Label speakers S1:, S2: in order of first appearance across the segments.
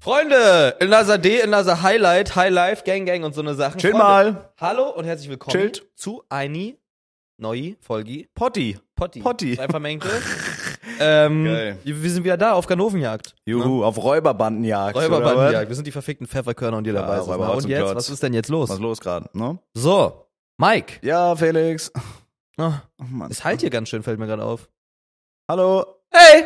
S1: Freunde, in Laser D, in Laser Highlight, High Life, Gang Gang und so eine Sachen.
S2: Chill
S1: Freunde,
S2: mal.
S1: Hallo und herzlich willkommen
S2: Chillt.
S1: zu eine neue Folge
S2: Potti.
S1: Potti.
S2: Potti.
S1: Zwei Vermengte. ähm,
S2: Geil.
S1: wir wir sind wieder da auf Ganovenjagd.
S2: Juhu, auf Räuberbandenjagd. oder
S1: Ne? Räuberbandenjagd. Wir sind die verfickten Pfefferkörner und ihr
S2: Ja,
S1: dabei seid.
S2: Räuber
S1: Na,
S2: raus
S1: Und
S2: und
S1: jetzt,
S2: Klotz.
S1: was ist denn jetzt los?
S2: Was ist los gerade, ne?
S1: So, Mike.
S2: Ja, Felix.
S1: Oh,
S2: Oh Mann.
S1: es halt hier ganz schön, fällt mir gerade auf.
S2: Hallo.
S1: Hey!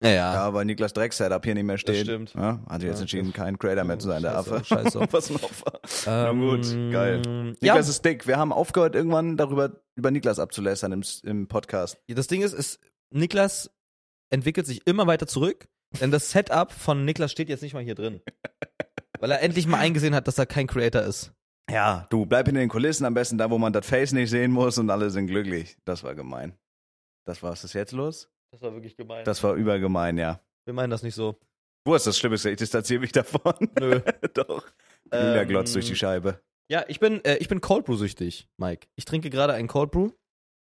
S1: Naja.
S2: Ja, weil Niklas Drecks Setup hier nicht mehr steht.
S1: Ah. stimmt.
S2: Ja, hat sich jetzt
S1: Ja,
S2: entschieden, kein Creator mehr zu sein, der
S1: Scheiße,
S2: Affe.
S1: scheiße.
S2: Was ein Opfer.
S1: Ja,
S2: Na gut, geil.
S1: Ähm, Ja,
S2: Niklas ist dick. Wir haben aufgehört, irgendwann darüber, über Niklas abzulästern im, im Podcast.
S1: das Ding ist, ist, Niklas entwickelt sich immer weiter zurück, denn das Setup von Niklas steht jetzt nicht mal hier drin. Weil er endlich mal eingesehen hat, dass er kein Creator ist.
S2: Ja, du, bleib hinter den Kulissen, am besten da, wo man das Face nicht sehen muss und alle sind glücklich. Das war gemein. Das war, was ist jetzt los?
S1: Das war wirklich gemein.
S2: Das war übergemein, ja.
S1: Wir meinen das nicht so.
S2: Wo ist das Schlimmste? Ich distanziere mich davon.
S1: Nö.
S2: Doch.
S1: Ähm,
S2: Julia glotzt durch die Scheibe.
S1: Ja, ich bin, äh, ich bin Cold Brew süchtig, Mike. Ich trinke gerade einen Cold Brew.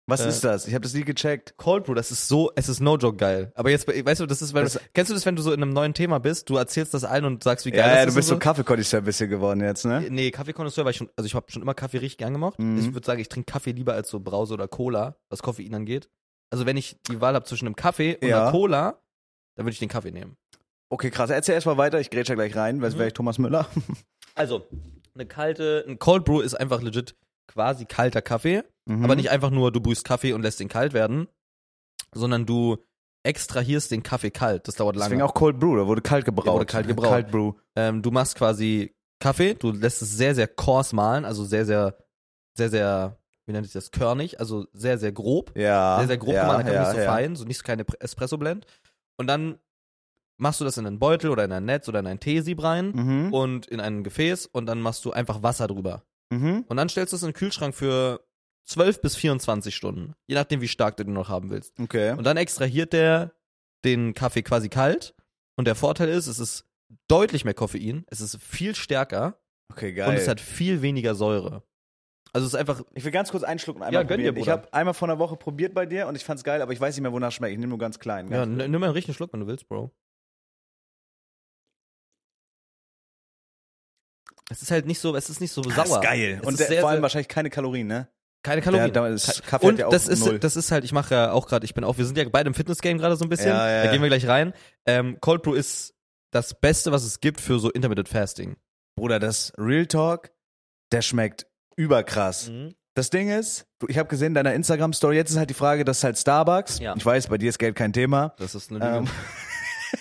S2: Was
S1: äh,
S2: ist das? Ich habe das nie gecheckt.
S1: Cold Brew, das ist so, es ist no joke geil. Aber jetzt, weißt du, das ist, wenn du,
S2: Das-
S1: kennst du das, wenn du so in einem neuen Thema bist, du erzählst das allen und sagst, wie geil
S2: Ja, ja,
S1: das
S2: du
S1: ist.
S2: bist so
S1: und
S2: Kaffeekonditeur bisschen geworden jetzt, ne?
S1: Äh, Nee, Kaffeekonnoisseur war ich schon, also ich habe schon immer Kaffee richtig gern gemacht.
S2: Mhm.
S1: Ich würde sagen, ich trinke Kaffee lieber als so Brause oder Cola, was Koffein angeht. Also wenn ich die Wahl habe zwischen einem Kaffee und
S2: Ja.
S1: einer Cola, dann würde ich den Kaffee nehmen.
S2: Okay, krass. Erzähl erstmal weiter. Ich grätsche ja gleich rein.
S1: Mhm.
S2: Wer wäre ich Thomas Müller?
S1: Also, eine kalte, ein Cold Brew ist einfach legit quasi kalter Kaffee,
S2: Mhm.
S1: aber nicht einfach nur, du brühst Kaffee und lässt ihn kalt werden, sondern du extrahierst den Kaffee kalt. Das dauert
S2: Deswegen
S1: lange.
S2: auch Cold Brew. Da wurde kalt gebraut.
S1: Ja, wurde kalt gebraut.
S2: Kalt Brew.
S1: Ähm, du machst quasi Kaffee, du lässt es sehr, sehr coarse mahlen, also sehr, sehr, sehr, sehr, wie nennt sich das, körnig, also sehr, sehr grob.
S2: Ja.
S1: sehr, sehr grob
S2: Ah, ja,
S1: gemacht, einfach
S2: ja,
S1: nicht so
S2: ja.
S1: fein, so nicht so keine Espresso-Blend. Und dann machst du das in einen Beutel oder in ein Netz oder in ein Teesieb rein
S2: Mhm.
S1: und in ein Gefäß und dann machst du einfach Wasser drüber.
S2: Mhm.
S1: Und dann stellst du es in den Kühlschrank für 12 bis 24 Stunden, je nachdem, wie stark du den noch haben willst.
S2: Okay.
S1: Und dann extrahiert der den Kaffee quasi kalt. Und der Vorteil ist, es ist deutlich mehr Koffein, es ist viel stärker
S2: Okay, geil.
S1: und es hat viel weniger Säure. Also es ist einfach,
S2: ich will ganz kurz einschlucken. Einmal
S1: Ja, gönn dir,
S2: probieren. ich
S1: Bruder.
S2: habe einmal vor einer Woche probiert bei dir und ich fand's geil, aber ich weiß nicht mehr, wonach es schmeckt. Ich nehme nur ganz klein.
S1: ja,
S2: Ganz
S1: n- nimm mal einen richtigen Schluck, wenn du willst, Bro. Es ist halt nicht so, es ist nicht so sauer.
S2: Das Ah, ist geil.
S1: Es
S2: und
S1: ist
S2: der,
S1: sehr,
S2: vor allem
S1: sehr,
S2: wahrscheinlich keine Kalorien, ne?
S1: keine Kalorien.
S2: Der, das Kaffee
S1: und
S2: hat ja auch
S1: das ist
S2: null.
S1: das ist halt, ich mache ja auch gerade, ich bin auch, wir sind ja beide im Fitnessgame gerade so ein bisschen.
S2: Ja, ja,
S1: da
S2: ja.
S1: gehen wir gleich rein. Ähm, Cold Brew ist das Beste, was es gibt für so Intermittent Fasting.
S2: Bruder, das Real Talk, der schmeckt überkrass.
S1: Mhm.
S2: Das Ding ist, du- ich habe gesehen in deiner Instagram Story, jetzt ist halt die Frage, das ist halt Starbucks.
S1: Ja.
S2: Ich weiß, bei dir ist Geld kein Thema.
S1: Das ist eine
S2: Ähm,
S1: Lüge.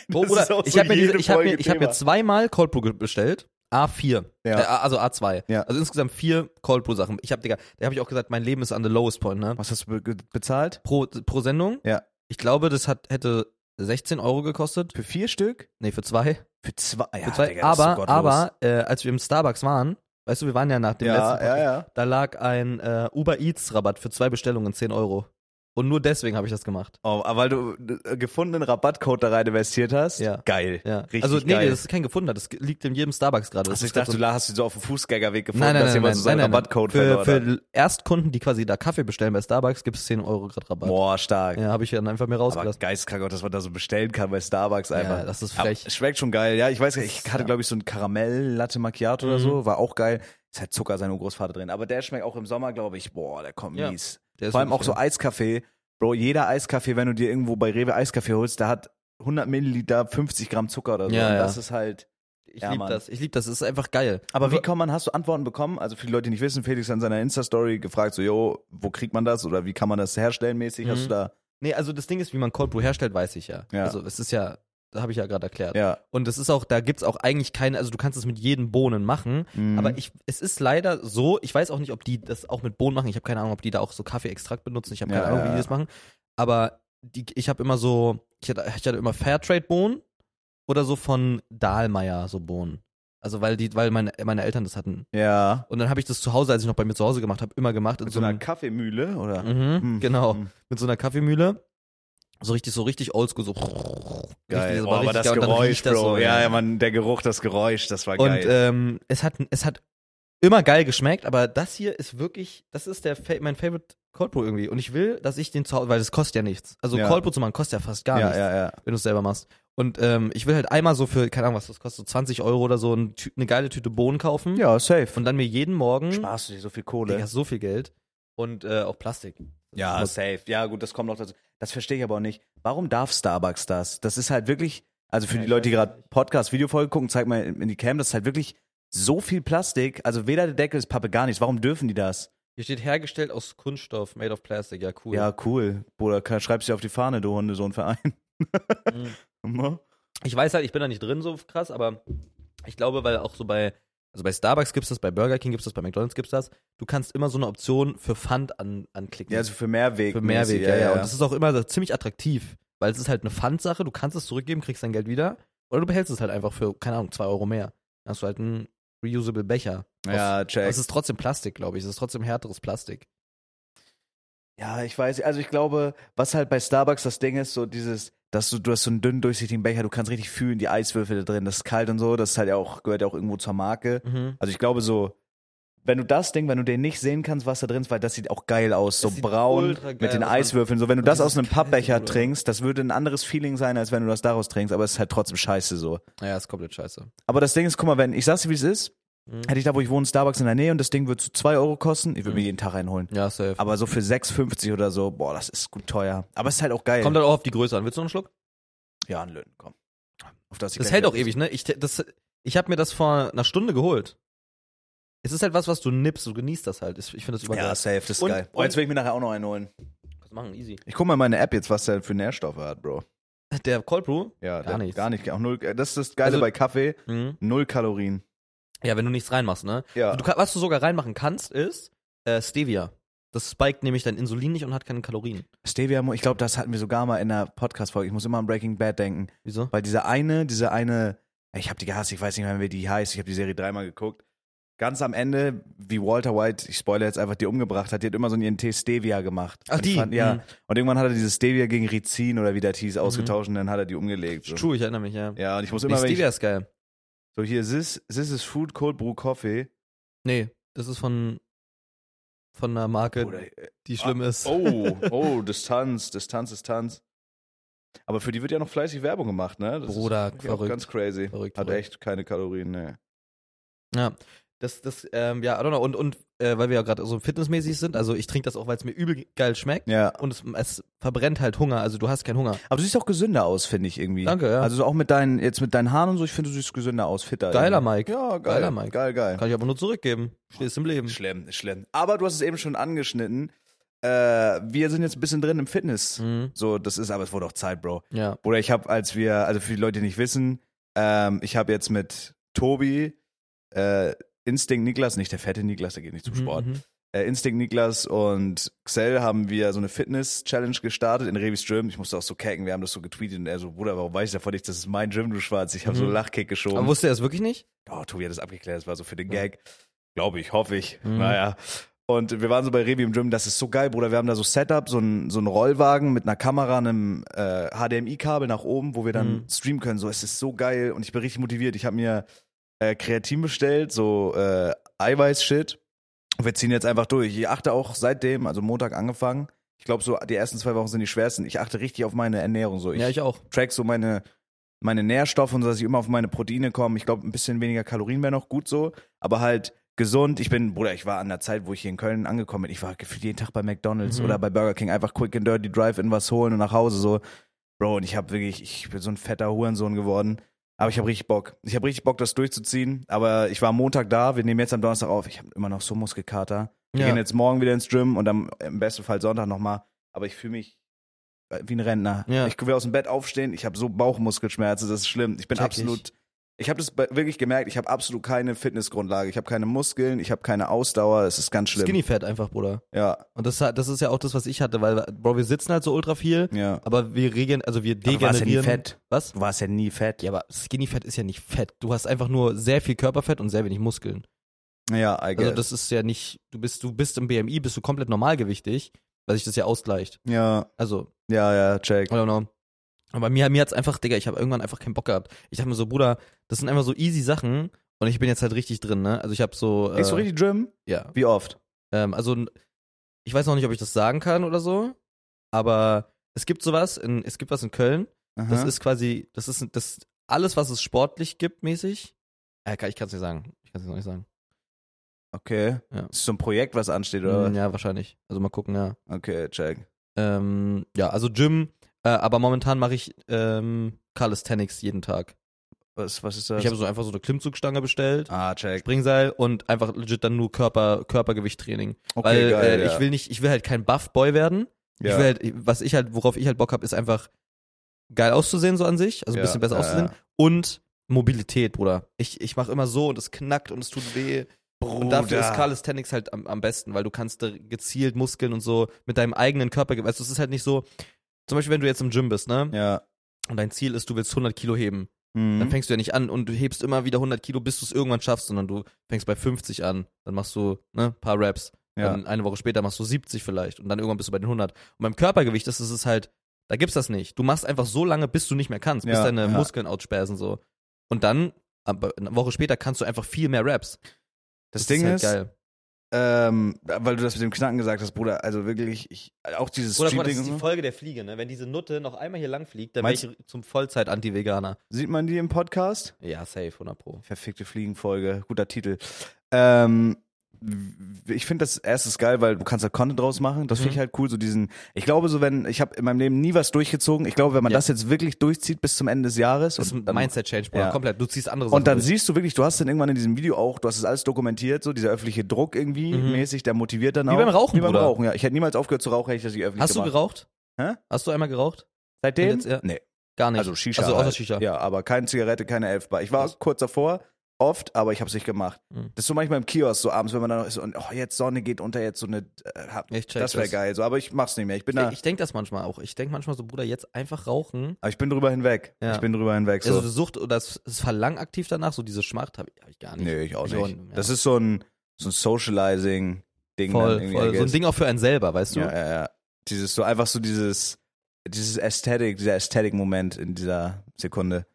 S1: Bro,
S2: das
S1: Bruder,
S2: ist auch
S1: ich
S2: so
S1: habe mir, diese-
S2: jede
S1: ich hab mir,
S2: Folge
S1: ich hab mir
S2: Thema.
S1: zweimal Cold Brew ge- bestellt. A4.
S2: Ja.
S1: Äh, also A2.
S2: Ja.
S1: Also insgesamt vier Cold Brew Sachen. Ich habe, Digga, da habe ich auch gesagt, mein Leben ist an the lowest point, ne?
S2: was hast du be ge- bezahlt?
S1: Pro, pro Sendung.
S2: Ja.
S1: Ich glaube, das hat, hätte 16 Euro gekostet.
S2: Für vier Stück?
S1: Nee, für zwei.
S2: Für zwei? Ja,
S1: für zwei.
S2: Digga, das ist
S1: aber,
S2: so gottlos.
S1: aber, äh, als wir im Starbucks waren, weißt du, wir waren ja nach dem letzten
S2: Ja,
S1: Podcast,
S2: ja, ja.
S1: da lag ein äh, Uber Eats Rabatt für zwei Bestellungen 10 Euro. Und nur deswegen habe ich das gemacht.
S2: Oh, aber weil du äh, gefundenen Rabattcode da rein investiert hast?
S1: Ja.
S2: Geil.
S1: Ja.
S2: Richtig
S1: also, nee,
S2: geil.
S1: das ist kein gefundener, das liegt in jedem Starbucks gerade. Das
S2: also ich
S1: ist grad
S2: dachte,
S1: so-
S2: du hast du so auf dem Fußgängerweg gefunden,
S1: Nein, nein,
S2: dass
S1: nein,
S2: jemand
S1: nein,
S2: so
S1: nein,
S2: seinen
S1: nein, nein.
S2: Rabattcode
S1: für,
S2: verloren hat.
S1: für Erstkunden, die quasi da Kaffee bestellen bei Starbucks, gibt es 10 Euro gerade Rabatt.
S2: Boah, stark.
S1: Ja, habe ich dann einfach mir
S2: Aber
S1: rausgelassen.
S2: geistkrank auch, dass man da so bestellen kann bei Starbucks einfach.
S1: Ja, das ist frech.
S2: Aber es schmeckt schon geil, ja. Ich weiß gar nicht, ich hatte, glaube ich, so ein Karamell-Latte Macchiato oder so, war auch geil. Ist halt Zucker, sein Urgroßvater drin. Aber der schmeckt auch im Sommer, glaube ich, boah, der kommt
S1: Ja,
S2: mies.
S1: Der ist
S2: Vor allem
S1: wirklich
S2: auch so
S1: geil.
S2: Eiskaffee. Bro, jeder Eiskaffee, wenn du dir irgendwo bei Rewe Eiskaffee holst, der hat 100 Milliliter 50 Gramm Zucker oder so.
S1: Ja,
S2: Und
S1: ja.
S2: Das ist halt.
S1: Ich
S2: Ja,
S1: lieb
S2: Mann.
S1: das, ich lieb das, es ist einfach geil.
S2: Aber
S1: Und
S2: wie kann man, hast du Antworten bekommen? Also für die Leute, die nicht wissen, Felix hat in seiner Insta-Story gefragt, so, yo, wo kriegt man das oder wie kann man das herstellen mäßig?
S1: Mhm.
S2: Hast du da,
S1: Nee, also das Ding ist, wie man Cold Brew herstellt, weiß ich ja.
S2: Ja.
S1: Also, es ist ja, da habe ich ja gerade erklärt.
S2: ja.
S1: Und es ist auch, da gibt's auch eigentlich keine, also du kannst es mit jedem Bohnen machen,
S2: Mhm.
S1: aber ich, es ist leider so, ich weiß auch nicht, ob die das auch mit Bohnen machen, ich habe keine Ahnung, ob die da auch so Kaffeeextrakt benutzen, ich habe keine
S2: Ja,
S1: Ahnung, wie
S2: ja,
S1: die
S2: ja.
S1: das machen, aber die, ich habe immer so, ich hatte, ich hatte immer Fairtrade-Bohnen oder so von Dahlmeier so Bohnen. Also weil die, weil meine, meine Eltern das hatten.
S2: Ja.
S1: Und dann habe ich das zu Hause, als ich noch bei mir zu Hause gemacht habe, immer gemacht. In
S2: Mit so einer
S1: einem-
S2: Kaffeemühle oder?
S1: Mhm,
S2: Hm.
S1: Genau,
S2: Hm.
S1: mit so einer Kaffeemühle. So richtig, so richtig oldschool, so.
S2: Geil.
S1: Richtig,
S2: Boah, aber
S1: richtig
S2: das
S1: geil. Und dann
S2: Geräusch,
S1: riecht das
S2: Bro.
S1: so,
S2: ja, ja, man, der Geruch, das Geräusch, das war
S1: Und
S2: geil.
S1: ähm, es, hat, es hat immer geil geschmeckt, aber das hier ist wirklich, das ist der, Fa- mein Favorite Cold Brew irgendwie. Und ich will, dass ich den zu Hause, weil das kostet ja nichts. Also
S2: Ja.
S1: Cold Brew zu machen kostet ja fast gar
S2: ja,
S1: nichts,
S2: ja, ja.
S1: wenn du es selber machst. Und ähm, ich will halt einmal so für, keine Ahnung was, das kostet so 20 Euro oder so, ein Tü- eine geile Tüte Bohnen kaufen.
S2: Ja, safe.
S1: Und dann mir jeden Morgen,
S2: sparst du dir so viel Kohle.
S1: Mhm. Digga, so viel Geld und äh, auch Plastik.
S2: Ja, safe. Ja, gut, das kommt noch dazu. Das verstehe ich aber auch nicht. Warum darf Starbucks das? Das ist halt wirklich, also für
S1: Ja,
S2: die
S1: ich
S2: Leute, die
S1: weiß
S2: gerade Podcast, Videofolge gucken, zeig mal in in die Cam, das ist halt wirklich so viel Plastik. Also weder der Deckel ist Pappe, gar nichts. Warum dürfen die das?
S1: Hier steht hergestellt aus Kunststoff, made of plastic, ja cool.
S2: Ja, cool. Bruder, kann- schreib's dir auf die Fahne, du Hunde, so ein Verein.
S1: Mhm.
S2: Ne?
S1: Ich weiß halt, ich bin da nicht drin so krass, aber ich glaube, weil auch so bei, also bei Starbucks gibt's das, bei Burger King gibt's das, bei McDonalds gibt's das, du kannst immer so eine Option für Pfand an, anklicken.
S2: ja, also für Mehrweg.
S1: für Mehrweg,
S2: mäßig,
S1: ja, ja, Und das ist auch immer so ziemlich attraktiv, weil es ist halt eine Pfandsache, du kannst es zurückgeben, kriegst dein Geld wieder oder du behältst es halt einfach für, keine Ahnung, zwei Euro mehr. Dann hast du halt einen reusable Becher.
S2: ja,
S1: Aber
S2: check.
S1: es ist trotzdem Plastik, glaube ich. Es ist trotzdem härteres Plastik.
S2: Ja, ich weiß, also ich glaube, was halt bei Starbucks das Ding ist, so dieses, dass du, du hast so einen dünnen, durchsichtigen Becher, du kannst richtig fühlen, die Eiswürfel da drin, das ist kalt und so, das ist halt ja auch, gehört ja auch irgendwo zur Marke. Also ich glaube so, wenn du das Ding, wenn du den nicht sehen kannst, was da drin ist, weil das sieht auch geil aus, so
S1: sieht
S2: braun
S1: ultra geil
S2: mit den
S1: aus.
S2: Eiswürfeln, so wenn du
S1: Und
S2: das
S1: dieses
S2: aus einem
S1: Kalte,
S2: Pappbecher
S1: Bruder.
S2: trinkst, das würde ein anderes Feeling sein, als wenn du das daraus trinkst, aber es ist halt trotzdem scheiße so.
S1: Ja, ist komplett scheiße.
S2: Aber das Ding ist, guck mal, wenn, ich sag's dir, wie es ist,
S1: Mhm.
S2: hätte ich da, wo ich wohne, Starbucks in der Nähe und das Ding würde zu 2 Euro kosten, ich würde mir
S1: Mhm.
S2: jeden Tag einholen.
S1: Ja, safe.
S2: Aber so für 6,50 oder so, boah, das ist gut teuer. Aber es ist halt auch geil.
S1: Kommt halt auch auf die Größe an. Willst du noch einen Schluck?
S2: ja, ein Löhnen, komm. Auf das, ich
S1: Das
S2: gleich
S1: hält auch
S2: wieder-
S1: ewig, ne? Ich, das, ich habe mir das vor einer Stunde geholt. Es ist halt was, was du nippst, du genießt das halt. Ich finde das
S2: Ja,
S1: übergeil.
S2: safe, das ist
S1: Und-
S2: geil. Oh,
S1: und-
S2: jetzt will ich mir nachher auch noch einen holen.
S1: Was machen, easy.
S2: Ich guck mal in meine App jetzt, was der für Nährstoffe hat, Bro.
S1: Der Cold Brew? Gar
S2: Ja, der-
S1: nichts.
S2: Gar nicht. Auch null, das ist das Geile
S1: Also-
S2: bei Kaffee.
S1: Mhm.
S2: Null Kalorien.
S1: Ja, wenn du nichts reinmachst, ne?
S2: Ja.
S1: Du, kann- was du sogar reinmachen kannst, ist äh, Stevia. Das spiked nämlich dein Insulin nicht und hat keine Kalorien.
S2: Stevia, Mo- ich glaube, das hatten wir sogar mal in einer Podcast-Folge. Ich muss immer an Breaking Bad denken.
S1: Wieso?
S2: Weil diese eine, diese eine, ich habe die gehasst, ich weiß nicht mehr, wie die heißt. Ich habe die Serie dreimal geguckt. Ganz am Ende, wie Walter White, ich spoilere jetzt einfach, die umgebracht hat, die hat immer so einen Tee Stevia gemacht.
S1: Ach,
S2: Und ich
S1: die?
S2: Fand, ja.
S1: Mhm.
S2: Und irgendwann hat er dieses Stevia gegen Rizin oder wie der hieß ausgetauscht und dann hat er die umgelegt. So.
S1: True, ich erinnere mich, ja.
S2: Ja, und ich muss
S1: Mhm. nee,
S2: immer, wenn ich,
S1: Stevia ist geil.
S2: so hier, this, this is food, cold brew, coffee.
S1: Nee, das ist von, von einer Marke,
S2: Oder,
S1: die schlimm ist.
S2: Äh, Oh, oh, Distanz, Distanz, Distanz. Aber für die wird ja noch fleißig Werbung gemacht, ne? Das
S1: Bruder,
S2: ist irgendwie auch
S1: verrückt.
S2: ganz crazy.
S1: Verrückt,
S2: Hat
S1: verrückt.
S2: echt keine Kalorien, ne.
S1: Ja, das, das, ähm, ja, I don't know. Und, und äh, weil wir ja gerade so fitnessmäßig sind, also ich trinke das auch, weil es mir übel geil schmeckt.
S2: Ja.
S1: Und es, es verbrennt halt Hunger, also du hast keinen Hunger.
S2: Aber du siehst auch gesünder aus, finde ich irgendwie.
S1: Danke, ja.
S2: Also so auch mit deinen, jetzt mit deinen Haaren und so, ich finde, du siehst gesünder aus, fitter.
S1: Geiler
S2: irgendwie.
S1: Mike.
S2: Ja, geil.
S1: Geiler Mike.
S2: Geil, geil.
S1: Kann ich aber nur zurückgeben. Stehst im Leben.
S2: Schlimm, schlimm. Aber du hast es eben schon angeschnitten. Äh, wir sind jetzt ein bisschen drin im Fitness.
S1: Mhm.
S2: So, das ist, aber es wurde auch Zeit, Bro.
S1: Ja.
S2: Oder ich habe, als wir, also für die Leute, die nicht wissen, ähm, ich habe jetzt mit Tobi, äh, Instinct Niklas, nicht der fette Niklas, der geht nicht zum Sport.
S1: Mhm.
S2: Äh, Instinct Niklas und Xell haben wir so eine Fitness-Challenge gestartet in Revis Gym. Ich musste auch so kecken, wir haben das so getweetet und er so, Bruder, warum weiß ich davon nicht, das ist mein Gym, du Schwarz. Ich habe so
S1: Mhm.
S2: einen Lachkick geschoben.
S1: Aber wusste er es wirklich nicht?
S2: Oh, Tobi hat das abgeklärt, das war so für den
S1: Ja.
S2: Gag. Glaube ich, hoffe ich.
S1: Mhm.
S2: Naja. Und wir waren so bei Revi im Gym, das ist so geil, Bruder. Wir haben da so Setup, so einen so einen Rollwagen mit einer Kamera, einem äh, HDMI-Kabel nach oben, wo wir dann
S1: Mhm.
S2: streamen können. So, es ist so geil und ich bin richtig motiviert. Ich habe mir äh, Kreatin bestellt, so äh, Eiweiß-Shit. Und wir ziehen jetzt einfach durch. Ich achte auch seitdem, also Montag angefangen. Ich glaube, so die ersten zwei Wochen sind die schwersten. Ich achte richtig auf meine Ernährung. So,
S1: ja, ich auch.
S2: track so meine, meine Nährstoffe und so, dass ich immer auf meine Proteine komme. Ich glaube, ein bisschen weniger Kalorien wäre noch gut so, aber halt gesund. Ich bin, Bruder, ich war an der Zeit, wo ich hier in Köln angekommen bin, ich war gefühlt jeden Tag bei McDonalds
S1: Mhm.
S2: oder bei Burger King, einfach quick and dirty Drive-In was holen und nach Hause so. Bro, und ich habe wirklich, ich bin so ein fetter Hurensohn geworden. Aber ich habe richtig Bock. Ich habe richtig Bock, das durchzuziehen. Aber ich war am Montag da. Wir nehmen jetzt am Donnerstag auf. Ich habe immer noch so Muskelkater. Wir
S1: Ja.
S2: gehen jetzt morgen wieder ins Gym und am, im besten Fall Sonntag nochmal. Aber ich fühle mich äh, wie ein Rentner.
S1: Ja.
S2: Ich will aus dem Bett aufstehen, ich habe so Bauchmuskelschmerzen, das ist schlimm. Ich bin
S1: Check ich.
S2: absolut. Ich, habe das be- wirklich gemerkt, ich habe absolut keine Fitnessgrundlage. Ich habe keine Muskeln, ich habe keine Ausdauer, es ist ganz schlimm.
S1: Skinny Fat einfach, Bruder.
S2: Ja,
S1: Und das, hat- das ist ja auch das, was ich hatte, weil, Bro, wir sitzen halt so ultra viel,
S2: ja.
S1: aber wir regen, also wir
S2: Du warst ja nie
S1: degenerieren.
S2: fett.
S1: Was?
S2: Du warst ja nie fett.
S1: Ja, aber Skinny Fat ist ja nicht fett. Du hast einfach nur sehr viel Körperfett und sehr wenig Muskeln.
S2: Ja, I guess.
S1: Also das ist ja nicht, du bist, du bist im BMI, bist du komplett normalgewichtig, weil sich das ja ausgleicht.
S2: ja,
S1: Also,
S2: ja, ja, check.
S1: I don't know. Aber mir, mir hat's einfach, Digga, ich habe irgendwann einfach keinen Bock gehabt. Ich dachte mir so, Bruder, das sind einfach so easy Sachen und ich bin jetzt halt richtig drin, ne? Also ich habe so.
S2: Gehst du richtig Gym?
S1: Ja.
S2: Wie oft?
S1: Ähm, also ich weiß noch nicht, ob ich das sagen kann oder so, aber es gibt sowas, in, es gibt was in Köln, das ist quasi, das ist das alles, was es sportlich gibt, mäßig. Äh, kann- ich kann es nicht sagen. Ich kann es noch nicht sagen.
S2: okay.
S1: Ja.
S2: Ist so ein Projekt, was ansteht, oder?
S1: Hm, Ja, wahrscheinlich. Also mal gucken, ja.
S2: was? Okay, check.
S1: Ähm, ja, also Gym, äh, aber momentan mache ich ähm, Calisthenics jeden Tag.
S2: Was, was ist das?
S1: Ich habe so einfach so eine Klimmzugstange bestellt,
S2: ah, check.
S1: Springseil und einfach legit dann nur Körper, Körpergewichttraining.
S2: Okay,
S1: Weil
S2: geil,
S1: äh,
S2: ja.
S1: ich will nicht, ich will halt kein Buff-Boy werden.
S2: ja.
S1: Ich will halt, was ich halt, worauf ich halt Bock habe, ist einfach geil auszusehen so an sich, also ein
S2: Ja,
S1: bisschen besser
S2: ja,
S1: auszusehen
S2: ja.
S1: und Mobilität, Bruder. Ich, ich mache immer so und es knackt und es tut weh. Und dafür
S2: Bruder.
S1: ist Calisthenics halt am, am besten, weil du kannst da gezielt Muskeln und so mit deinem eigenen Körper, weißt du, es ist halt nicht so, zum Beispiel wenn du jetzt im Gym bist, ne,
S2: Ja.
S1: und dein Ziel ist, du willst 100 Kilo heben,
S2: Mhm.
S1: dann fängst du ja nicht an und du hebst immer wieder 100 Kilo, bis du es irgendwann schaffst, sondern du fängst bei 50 an, dann machst du, ne, paar Raps,
S2: ja.
S1: dann eine Woche später machst du 70 vielleicht und dann irgendwann bist du bei den 100. Und beim Körpergewicht ist es halt, da gibt's das nicht. Du machst einfach so lange, bis du nicht mehr kannst, bis
S2: Ja,
S1: deine
S2: ja.
S1: Muskeln ausspersen so. Und dann, aber eine Woche später kannst du einfach viel mehr Raps.
S2: das, Ding
S1: halt
S2: ist,
S1: geil.
S2: ähm, weil du das mit dem Knacken gesagt hast, Bruder, also wirklich, ich, auch dieses
S1: Oder guck mal, das
S2: Stream-Ding
S1: ist die
S2: und so.
S1: Folge der Fliege, ne? Wenn diese Nutte noch einmal hier lang fliegt, dann
S2: Meinst-
S1: wäre ich zum Vollzeit-Anti-Veganer.
S2: Sieht man die im Podcast?
S1: Ja, safe, 100 pro.
S2: Verfickte Fliegenfolge, guter Titel. Ähm, w- ich finde das erstens geil, weil du kannst da Content draus machen. Das finde
S1: Mhm.
S2: ich halt cool, so diesen. Ich glaube, so wenn ich habe in meinem Leben nie was durchgezogen. Ich glaube, wenn man
S1: Ja.
S2: das jetzt wirklich durchzieht bis zum Ende des Jahres
S1: Das ist ein
S2: dann-
S1: Mindset-Change, Bruder,
S2: ja.
S1: komplett. Du ziehst andere Sachen
S2: und dann
S1: durch.
S2: siehst du wirklich, du hast dann irgendwann in diesem Video auch, du hast es alles dokumentiert, so dieser öffentliche Druck irgendwie
S1: Mhm.
S2: mäßig, der motiviert dann
S1: Wie
S2: auch.
S1: beim Rauchen,
S2: Wie beim
S1: Bruder.
S2: Rauchen, ja. Ich hätte niemals aufgehört zu rauchen, hätte ich das nicht öffentlich
S1: Hast du
S2: gemacht.
S1: geraucht?
S2: Hä?
S1: Hast du einmal geraucht?
S2: Seitdem?
S1: Jetzt, ja.
S2: Nee,
S1: Gar nicht.
S2: also Shisha.
S1: Also außer
S2: halt.
S1: Shisha.
S2: Ja, aber keine Zigarette, keine Elfbar. Ich war
S1: Krass.
S2: kurz davor, oft, aber ich habe es nicht gemacht.
S1: Mhm.
S2: Das ist so manchmal im Kiosk, so abends, wenn man dann noch ist und oh, jetzt Sonne geht unter, jetzt so eine. Äh, hab-
S1: Ich check
S2: das wäre
S1: das.
S2: geil, so, aber ich mach's nicht mehr. Ich bin da,
S1: Ich, ich denk das manchmal auch. Ich denk manchmal so, Bruder, jetzt einfach rauchen
S2: aber ich bin drüber hinweg.
S1: Ja.
S2: Ich bin drüber hinweg. So.
S1: Also Sucht oder das, das Verlangen aktiv danach, so diese Schmacht habe ich, hab ich gar nicht.
S2: nee, ich auch
S1: Ich
S2: nicht.
S1: auch nicht, ja.
S2: Das ist so ein, so ein Socializing-Ding. dann
S1: voll,
S2: irgendwie, I
S1: voll. So ein
S2: guess.
S1: Ding auch für einen selber, weißt du?
S2: Ja, ja, ja. Dieses, so einfach so dieses, dieses Ästhetik, dieser Ästhetik-Moment in dieser Sekunde.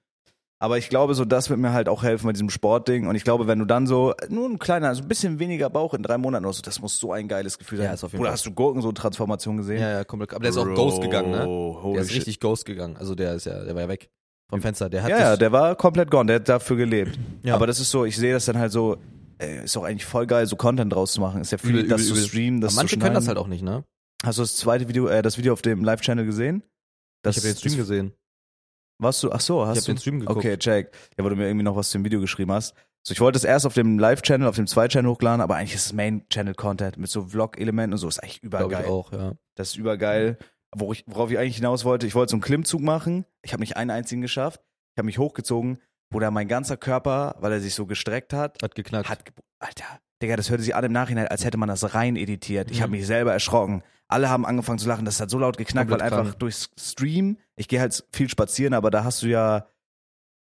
S2: Aber ich glaube, so das wird mir halt auch helfen bei diesem Sportding. Und ich glaube, wenn du dann so, nur ein kleiner, so ein bisschen weniger Bauch in drei Monaten oder so, das muss so ein geiles Gefühl sein.
S1: Ja, ist auf jeden
S2: Oder
S1: Fall.
S2: hast du Gurken so Transformation gesehen?
S1: ja, ja komplett. Aber der ist auch
S2: Bro,
S1: Ghost gegangen, ne?
S2: Holy
S1: Der ist
S2: shit.
S1: richtig Ghost gegangen. Also der ist ja, der war ja weg vom Fenster. Der hat
S2: Ja, ja,
S1: sich,
S2: der war komplett gone, der hat dafür gelebt.
S1: Ja.
S2: Aber das ist so, ich sehe das dann halt so, ey, ist doch eigentlich voll geil, so Content draus zu machen. Ist ja viel,
S1: Übel,
S2: das
S1: übel,
S2: zu
S1: übel.
S2: streamen, das
S1: aber manche
S2: zu
S1: können das
S2: schneiden.
S1: halt auch nicht, ne?
S2: Hast du das zweite Video, äh, das Video auf dem Live-Channel gesehen? Das,
S1: ich habe den Stream
S2: das-
S1: gesehen.
S2: Warst du? Ach so, hast
S1: Ich habe
S2: du?
S1: den Stream geguckt.
S2: Okay, check. Ja, weil du mir irgendwie noch was zum Video geschrieben hast. So, ich wollte es erst auf dem Live-Channel, auf dem 2-Channel hochladen, aber eigentlich ist es Main-Channel-Content mit so Vlog-Elementen und so. Ist eigentlich
S1: Glaube ich
S2: übergeil.
S1: auch, ja.
S2: Das ist übergeil. Wo ich, worauf ich eigentlich hinaus wollte, ich wollte so einen Klimmzug machen. Ich habe nicht einen einzigen geschafft. Ich habe mich hochgezogen. Bruder, mein ganzer Körper, weil er sich so gestreckt hat,
S1: Hat geknackt.
S2: hat. ge- Alter, Digga, das hörte sich an im Nachhinein, als hätte man das rein editiert. Ich
S1: Mhm.
S2: habe mich selber erschrocken. Alle haben angefangen zu lachen. Das hat so laut geknackt,
S1: Komplett
S2: weil einfach
S1: krank.
S2: durchs Stream, ich gehe halt viel spazieren, aber da hast du ja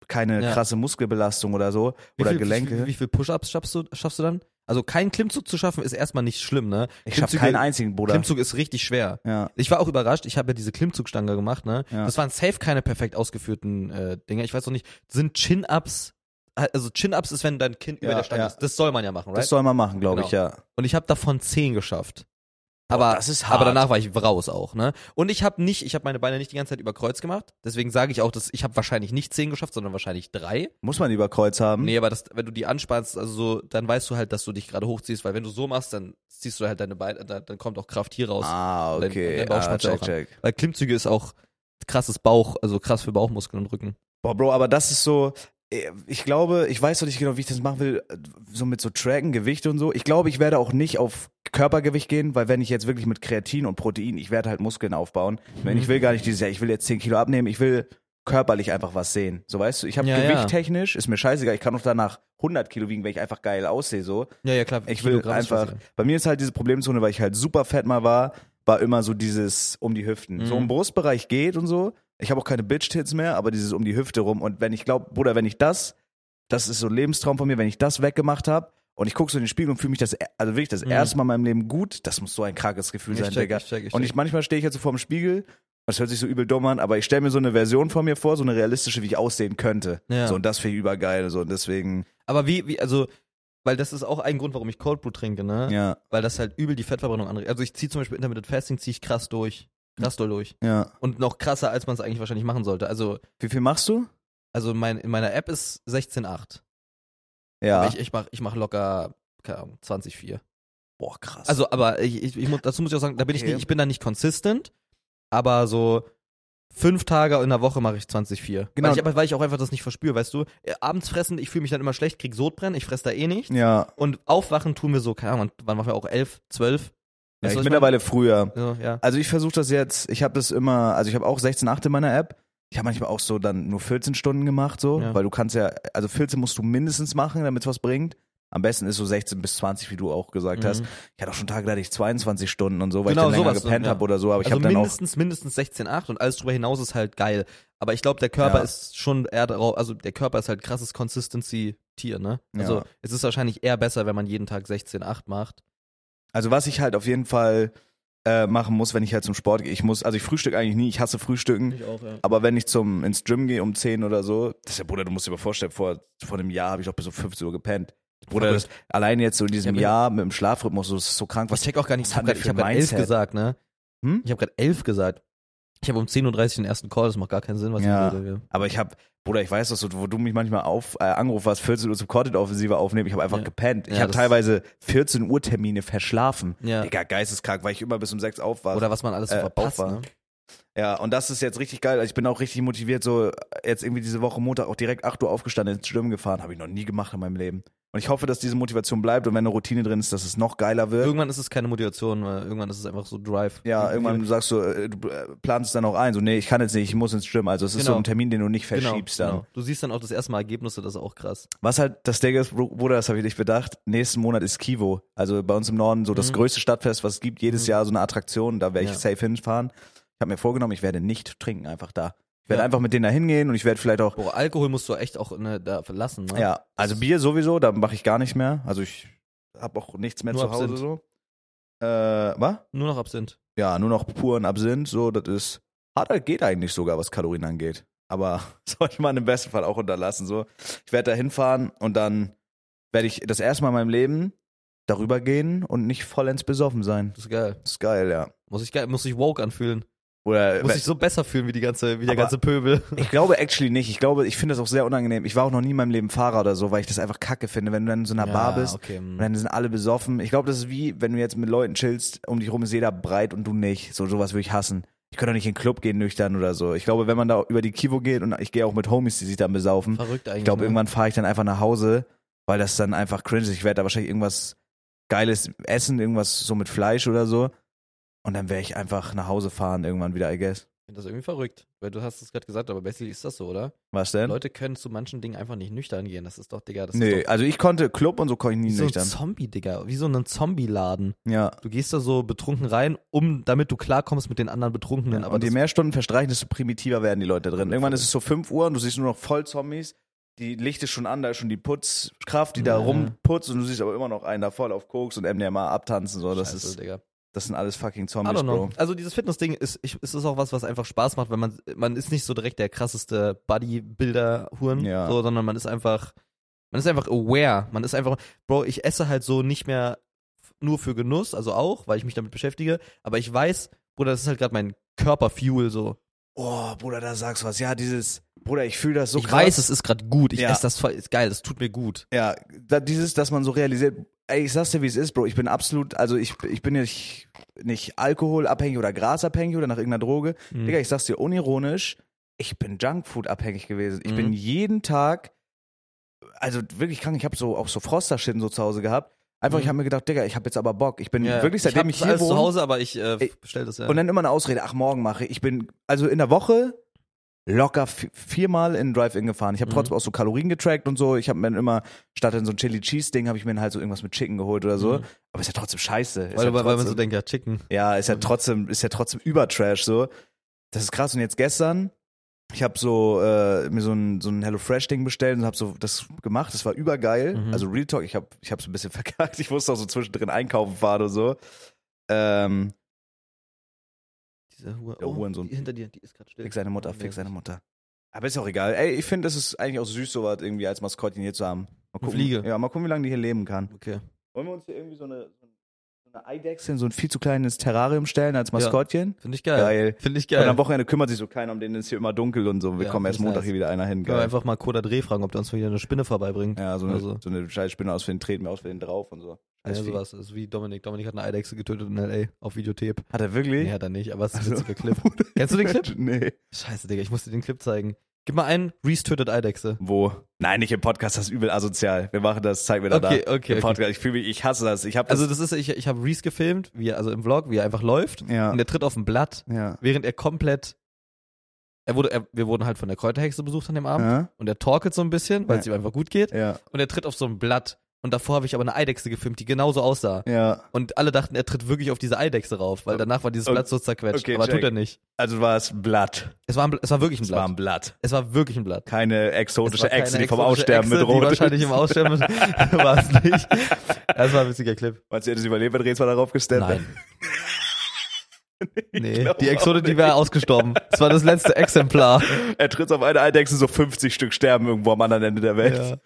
S2: keine
S1: Ja.
S2: krasse Muskelbelastung oder so. oder
S1: viel,
S2: Gelenke.
S1: Wie, viel- wie viel Push-Ups schaffst du, schaffst du dann? Also keinen Klimmzug zu schaffen, ist erstmal nicht schlimm, ne?
S2: ich schaffe
S1: Klimmzüge-
S2: keinen einzigen, Bruder.
S1: Klimmzug ist richtig schwer.
S2: Ja.
S1: Ich war auch überrascht, ich habe ja diese Klimmzugstange gemacht, ne?
S2: Ja.
S1: Das waren safe keine perfekt ausgeführten äh, Dinge. Ich weiß noch nicht, sind Chin-Ups, also Chin-Ups ist, wenn dein Kind über
S2: Ja,
S1: der Stange
S2: ja.
S1: ist. Das soll man ja machen, right?
S2: Das soll man machen, glaube
S1: Genau. Ah,
S2: ich, ja.
S1: und ich habe davon 10 geschafft. Aber,
S2: das ist hart.
S1: aber danach war ich raus auch, ne? Und ich habe nicht, ich habe meine Beine nicht die ganze Zeit über Kreuz gemacht. Deswegen sage ich auch, dass ich habe wahrscheinlich nicht 10 geschafft, sondern wahrscheinlich drei.
S2: Muss man lieber Kreuz haben.
S1: Nee, aber das, wenn du die anspannst, also so, dann weißt du halt, dass du dich gerade hochziehst, weil wenn du so machst, dann ziehst du halt deine Beine, dann, dann kommt auch Kraft hier raus.
S2: Ah,
S1: Dein-
S2: okay.
S1: dein Bauch
S2: ah,
S1: spart ja
S2: check,
S1: auch
S2: check.
S1: Weil Klimmzüge ist auch krasses Bauch, also krass für Bauchmuskeln und Rücken.
S2: Boah, Bro, aber das ist so. äh, Ich glaube, ich weiß noch nicht genau, wie ich das machen will, so mit so Tracken, Gewicht und so. Ich glaube, ich werde auch nicht auf Körpergewicht gehen, weil wenn ich jetzt wirklich mit Kreatin und Protein, ich werde halt Muskeln aufbauen. Wenn
S1: Mhm.
S2: ich will gar nicht dieses Jahr, ich will jetzt 10 Kilo abnehmen, ich will körperlich einfach was sehen. So weißt du, ich habe
S1: Ja, ja.
S2: Gewicht technisch, ist mir scheißegal, ich kann auch danach 100 Kilo wiegen, wenn ich einfach geil aussehe, so.
S1: Ja, ja, klar.
S2: Ich will
S1: Kilogramm ist
S2: einfach.
S1: scheißegal.
S2: Bei mir ist halt diese Problemzone, weil ich halt super fett mal war, war immer so dieses um die Hüften. So
S1: Mhm.
S2: im Brustbereich geht und so. Ich habe auch keine Bitch-Tits mehr, aber dieses um die Hüfte rum. Und wenn ich glaube, Bruder, wenn ich das, das ist so ein Lebenstraum von mir, wenn ich das weggemacht habe und ich gucke so in den Spiegel und fühle mich das, e- also wirklich das
S1: Mhm.
S2: erste Mal in meinem Leben gut, das muss so ein krankes Gefühl
S1: Ich
S2: sein,
S1: check,
S2: Digga.
S1: ich check, ich
S2: und
S1: check.
S2: ich manchmal stehe ich halt so vorm Spiegel. Das hört sich so übel dumm an, aber ich stelle mir so eine Version von mir vor, so eine realistische, wie ich aussehen könnte.
S1: Ja.
S2: So, und das finde ich übergeil. So, und deswegen,
S1: Aber wie, wie, also weil das ist auch ein Grund, warum ich Cold Brew trinke, ne?
S2: Ja,
S1: Weil das halt übel die Fettverbrennung anregt. Also ich ziehe zum Beispiel Intermittent Fasting, ziehe ich krass durch. Krass doll durch.
S2: ja.
S1: Und noch krasser, als man es eigentlich wahrscheinlich machen sollte. Also,
S2: Wie viel machst du?
S1: also mein, in meiner App ist 16,8.
S2: Ja.
S1: Aber ich, ich mach, ich mach locker, keine Ahnung, 20,4.
S2: boah, krass. Also,
S1: Also, aber ich, ich, ich muss, dazu muss ich auch sagen, da bin ich
S2: Okay.
S1: nicht, ich bin da nicht consistent, aber so fünf Tage in der Woche mache ich 20,4.
S2: Genau.
S1: Weil ich, aber- weil ich auch einfach das nicht verspüre, weißt du? Äh, Abends fressen, ich fühle mich dann immer schlecht, krieg Sodbrennen, ich fresse da eh nicht.
S2: ja.
S1: Und aufwachen tun wir so, keine Ahnung, wann machen wir auch? Elf, zwölf?
S2: ja
S1: Weißt
S2: ich
S1: du, was
S2: mittlerweile früher.
S1: meine? So, ja.
S2: Also ich versuche das jetzt, ich habe das immer, also ich habe auch 16,8 in meiner App. Ich habe manchmal auch so dann nur 14 Stunden gemacht, so,
S1: Ja.
S2: weil du kannst ja, also 14 musst du mindestens machen, damit es was bringt. Am besten ist so 16 bis 20, wie du auch gesagt hast.
S1: Mhm.
S2: Ich hatte auch schon Tage, da hatte ich 22 Stunden und so, weil
S1: Genau,
S2: ich dann länger
S1: sowas dann,
S2: gepennt
S1: ja.
S2: habe oder so, aber ich
S1: also
S2: habe dann auch,
S1: mindestens, mindestens 16,8 und alles drüber hinaus ist halt geil. Aber ich glaube, der Körper
S2: Ja.
S1: ist schon eher darauf, also der Körper ist halt krasses Consistency-Tier, ne? Also
S2: Ja.
S1: es ist wahrscheinlich eher besser, wenn man jeden Tag 16,8 macht.
S2: also was ich halt auf jeden Fall äh, machen muss, wenn ich halt zum Sport gehe, ich muss, also ich frühstück eigentlich nie, ich hasse Frühstücken.
S1: Ich auch, ja.
S2: Aber wenn ich zum, ins Gym gehe um 10 oder so, das ist ja, Bruder, du musst dir mal vorstellen, vor, vor einem Jahr habe ich auch bis um 15 Uhr gepennt. Bruder, das, allein jetzt so in diesem
S1: Ja, mir-
S2: Jahr mit dem Schlafrhythmus, so, das ist so krank.
S1: Was
S2: Was,
S1: ich check auch gar nicht.
S2: was
S1: Ich habe
S2: haben die
S1: gerade
S2: für
S1: hab grad elf
S2: Mindset?
S1: gesagt, ne?
S2: Hm?
S1: Ich habe gerade elf gesagt. Ich habe um 10.30 Uhr den ersten Call, das macht gar keinen Sinn, was
S2: Ja.
S1: ich rede.
S2: aber ich habe, Bruder, ich weiß doch so, wo du mich manchmal auf, äh, angerufen hast, 14 Uhr zum Content-Offensive aufnehmen, ich habe einfach
S1: Ja.
S2: gepennt. Ich
S1: Ja,
S2: habe
S1: das-
S2: teilweise 14 Uhr Termine verschlafen.
S1: Ja.
S2: Digga, geisteskrank, weil ich immer bis um 6 auf war.
S1: Oder was man alles so
S2: Äh,
S1: verpasst,
S2: Aufwand.
S1: ne?
S2: Ja, und das ist jetzt richtig geil. Also ich bin auch richtig motiviert, so jetzt irgendwie diese Woche Montag auch direkt 8 Uhr aufgestanden ins Schwimmen gefahren. Habe ich noch nie gemacht in meinem Leben. Und ich hoffe, dass diese Motivation bleibt und wenn eine Routine drin ist, dass es noch geiler wird.
S1: Irgendwann ist es keine Motivation, weil irgendwann ist es einfach so Drive.
S2: ja, irgendwann sagst du, äh, du äh, planst es dann auch ein, so nee, ich kann jetzt nicht, ich muss ins Schwimmen. Also es ist so
S1: Genau.
S2: ein Termin, den du nicht
S1: Genau,
S2: verschiebst dann.
S1: genau. Du siehst dann auch das erste Mal Ergebnisse, das ist auch krass.
S2: Was halt das Ding ist, Bru- Bruder, das habe ich nicht bedacht, nächsten Monat ist Kivo. Also bei uns im Norden so das
S1: Mhm.
S2: größte Stadtfest, was es gibt, jedes
S1: Mhm.
S2: Jahr so eine Attraktion, da werde ich
S1: Ja.
S2: safe hinfahren. Ich habe mir vorgenommen, ich werde nicht trinken einfach da. Ich werde
S1: Ja.
S2: einfach mit denen da hingehen und ich werde vielleicht auch
S1: Boah, Alkohol musst du echt auch ne, da verlassen, ne?
S2: Ja, also Bier sowieso, da mache ich gar nicht mehr. Also ich habe auch nichts mehr
S1: Nur
S2: zu Hause
S1: Absinth.
S2: so. Äh, was?
S1: Nur noch Absinth.
S2: Ja, nur noch puren Absinth, so, das ist. Harter geht eigentlich sogar, was Kalorien angeht. Aber sollte man im besten Fall auch unterlassen, so. Ich werde da hinfahren und dann werde ich das erste Mal in meinem Leben darüber gehen und nicht vollends besoffen sein.
S1: Das ist geil.
S2: Das ist geil, ja.
S1: Muss ich geil, muss ich woke anfühlen.
S2: Oder
S1: Muss ich so besser fühlen wie die ganze, wie der
S2: Äh, Aber-
S1: ganze Pöbel.
S2: Ich glaube actually nicht. Ich glaube, ich finde das auch sehr unangenehm. Ich war auch noch nie in meinem Leben Fahrer oder so, weil ich das einfach kacke finde, wenn du dann in so einer Bar bist
S1: Okay. hm.
S2: Und dann sind alle besoffen. Ich glaube, das ist wie, wenn du jetzt mit Leuten chillst, um dich rum ist jeder breit und du nicht. So sowas würde ich hassen. Ich könnte doch nicht in den Club gehen nüchtern oder so. Ich glaube, wenn man da über die Kivo geht und ich gehe auch mit Homies, die sich dann besaufen,
S1: Verrückt eigentlich.
S2: ich glaube,
S1: ne?
S2: irgendwann fahre ich dann einfach nach Hause, weil das dann einfach cringe ist. Ich werde da wahrscheinlich irgendwas Geiles essen, irgendwas so mit Fleisch oder so. Und dann werde ich einfach nach Hause fahren irgendwann wieder, I guess.
S1: Ich finde das irgendwie verrückt. Weil du hast es gerade gesagt, aber basically ist das so, oder?
S2: Was denn?
S1: Leute können zu manchen Dingen einfach nicht nüchtern gehen. Das ist doch, Digga, das
S2: nee,
S1: ist doch
S2: also ich konnte Club und so konnte ich nie
S1: wie so ein
S2: nüchtern.
S1: Zombie, Digga. Wie so ein Zombie-Laden.
S2: Ja.
S1: Du gehst da so betrunken rein, um damit du klarkommst mit den anderen Betrunkenen.
S2: Ja,
S1: aber
S2: und je
S1: das,
S2: mehr Stunden verstreichen, desto primitiver werden die Leute drin.
S1: Voll,
S2: Irgendwann
S1: voll.
S2: ist es so 5 Uhr und du siehst nur noch voll Zombies. Die Licht ist schon an, da ist schon die Putzkraft, die da
S1: Ja.
S2: rumputzt und du siehst aber immer noch einen da voll auf Koks und MDMA abtanzen. So. Das,
S1: Scheiße,
S2: ist,
S1: Digga.
S2: das sind alles fucking
S1: I
S2: Zombies,
S1: don't
S2: Bro.
S1: know. Also dieses Fitness-Ding ist, ich, ist, ist auch was, was einfach Spaß macht, weil man, man ist nicht so direkt der krasseste Bodybuilder-Huren,
S2: Ja.
S1: so, sondern man ist einfach, man ist einfach aware. Man ist einfach, Bro, ich esse halt so nicht mehr f- nur für Genuss, also auch, weil ich mich damit beschäftige, aber ich weiß, Bruder, das ist halt gerade mein Körperfuel so.
S2: Oh, Bruder, da sagst du was. Ja, dieses, Bruder, ich fühle das so
S1: ich
S2: krass.
S1: weiß, es ist gerade gut. Ich
S2: Ja.
S1: esse das voll, ist geil, das tut mir gut.
S2: Ja, da, dieses, dass man so realisiert, ey, ich sag's dir, wie es ist, Bro. Ich bin absolut, also ich, ich bin nicht, nicht alkoholabhängig oder grasabhängig oder nach irgendeiner Droge.
S1: Mhm.
S2: Digga, ich sag's dir unironisch, ich bin Junkfood-abhängig gewesen. Ich
S1: Mhm.
S2: bin jeden Tag, also wirklich krank, ich habe so auch so Frosterschitten so zu Hause gehabt. Einfach,
S1: Mhm.
S2: ich habe mir gedacht, Digga, ich habe jetzt aber Bock. Ich bin
S1: Ja,
S2: wirklich,
S1: ich hab
S2: seitdem ich,
S1: das
S2: hier
S1: alles zu
S2: wohne,
S1: Hause, aber ich äh,
S2: Ey,
S1: bestell das ja.
S2: und dann immer eine Ausrede, ach, morgen mache ich. Ich bin, also in der Woche locker vi- viermal in den Drive-In gefahren. Ich habe
S1: Mhm.
S2: trotzdem auch so Kalorien getrackt und so. Ich habe mir dann immer, statt in so ein Chili-Cheese-Ding, habe ich mir dann halt so irgendwas mit Chicken geholt oder so.
S1: Mhm.
S2: Aber ist ja trotzdem scheiße. Ist
S1: weil,
S2: ja
S1: weil, weil man so
S2: trotzdem-
S1: denkt, ja, Chicken.
S2: ja, ist ja
S1: Mhm.
S2: trotzdem, ist ja trotzdem übertrash so. Das ist krass. Und jetzt gestern, ich habe so äh, mir so ein, so ein Hello Fresh Ding bestellt und habe so das gemacht. Das war übergeil.
S1: Mhm.
S2: Also Real Talk, ich habe ich habe so ein bisschen verkackt. Ich musste auch so zwischendrin einkaufen fahren und so. Ähm,
S1: Diese Hure.
S2: Der Hurensohn.
S1: die hinter dir, die ist gerade still.
S2: fick seine Mutter,
S1: Oh,
S2: fick
S1: nee.
S2: seine Mutter. Aber ist auch egal. Ey, ich finde, es ist eigentlich auch süß, sowas irgendwie als Maskottchen hier zu haben. Mal gucken,
S1: Fliege.
S2: Ja, mal gucken, wie lange die hier leben kann.
S1: Okay.
S2: Wollen wir uns hier irgendwie so eine, so eine Eidechse in so ein viel zu kleines Terrarium stellen als Maskottchen?
S1: Finde ich geil.
S2: Geil.
S1: Finde ich
S2: Und
S1: geil.
S2: am Wochenende kümmert sich so keiner um den, ist hier immer dunkel und so. Wir
S1: Ja,
S2: kommen erst
S1: finde ich
S2: Montag
S1: nice.
S2: hier wieder einer hin.
S1: Können wir
S2: Geil.
S1: einfach mal Koda Dreh fragen, ob der uns wieder eine Spinne vorbeibringt.
S2: Ja, so eine,
S1: Also.
S2: so eine scheiß Spinne aus für den treten wir aus für den drauf und so.
S1: Also sowas. Das ist wie Dominik. Dominik hat eine Eidechse getötet in L.A. auf Videotape.
S2: Hat er wirklich?
S1: Nee, hat er nicht, aber es ist ein
S2: Also.
S1: witziger Clip. Kennst du den Clip?
S2: nee.
S1: Scheiße, Digga, ich muss dir den Clip zeigen. Gib mal einen, Reese tötet Eidechse.
S2: Wo? Nein, nicht im Podcast, das ist übel asozial. Wir machen das, zeig mir da
S1: Okay,
S2: da.
S1: okay,
S2: Im
S1: okay.
S2: Podcast, ich fühle mich, ich hasse das. Ich hab das.
S1: Also das ist, ich, ich habe Reese gefilmt, wie er, also im Vlog, wie er einfach läuft.
S2: ja.
S1: Und er tritt auf ein Blatt,
S2: ja.
S1: während er komplett. Er wurde, er, wir wurden halt von der Kräuterhexe besucht an dem Abend.
S2: Ja.
S1: Und er torkelt so ein bisschen, weil es
S2: Ja.
S1: ihm einfach gut geht.
S2: Ja.
S1: Und er tritt auf so ein Blatt. Und davor habe ich aber eine Eidechse gefilmt, die genauso aussah.
S2: Ja.
S1: Und alle dachten, er tritt wirklich auf diese Eidechse rauf, weil danach war dieses
S2: Okay.
S1: Blatt so zerquetscht.
S2: Okay,
S1: aber
S2: check.
S1: tut er nicht.
S2: Also war es Blatt.
S1: Es war, ein, Bl- es war wirklich ein
S2: Es war
S1: Blatt.
S2: ein Blatt.
S1: Es war wirklich ein Blatt.
S2: Keine exotische
S1: Es war
S2: Echse,
S1: keine
S2: die vom
S1: exotische
S2: Aussterben
S1: Echse,
S2: bedroht
S1: Die wahrscheinlich
S2: ist.
S1: im Aussterben ist- war es nicht. Das war ein witziger Clip.
S2: Meinst du, ihr das überlebt, wenn Rez war darauf gestellt?
S1: Nein. Nee,
S2: glaub
S1: die Exote,
S2: auch
S1: die wäre ausgestorben. Das war das letzte Exemplar.
S2: Er tritt auf eine Eidechse, so 50 Stück sterben irgendwo am anderen Ende der Welt.
S1: Ja.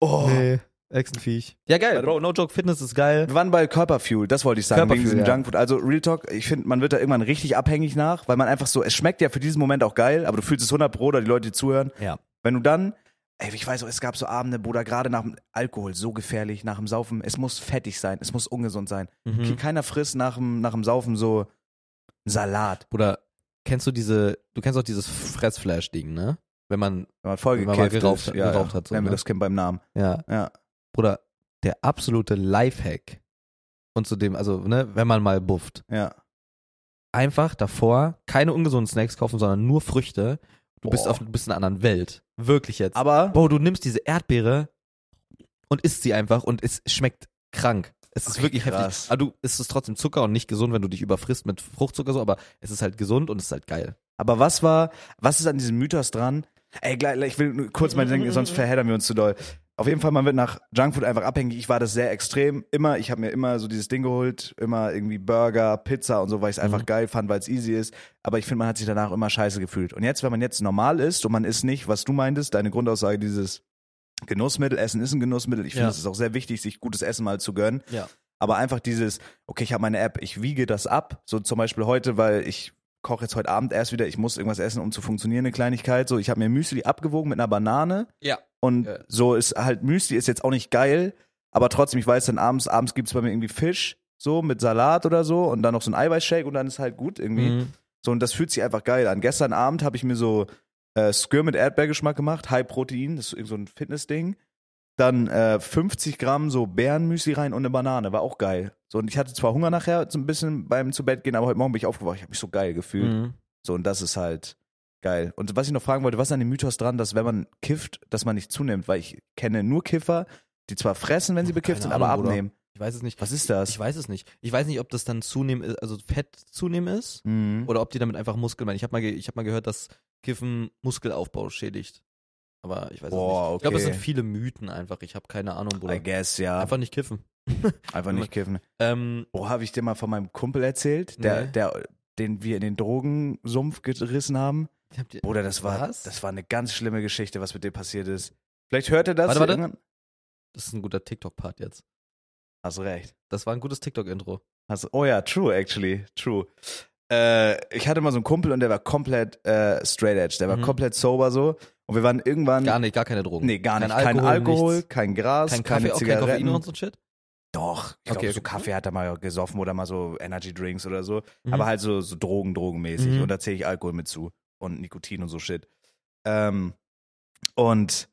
S2: Oh.
S1: Nee, Echsenviech. Ja, geil,
S2: Warte.
S1: Bro, no joke, Fitness ist geil.
S2: Wir waren bei Körperfuel, das wollte ich sagen,
S1: Körperfuel,
S2: wegen diesem
S1: ja.
S2: Junkfood. Also Real Talk, ich finde, man wird da irgendwann richtig abhängig nach, weil man einfach so, es schmeckt ja für diesen Moment auch geil, aber du fühlst es 100 Pro oder die Leute, die zuhören.
S1: Ja.
S2: Wenn du dann, ey, ich weiß auch, es gab so Abende, Bruder, gerade nach dem Alkohol, so gefährlich, nach dem Saufen, es muss fettig sein, es muss ungesund sein. Okay,
S1: Mhm.
S2: keiner frisst nach dem, nach dem Saufen so einen Salat,
S1: Oder kennst du diese, du kennst auch dieses Fressflash-Ding, ne? Wenn man,
S2: wenn man
S1: Wenn man mal
S2: vollgekifft
S1: geraucht-
S2: ist. ja,
S1: geraucht
S2: ja.
S1: hat, so,
S2: nennen wir
S1: ne?
S2: das Kind beim Namen.
S1: ja,
S2: Ja.
S1: Bruder, der absolute Lifehack. Und zudem, also, ne, wenn man mal bufft.
S2: Ja.
S1: einfach davor keine ungesunden Snacks kaufen, sondern nur Früchte. Du bist
S2: Boah.
S1: auf du bist in einer anderen Welt. Wirklich jetzt.
S2: Aber
S1: Bro, du nimmst diese Erdbeere und isst sie einfach und es schmeckt krank. Es ist
S2: Okay,
S1: wirklich
S2: krass.
S1: heftig. Aber du, es ist trotzdem Zucker und nicht gesund, wenn du dich überfrisst mit Fruchtzucker so, aber es ist halt gesund und es ist halt geil.
S2: Aber was war, was ist an diesem Mythos dran? Ey, gleich, ich will nur kurz mal denken, sonst verheddern wir uns zu doll. Auf jeden Fall, man wird nach Junkfood einfach abhängig. Ich war das sehr extrem. Immer, ich habe mir immer so dieses Ding geholt, immer irgendwie Burger, Pizza und so, weil ich es einfach
S1: Mhm.
S2: geil fand, weil es easy ist. Aber ich finde, man hat sich danach immer scheiße gefühlt. Und jetzt, wenn man jetzt normal ist und man isst nicht, was du meintest, deine Grundaussage, dieses Genussmittel, Essen ist ein Genussmittel. Ich finde,
S1: Ja.
S2: es ist auch sehr wichtig, sich gutes Essen mal zu gönnen.
S1: Ja.
S2: Aber einfach dieses, okay, ich habe meine App, ich wiege das ab. So zum Beispiel heute, weil ich koche jetzt heute Abend erst wieder, ich muss irgendwas essen, um zu funktionieren, eine Kleinigkeit. So, ich habe mir Müsli abgewogen mit einer Banane
S1: Ja.
S2: und
S1: Ja.
S2: so ist halt, Müsli ist jetzt auch nicht geil, aber trotzdem, ich weiß dann abends, abends gibt's bei mir irgendwie Fisch, so mit Salat oder so und dann noch so ein Eiweißshake und dann ist halt gut irgendwie.
S1: Mhm.
S2: So, und das fühlt sich einfach geil an. Gestern Abend habe ich mir so äh, Skür mit Erdbeergeschmack gemacht, High Protein, das ist irgend so ein Fitnessding. Dann äh, 50 Gramm so Bärenmüsli rein und eine Banane, war auch geil. So, und ich hatte zwar Hunger nachher, so ein bisschen beim zu Bett gehen, aber heute Morgen bin ich aufgewacht, ich habe mich so geil gefühlt.
S1: Mhm.
S2: So, und das ist halt geil. Und was ich noch fragen wollte, was ist an dem Mythos dran, dass wenn man kifft, dass man nicht zunimmt? Weil ich kenne nur Kiffer, die zwar fressen, wenn sie
S1: Keine
S2: bekifft sind,
S1: Ahnung,
S2: aber
S1: Bruder.
S2: abnehmen.
S1: Ich weiß es nicht.
S2: Was ist das?
S1: Ich weiß es nicht. Ich weiß nicht, ob das dann zunehmen ist, also Fett zunehmen ist
S2: Mhm.
S1: oder ob die damit einfach Muskeln meinen. Ich habe mal, ge ich hab mal gehört, dass Kiffen Muskelaufbau schädigt. Aber ich weiß
S2: Boah,
S1: es nicht. Ich glaube, es
S2: okay.
S1: sind viele Mythen einfach. Ich habe keine Ahnung, Bruder.
S2: I guess, ja. Einfach,
S1: Einfach nicht kiffen.
S2: nicht kiffen.
S1: Ähm,
S2: Oh, habe ich dir mal von meinem Kumpel erzählt, der,
S1: Nee.
S2: der, den wir in den Drogensumpf gerissen haben?
S1: ich hab die,
S2: Bruder, das war,
S1: Was?
S2: das war eine ganz schlimme Geschichte, was mit dem passiert ist. Vielleicht hört er das.
S1: Warte, warte.
S2: irgendwann-
S1: das ist ein guter TikTok-Part jetzt.
S2: Hast recht.
S1: Das war ein gutes TikTok-Intro.
S2: Hast, oh ja, true, actually, true. Äh, ich hatte mal so einen Kumpel und der war komplett äh, straight edge, der war
S1: Mhm.
S2: komplett sober so. Und wir waren irgendwann.
S1: Gar nicht, gar keine Drogen.
S2: Nee, gar
S1: Kein
S2: nicht. Kein
S1: Alkohol,
S2: Alkohol,
S1: nichts.
S2: kein Gras,
S1: kein Kaffee,
S2: keine
S1: auch kein
S2: Zigaretten.
S1: Koffein und so ein Shit.
S2: Doch, ich
S1: Okay,
S2: glaube, so
S1: okay.
S2: Kaffee hat er mal gesoffen oder mal so Energy Drinks oder so.
S1: Mhm.
S2: Aber halt so, so Drogen, Drogenmäßig.
S1: Mhm.
S2: Und da zähle ich Alkohol mit zu. Und Nikotin und so Shit. Ähm, und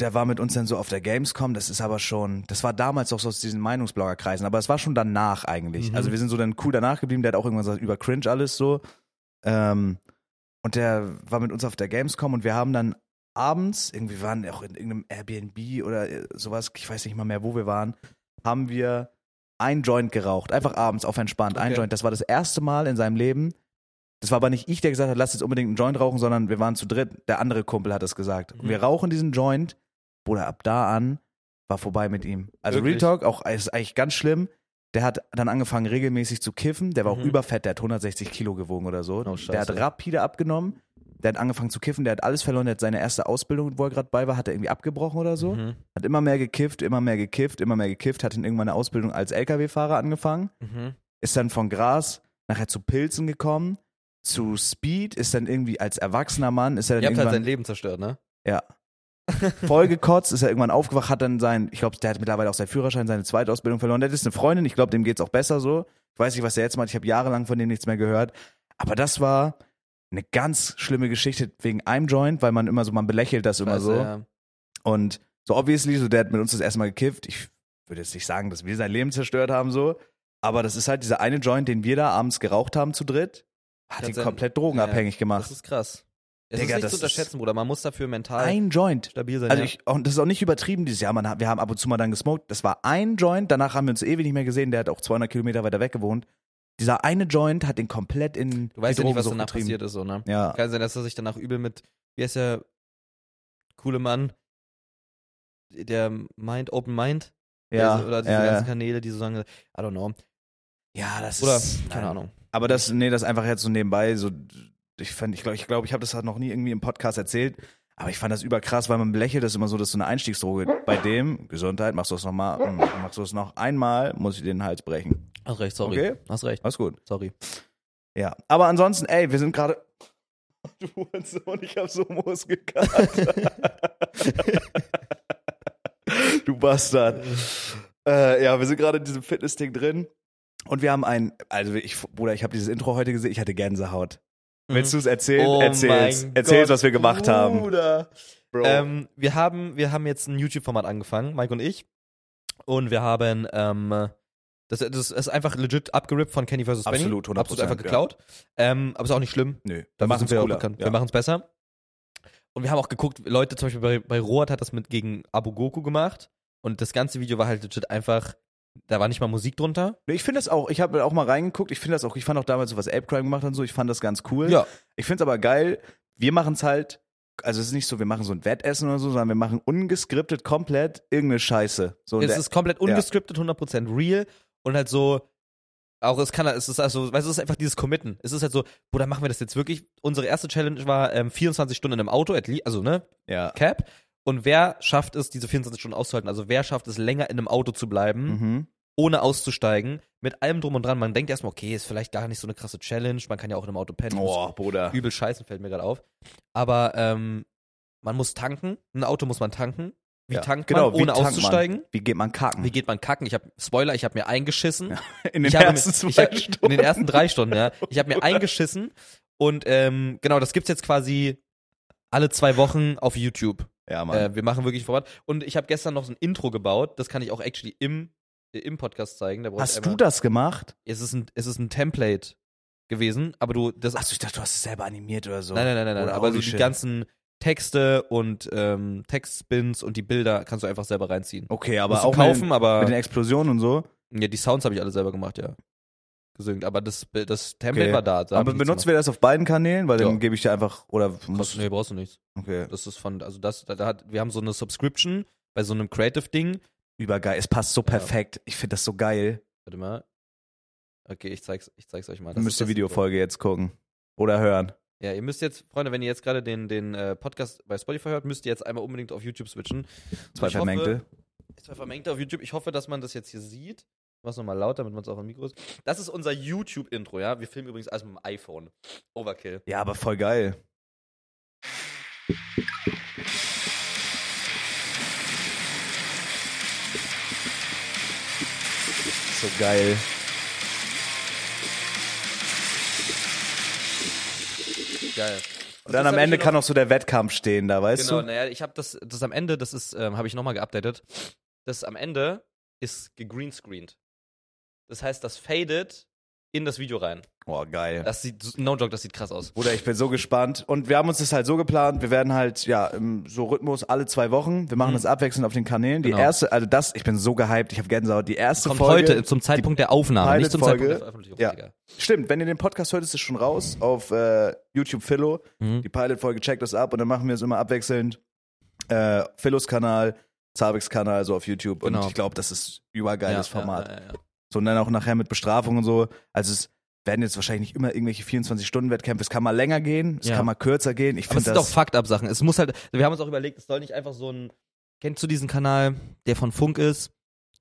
S2: der war mit uns dann so auf der Gamescom. Das ist aber schon, das war damals auch so aus diesen Meinungsbloggerkreisen. Aber es war schon danach eigentlich.
S1: Mhm.
S2: Also wir sind so dann cool danach geblieben. Der hat auch irgendwann gesagt, über Cringe alles so. Ähm, und der war mit uns auf der Gamescom und wir haben dann abends, irgendwie waren wir auch in irgendeinem Airbnb oder äh, sowas, ich weiß nicht mal mehr, wo wir waren, haben wir ein Joint geraucht. Einfach abends auf entspannt. Ein
S1: Okay.
S2: Joint. Das war das erste Mal in seinem Leben. Das war aber nicht ich, der gesagt hat, lass jetzt unbedingt einen Joint rauchen, sondern wir waren zu dritt. Der andere Kumpel hat das gesagt. Und
S1: Mhm.
S2: wir rauchen diesen Joint. Bruder, ab da an war vorbei mit ihm. Also
S1: Wirklich?
S2: Real Talk, auch ist eigentlich ganz schlimm. Der hat dann angefangen, regelmäßig zu kiffen. Der war auch
S1: Mhm.
S2: überfett. Der hat 160 Kilo gewogen oder so.
S1: Oh,
S2: der hat
S1: scheiße.
S2: rapide abgenommen. der hat angefangen zu kiffen, der hat alles verloren, der hat seine erste Ausbildung, wo er gerade bei war, hat er irgendwie abgebrochen oder so.
S1: Mhm.
S2: Hat immer mehr gekifft, immer mehr gekifft, immer mehr gekifft, hat dann irgendwann eine Ausbildung als LKW-Fahrer angefangen,
S1: Mhm.
S2: ist dann von Gras nachher zu Pilzen gekommen, zu Speed, ist dann irgendwie als erwachsener Mann, ist er dann
S1: Ihr habt halt
S2: irgendwann
S1: sein Leben zerstört, ne?
S2: Ja. vollgekotzt, ist er irgendwann aufgewacht, hat dann sein, ich glaube, der hat mittlerweile auch seinen Führerschein, seine zweite Ausbildung verloren. Der hat jetzt eine Freundin, ich glaube, dem geht's auch besser so. Ich weiß nicht, was er jetzt macht, ich habe jahrelang von dem nichts mehr gehört. Aber das war eine ganz schlimme Geschichte wegen einem Joint, weil man immer so, man belächelt das immer
S1: Scheiße,
S2: so.
S1: Also, ja.
S2: Und so obviously, so der hat mit uns das erste Mal gekifft. Ich würde jetzt nicht sagen, dass wir sein Leben zerstört haben, so. Aber das ist halt dieser eine Joint, den wir da abends geraucht haben zu dritt, hat
S1: Hat
S2: ihn
S1: sein-
S2: komplett drogenabhängig
S1: Das
S2: gemacht.
S1: ist krass. Es
S2: Digga,
S1: ist nicht
S2: das
S1: zu
S2: ist-
S1: unterschätzen, Bruder. Man muss dafür mental
S2: Ein Joint.
S1: stabil sein.
S2: Also
S1: ja.
S2: ich, und das ist auch nicht übertrieben dieses Jahr. Man, hat- wir haben ab und zu mal dann gesmoked. Das war ein Joint. Danach haben wir uns ewig nicht mehr gesehen. Der hat auch 200 Kilometer weiter weg gewohnt. Dieser eine Joint hat den komplett in
S1: du weißt ja nicht, was
S2: Drogensucht
S1: danach
S2: getrieben.
S1: passiert ist, so, ne?
S2: Ja,
S1: Kann sein, dass er sich danach übel mit, wie heißt der coole Mann, der Mind, Open Mind,
S2: ja,
S1: Der- also, oder diese
S2: ja,
S1: ganzen
S2: ja.
S1: Kanäle, die so sagen, I don't know.
S2: ja, das
S1: Oder,
S2: ist
S1: keine
S2: nein.
S1: Ahnung.
S2: Aber das, nee, das einfach jetzt so nebenbei. So, ich fand, ich glaube, ich, glaub, ich habe das halt noch nie irgendwie im Podcast erzählt. Aber ich fand das überkrass, weil man belächelt das immer so, dass so eine Einstiegsdroge bei dem Gesundheit. Machst du das noch mal? Hm, machst du das noch einmal? Muss ich dir den Hals brechen?
S1: Hast recht, sorry.
S2: Okay.
S1: Hast recht,
S2: Alles gut.
S1: sorry.
S2: Ja, aber ansonsten, ey, wir sind gerade. Du Hurensohn, ich hab so Muskelkater. du Bastard. Äh, ja, wir sind gerade in diesem Fitness-Ding drin. Und wir haben ein, also ich, Bruder, ich habe dieses Intro heute gesehen, ich hatte Gänsehaut. Willst du es erzählen?
S1: Oh
S2: Erzähl's.
S1: mein
S2: Erzähl's,
S1: Gott,
S2: was wir gemacht haben.
S1: Bruder.
S2: Bro.
S1: Ähm, wir, haben, wir haben jetzt ein YouTube-Format angefangen, Mike und ich. Und wir haben, ähm, das, das ist einfach legit abgerippt von Kenny vs. Benny.
S2: Absolut, 100%,
S1: Absolut einfach
S2: ja.
S1: geklaut. Ähm, aber ist auch nicht schlimm.
S2: Nö,
S1: Da
S2: machen's
S1: machen wir,
S2: cooler.
S1: bekannt. wir
S2: Ja.
S1: machen es besser. Und wir haben auch geguckt, Leute, zum Beispiel bei, bei Rohat hat das mit gegen Abu Goku gemacht. Und das ganze Video war halt legit einfach, da war nicht mal Musik drunter.
S2: Ich finde das auch, ich habe auch mal reingeguckt, ich finde das auch, ich fand auch damals so was Ape Crime gemacht und so, ich fand das ganz cool. Ich finde es aber geil, wir machen es halt, also es ist nicht so, wir machen so ein Wettessen oder so, sondern wir machen ungeskriptet komplett irgendeine Scheiße. So
S1: es
S2: der-
S1: ist komplett ungescriptet, 100% real. Und halt so, auch es kann, es ist also, weißt du, es ist einfach dieses Committen. Es ist halt so, Bruder, machen wir das jetzt wirklich? Unsere erste Challenge war ähm, 24 Stunden im Auto, at lea- also ne,
S2: ja.
S1: Cap. Und wer schafft es, diese 24 Stunden auszuhalten? Also wer schafft es, länger in einem Auto zu bleiben?
S2: Mhm.
S1: ohne auszusteigen, mit allem drum und dran. Man denkt erstmal, okay, ist vielleicht gar nicht so eine krasse Challenge, man kann ja auch in einem Auto pennen.
S2: Boah, Bruder.
S1: Übel scheißen, fällt mir gerade auf. Aber ähm, man muss tanken, ein Auto muss man tanken. Wie
S2: Ja,
S1: tankt
S2: genau,
S1: man,
S2: wie
S1: ohne
S2: tankt man?
S1: auszusteigen?
S2: Wie geht man kacken?
S1: Wie geht man kacken? Ich habe Spoiler, ich habe mir eingeschissen.
S2: in den
S1: ich habe mir-
S2: ersten
S1: ich
S2: zwei
S1: hab,
S2: Stunden.
S1: In den ersten drei Stunden, ja. Ich habe mir eingeschissen und ähm, genau, das gibt's jetzt quasi alle zwei Wochen auf YouTube.
S2: ja, Mann.
S1: Äh, wir machen wirklich ein Format. Und ich habe gestern noch so ein Intro gebaut. Das kann ich auch actually im, äh, im Podcast zeigen. Da brauche ich
S2: Hast
S1: einmal-
S2: du das gemacht?
S1: es ist ein, es ist ein Template gewesen, aber du, das,
S2: Achso, ich dachte, du hast es selber animiert oder so.
S1: nein, nein, nein, nein, nein,
S2: Oder
S1: aber so
S2: holy
S1: die
S2: shit.
S1: ganzen Texte und ähm, Textspins und die Bilder kannst du einfach selber reinziehen.
S2: Okay, aber
S1: Musst du
S2: auch
S1: kaufen,
S2: mit, den, mit den
S1: aber
S2: Explosionen und so.
S1: ja, die Sounds habe ich alle selber gemacht, ja. Gesungen, aber das, das Template
S2: Okay.
S1: war da. da hab
S2: aber
S1: ich nichts
S2: benutzen wir das auf beiden Kanälen, weil
S1: Ja.
S2: dann gebe ich dir einfach oder
S1: gemacht.
S2: muss
S1: Nee, brauchst du nichts.
S2: okay.
S1: Das ist von, also das, da, da hat, wir haben so eine Subscription bei so einem Creative-Ding.
S2: übergeil. Es passt so perfekt. Ich finde das so geil.
S1: Warte mal. Okay, ich zeig's, ich zeig's euch mal.
S2: Dann
S1: Das
S2: müsst
S1: ist
S2: ihr
S1: das-
S2: Videofolge jetzt gucken oder hören.
S1: Ja, ihr müsst jetzt, Freunde, wenn ihr jetzt gerade den, den äh, Podcast bei Spotify hört, müsst ihr jetzt einmal unbedingt auf YouTube switchen.
S2: Zwei
S1: Ich hoffe,
S2: vermengte.
S1: Zwei vermengte auf YouTube. Ich hoffe, dass man das jetzt hier sieht. Ich mach's nochmal laut, damit man es auch am Mikro ist. Das ist unser YouTube-Intro, ja? Wir filmen übrigens alles mit dem iPhone. Overkill.
S2: Ja, aber voll geil. So geil.
S1: Geil.
S2: Und dann am Ende kann auch so der Wettkampf stehen da, weißt
S1: Genau,
S2: du?
S1: naja, ich habe das, das am Ende, das ist, ähm, habe ich nochmal geupdatet. Das am Ende ist gegreenscreened. Das heißt, das fadet in das Video rein.
S2: Oh, geil.
S1: Das sieht, no joke, das sieht krass aus.
S2: Bruder, ich bin so gespannt. Und wir haben uns das halt so geplant, wir werden halt, ja, im so Rhythmus alle zwei Wochen. Wir machen
S1: Mhm.
S2: das abwechselnd auf den Kanälen. Die
S1: Genau.
S2: erste, also das, ich bin so gehypt, ich habe Gänsehaut. Die erste
S1: Kommt
S2: Folge.
S1: heute zum Zeitpunkt der Aufnahme, nicht zum Zeitpunkt der
S2: Pilotfolge.
S1: Veröffentlichung.
S2: Ja.
S1: Digga.
S2: Stimmt, wenn ihr den Podcast hört, ist es schon raus auf äh, YouTube Philo.
S1: Mhm.
S2: Die Pilot-Folge checkt das ab und dann machen wir es immer abwechselnd. Äh, Philos Kanal, Zabiks Kanal, so auf YouTube.
S1: Genau.
S2: Und ich glaube, das ist übergeiles
S1: Ja,
S2: Format.
S1: Ja, ja, ja.
S2: So, und dann auch nachher mit Bestrafung und so. Also es, werden jetzt wahrscheinlich nicht immer irgendwelche 24-Stunden-Wettkämpfe. Es kann mal länger gehen, es
S1: Ja.
S2: kann mal kürzer gehen. Ich
S1: Aber
S2: finde
S1: es
S2: das.
S1: sind auch Fucked-Up-Sachen. Es muss halt, wir haben uns auch überlegt, es soll nicht einfach so ein, kennst du diesen Kanal, der von Funk ist,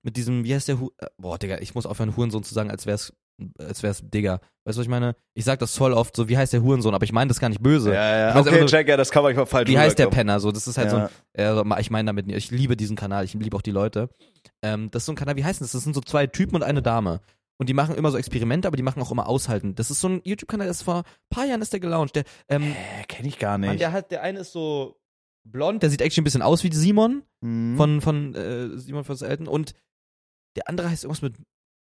S1: mit diesem, wie heißt der, Hu äh, boah, Digga, ich muss aufhören, Hurensohn zu sagen, als wär's, als wär's Digga. Weißt du, was ich meine? Ich sag das voll oft so, wie heißt der Hurensohn, aber ich meine das gar nicht böse.
S2: ja,
S1: Ich
S2: ja.
S1: weiß einfach
S2: Okay,
S1: nur,
S2: check, ja, das kann man mal falsch
S1: Also Wie heißt der
S2: rüberkommen.
S1: Penner? So, das ist halt so ein
S2: ja.
S1: Also, ma- ich meine damit nicht, ich liebe diesen Kanal, ich liebe auch die Leute. Ähm, das ist so ein Kanal, wie heißt denn das? Das sind so zwei Typen und eine Dame. Und die machen immer so Experimente, aber die machen auch immer aushalten. Das ist so ein YouTube-Kanal, das ist vor ein paar Jahren ist der gelauncht. Der, ähm,
S2: Äh, kenn ich gar
S1: Mann,
S2: nicht.
S1: der, hat, der eine ist so blond, der sieht actually ein bisschen aus wie Simon
S2: Mhm.
S1: von, von äh, Simon von Elton. Und der andere heißt irgendwas mit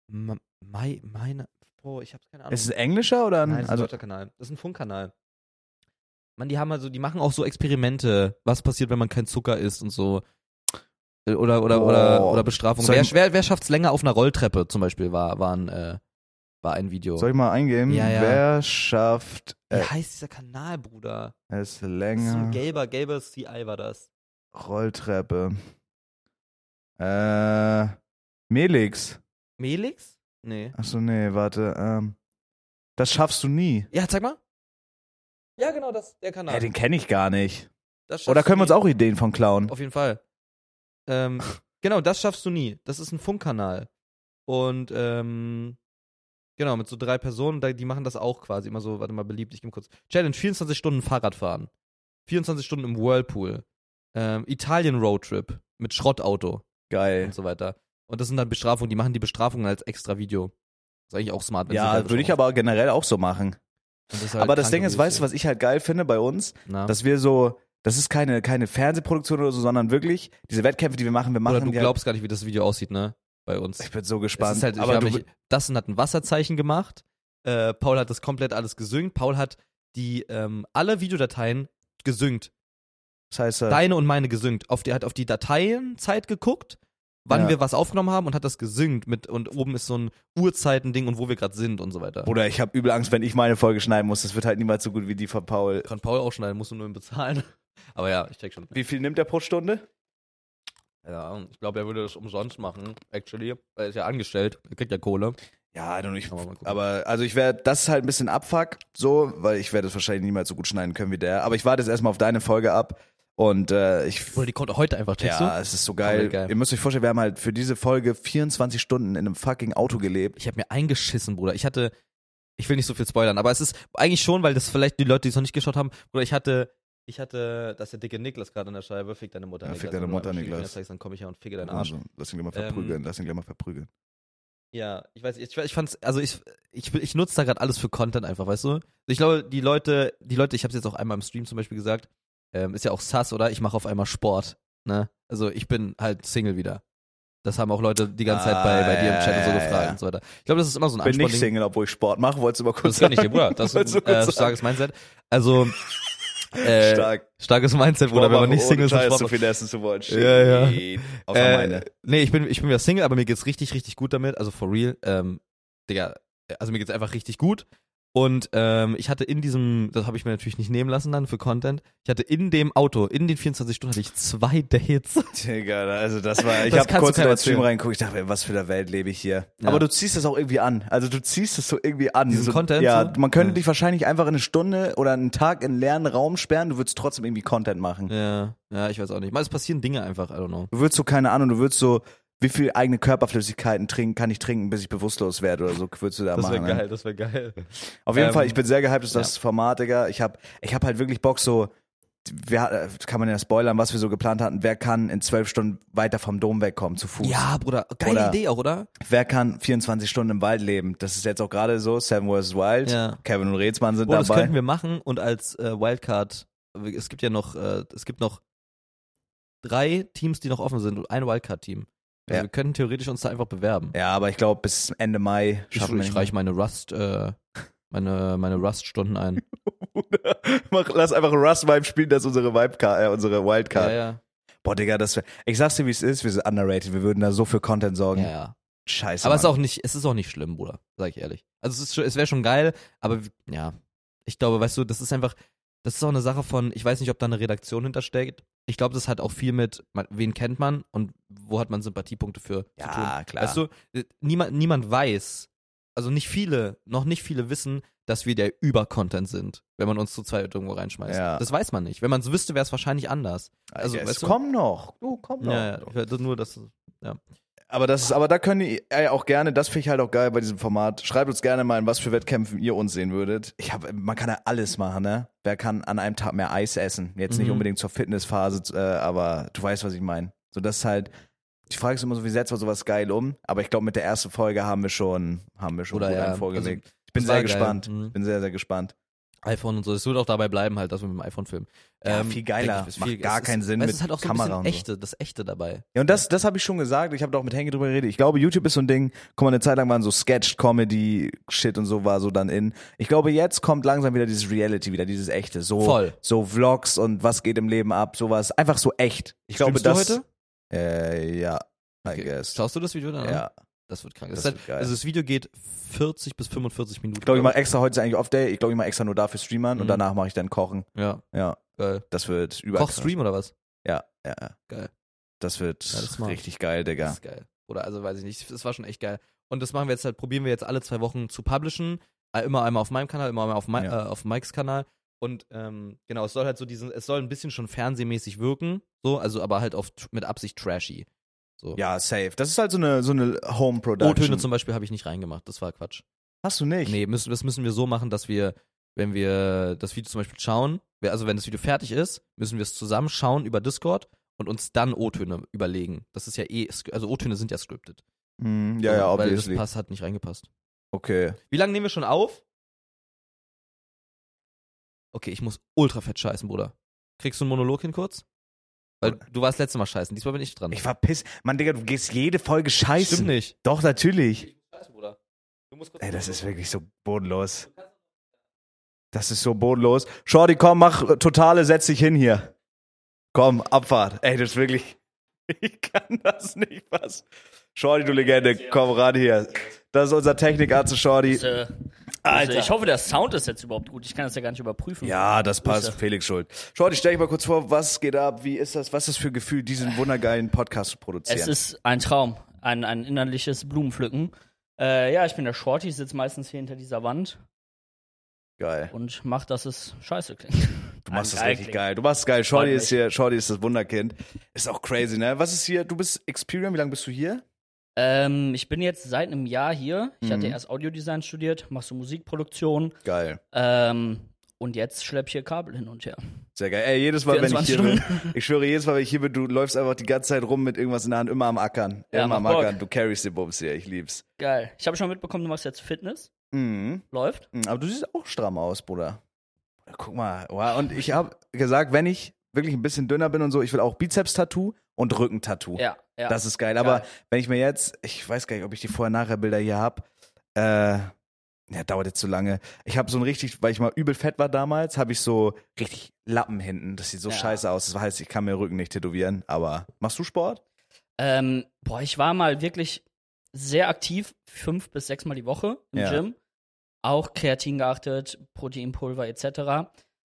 S1: Ma- Mai, meine, boah, ich hab's keine Ahnung.
S2: ist es ein englischer oder ein.
S1: Nein, das ist ein
S2: also,
S1: deutscher Kanal. Das ist ein Funkkanal. Mann, die haben also, die machen auch so Experimente. Was passiert, wenn man kein Zucker isst und so. Äh, Oder, oder,
S2: Oh.
S1: oder, oder Bestrafung.
S2: Soll
S1: Wer,
S2: ich-
S1: wer, wer schafft's länger auf einer Rolltreppe zum Beispiel, war, war, ein, äh, war ein Video.
S2: soll ich mal eingeben?
S1: Ja, ja.
S2: Wer schafft
S1: Wie
S2: äh,
S1: heißt dieser Kanal, Bruder?
S2: es
S1: Das ist so
S2: länger?
S1: ein gelber, gelber CI war das.
S2: Rolltreppe. Äh. Melix.
S1: Melix? Nee.
S2: Achso, nee, warte. Ähm, das schaffst du nie.
S1: Ja, zeig mal. Ja, genau, das, der Kanal.
S2: Hä, den kenne ich gar nicht.
S1: Das schaffst
S2: Oder können wir uns
S1: du nie.
S2: auch Ideen von klauen?
S1: Auf jeden Fall. Ähm, genau, das schaffst du nie. Das ist ein Funkkanal. Und ähm, genau, mit so drei Personen, da- die machen das auch quasi immer so, warte mal, beliebt, ich gebe kurz. Challenge, 24 Stunden Fahrrad fahren. 24 Stunden im Whirlpool. Ähm, Italien Roadtrip mit Schrottauto
S2: Geil.
S1: und so weiter. Und das sind dann Bestrafungen, die machen die Bestrafungen als extra Video. Ist eigentlich auch smart. wenn's
S2: Ja,
S1: egal
S2: würde ich
S1: Bestrafung
S2: aber generell auch so machen.
S1: ist. Und ist halt
S2: Aber das
S1: krank
S2: Ding ist,
S1: und
S2: weißt du,
S1: lustig.
S2: was ich halt geil finde bei uns?
S1: Na?
S2: Dass wir so, das ist keine, keine Fernsehproduktion oder so, sondern wirklich diese Wettkämpfe, die wir machen, wir machen
S1: Oder du
S2: die
S1: glaubst gar nicht, wie das Video aussieht, ne? Bei uns.
S2: halt, Ich bin so
S1: Es
S2: gespannt.
S1: ist halt,
S2: aber
S1: ich
S2: du,
S1: du, mich, Dustin hat ein Wasserzeichen gemacht. Äh, Paul hat das komplett alles gesynkt. Paul hat die ähm, alle Videodateien gesynkt.
S2: das heißt, äh,
S1: Deine und meine gesynkt. Auf die, hat auf die Dateienzeit geguckt, wann
S2: Ja.
S1: wir was aufgenommen haben und hat das gesynkt mit und oben ist so ein Uhrzeiten-Ding und wo wir gerade sind und so weiter.
S2: Bruder, ich habe übel Angst, wenn ich meine Folge schneiden muss. Das wird halt niemals so gut wie die von Paul.
S1: Kann Paul auch schneiden, musst du nur ihn bezahlen. Aber ja, ich check schon.
S2: Wie viel nimmt der pro Stunde?
S1: Ja, ich glaube, er würde das umsonst machen, actually. Er ist ja angestellt, er kriegt ja Kohle.
S2: Ja, I don't know, ich,
S1: Aber mal gucken.
S2: aber also ich werde, das ist halt ein bisschen Abfuck, so, weil ich werde das wahrscheinlich niemals so gut schneiden können wie der. Aber ich warte jetzt erstmal auf deine Folge ab und äh, ich
S1: Oder die kommt heute einfach, checkst
S2: Ja,
S1: du?
S2: es ist so geil.
S1: Komplett geil.
S2: Ihr müsst euch vorstellen, wir haben halt für diese Folge 24 Stunden in einem fucking Auto gelebt.
S1: ich habe mir eingeschissen, Bruder. Ich hatte, ich will nicht so viel spoilern, aber es ist eigentlich schon, weil das vielleicht die Leute, die es noch nicht geschaut haben, oder ich hatte, ich hatte, dass der dicke Niklas gerade an der Scheibe, fick deine Mutter,
S2: Ja,
S1: Niklas.
S2: fick deine
S1: Wenn du
S2: Mutter,
S1: einmal
S2: Niklas.
S1: Schiefbein zeigst, Dann komme ich ja und ficke deinen Arsch.
S2: Also, lass ihn gleich mal
S1: Ähm,
S2: verprügeln, lass ihn gleich mal verprügeln.
S1: Ja, ich weiß, ich, ich fand's, also ich, ich, ich nutze da gerade alles für Content einfach, weißt du? Ich glaube, die Leute, die Leute, ich habe jetzt auch einmal im Stream zum Beispiel gesagt, ähm, ist ja auch sass, oder? Ich mache auf einmal Sport, ne? Also ich bin halt Single wieder. Das haben auch Leute die ganze Zeit bei, bei dir im
S2: Ah,
S1: Chat und so
S2: ja, ja,
S1: gefragt
S2: ja.
S1: und so weiter. Ich glaube, das ist immer so ein
S2: Bin nicht
S1: Ansporn-Ding.
S2: Single, obwohl ich Sport mache, wolltest du mal kurz
S1: Das kann ich dir, Bruder. Das
S2: Wolltest
S1: ist
S2: du
S1: ein äh,
S2: kurz sagen?
S1: starkes Mindset. Also, äh,
S2: Stark.
S1: starkes Mindset, Bruder, wenn man nicht Single ist und
S2: ist,
S1: Sport
S2: so
S1: macht.
S2: viel essen zu wollen.
S1: Ja, ja.
S2: Shit. Außer
S1: Äh,
S2: meine.
S1: nee, ich bin, ich bin wieder Single, aber mir geht's richtig, richtig gut damit. Also, for real. Ähm, Digga, also mir geht's einfach richtig gut. Und ähm, ich hatte in diesem, das habe ich mir natürlich nicht nehmen lassen dann für Content, ich hatte in dem Auto, in den 24 Stunden hatte ich zwei Dates.
S2: Digga, also das war, ich
S1: Das
S2: habe
S1: kannst
S2: kurz
S1: du
S2: in
S1: keinem
S2: den Stream
S1: erzählen.
S2: reingeguckt, ich dachte, in was für der Welt lebe ich hier.
S1: Ja.
S2: Aber du ziehst das auch irgendwie an. Also du ziehst das so irgendwie an.
S1: Diesen
S2: so,
S1: Content
S2: Ja,
S1: so?
S2: man könnte
S1: Ja.
S2: dich wahrscheinlich einfach in eine Stunde oder einen Tag in einen leeren Raum sperren, du würdest trotzdem irgendwie Content machen.
S1: ja, ja, ich weiß auch nicht. Mal, es passieren Dinge einfach, I don't know.
S2: Du würdest so, keine Ahnung, du würdest so, wie viel eigene Körperflüssigkeiten trinken, kann ich trinken, bis ich bewusstlos werde oder so, würdest du da
S1: Das
S2: machen.
S1: wäre
S2: ne?
S1: geil, das wäre geil.
S2: Auf jeden
S1: Ähm,
S2: Fall, ich bin sehr gehypt auf
S1: ja.
S2: das Format, Digga. Ich hab, ich hab halt wirklich Bock, so, wir, äh, kann man ja spoilern, was wir so geplant hatten. Wer kann in zwölf Stunden weiter vom Dom wegkommen, zu Fuß?
S1: Ja, Bruder, geile
S2: Oder-
S1: Idee auch, oder?
S2: Wer kann 24 Stunden im Wald leben? Das ist jetzt auch gerade so, Seven vs. Wild.
S1: Ja.
S2: Kevin und Rezmann sind
S1: Bro, das
S2: dabei.
S1: könnten wir machen und als äh, Wildcard, es gibt ja noch, äh, es gibt noch drei Teams, die noch offen sind und ein Wildcard-Team. Also
S2: Ja.
S1: wir können theoretisch uns da einfach bewerben.
S2: ja, aber ich glaube, bis Ende Mai
S1: ich
S2: schaffen wir
S1: ich
S2: nicht. ne?
S1: reich meine Rust, äh, meine, meine Rust-Stunden ein.
S2: Mach, lass einfach Russ Vibe spielen, das ist unsere, Vibe äh, unsere Wildcard.
S1: Ja, ja.
S2: Boah, Digga, das wär, ich sag's dir, wie es ist, wir sind underrated, wir würden da so für Content
S1: ja,
S2: sorgen.
S1: ja.
S2: Scheiße.
S1: Aber es ist
S2: Mann.
S1: auch nicht, es ist auch nicht schlimm, Bruder, sag ich ehrlich. Also es ist schon, es wäre schon geil, aber w- ja. Ich glaube, weißt du, das ist einfach, das ist auch eine Sache von, ich weiß nicht, ob da eine Redaktion hintersteckt. Ich glaube, das hat auch viel mit, man- wen kennt man und wo hat man Sympathiepunkte für zu tun.
S2: ja, klar.
S1: Weißt du, äh, niemand, niemand weiß, also nicht viele, noch nicht viele wissen, dass wir der Übercontent sind, wenn man uns zu zweit irgendwo reinschmeißt.
S2: Ja.
S1: Das weiß man nicht. Wenn man es wüsste, wäre es wahrscheinlich anders. Also,
S2: Also, es
S1: weißt du-
S2: komm noch. Du, komm noch.
S1: Ja, ja, ich hörte nur, dass
S2: Aber das ist, aber da können die ey, auch gerne, das finde ich halt auch geil bei diesem Format. Schreibt uns gerne mal, in was für Wettkämpfen ihr uns sehen würdet. Ich habe, man kann ja alles machen, ne? Wer kann an einem Tag mehr Eis essen? Jetzt nicht
S1: Mhm.
S2: unbedingt zur Fitnessphase, äh, aber du weißt, was ich meine. So, das ist halt, ich frage es immer so, wie setzt man sowas geil um? Aber ich glaube, mit der ersten Folge haben wir schon, haben wir schon
S1: Oder
S2: gut
S1: ja, also
S2: einen vorgelegt. ich bin
S1: das war
S2: sehr
S1: geil.
S2: gespannt.
S1: Mhm.
S2: Bin sehr, sehr gespannt.
S1: iPhone und so. Es wird auch dabei bleiben, halt, dass wir mit dem iPhone filmen.
S2: Ja, viel geiler.
S1: denke ich, ist
S2: Macht gar
S1: es ist-
S2: keinen Sinn
S1: weil Es
S2: mit
S1: ist halt auch so
S2: Kamera
S1: ein
S2: und so.
S1: bisschen echte, das Echte dabei.
S2: Ja, und das, das habe ich schon gesagt. Ich habe da auch mit Henke drüber geredet. Ich glaube, YouTube ist so ein Ding. Guck mal, eine Zeit lang waren so Sketched-Comedy-Shit und so war so dann in. Ich glaube, jetzt kommt langsam wieder dieses Reality, wieder dieses Echte. So,
S1: Voll.
S2: so Vlogs und was geht im Leben ab, sowas. Einfach so echt. Ich glaube,
S1: Streamst
S2: das.
S1: du heute?
S2: Äh, ja. I guess.
S1: Schaust du das Video dann an?
S2: Ja.
S1: Das wird krank.
S2: Das
S1: Das ist
S2: wird
S1: halt,
S2: geil.
S1: also das Video geht 40 bis 45 Minuten.
S2: Ich glaube, ich mache extra, heute ist eigentlich Off-Day. Ich glaube, ich mache extra nur dafür streamern und
S1: Mhm.
S2: danach mache ich dann kochen.
S1: Ja,
S2: Ja.
S1: geil.
S2: Das wird überall.
S1: Koch Stream oder was?
S2: Ja, ja. ja.
S1: Geil.
S2: Das wird
S1: Ja, das ist smart.
S2: richtig geil,
S1: Das
S2: Digga.
S1: ist geil. Oder also weiß ich nicht. Das war schon echt geil. Und das machen wir jetzt halt, probieren wir jetzt alle zwei Wochen zu publishen. Äh, Immer einmal auf meinem Kanal, immer einmal auf, Mi
S2: Ja.
S1: äh, auf Mikes Kanal. Und ähm, genau, es soll halt so diesen, es soll ein bisschen schon fernsehmäßig wirken. So, also aber halt auf mit Absicht trashy. So.
S2: Ja, safe. Das ist halt so eine, so eine
S1: O-Töne
S2: Home-Production.
S1: zum Beispiel habe ich nicht reingemacht. Das war Quatsch.
S2: Hast du nicht?
S1: Nee, müssen, das müssen wir so machen, dass wir, wenn wir das Video zum Beispiel schauen, wir- also wenn das Video fertig ist, müssen wir es zusammen schauen über Discord und uns dann O-Töne überlegen. Das ist ja eh, sk- also O-Töne sind ja scripted.
S2: Hm, ja, ja,
S1: So, Weil das
S2: obviously.
S1: Pass hat nicht reingepasst.
S2: Okay.
S1: Wie lange nehmen wir schon auf? Okay, ich muss ultra fett scheißen, Bruder. Kriegst du einen Monolog hin kurz? Weil du warst letztes Mal scheißen, diesmal bin ich dran.
S2: Ich war piss. Mann, Digga, du gehst jede Folge scheißen.
S1: Stimmt nicht.
S2: Doch, natürlich.
S1: Ich muss scheißen, Bruder. Du musst kurz
S2: Ey, das ist wirklich so bodenlos. Das ist so bodenlos. Shorty, komm, mach äh, totale, setz dich hin hier. Komm, Abfahrt. Ey, das ist wirklich. Ich kann das nicht was. Shorty, du Legende, komm ran hier. Das ist unser Technikarzt, Shorty.
S3: Äh,
S2: Alter.
S3: Ich hoffe, der Sound ist jetzt überhaupt gut. Ich kann das ja gar nicht überprüfen.
S2: Ja, das passt.
S3: Grüße.
S2: Felix Schuld. Shorty, stell dich mal kurz vor, was geht ab? Wie ist das? Was ist das für ein Gefühl, diesen wundergeilen Podcast zu produzieren?
S3: Es ist ein Traum, ein, ein innerliches Blumenpflücken. Äh, ja, ich bin der Shorty, sitze meistens hier hinter dieser Wand
S2: geil.
S3: und mach, dass es scheiße klingt.
S2: Du machst das richtig geil. Du machst es geil. Shorty
S3: Freut
S2: ist
S3: mich.
S2: hier, Shorty ist das Wunderkind. Ist auch crazy, ne? Was ist hier? Du bist Experian, wie lange bist du hier?
S3: Ähm, ich bin jetzt seit einem Jahr hier. Ich hatte
S2: Mhm.
S3: erst Audiodesign studiert, mach so Musikproduktion
S2: Geil.
S3: ähm, und jetzt schlepp ich hier Kabel hin und her.
S2: Sehr geil. Ey, jedes Mal, wenn ich
S3: 24
S2: hier bin, ich schwöre, jedes Mal, wenn ich hier bin, du läufst einfach die ganze Zeit rum mit irgendwas in der Hand, immer am Ackern.
S3: Ja,
S2: immer am
S3: mach Bock.
S2: Ackern. Du carries den Bums hier, ich lieb's.
S3: Geil. Ich habe schon mitbekommen, du machst jetzt Fitness.
S2: Mhm.
S3: Läuft.
S2: Mhm, Aber du siehst auch stramm aus, Bruder. Bruder, Guck mal. Wow. Und ich habe gesagt, wenn ich wirklich ein bisschen dünner bin und so, ich will auch Bizeps-Tattoo und Rücken-Tattoo.
S3: Ja, ja.
S2: Oh, Das ist geil. Aber
S3: Geil.
S2: wenn ich mir jetzt, ich weiß gar nicht, ob ich die Vorher-Nachher-Bilder hier habe, äh, ja, dauert jetzt zu lange. Ich habe so ein richtig, weil ich mal übel fett war damals, habe ich so richtig Lappen hinten. Das sieht so
S3: Ja.
S2: scheiße aus. Das heißt, ich kann mir den Rücken nicht tätowieren. Aber machst du Sport?
S3: Ähm, boah, ich war mal wirklich sehr aktiv, fünf bis sechs Mal die Woche im
S2: Ja.
S3: Gym. Auch Kreatin geachtet, Proteinpulver etc.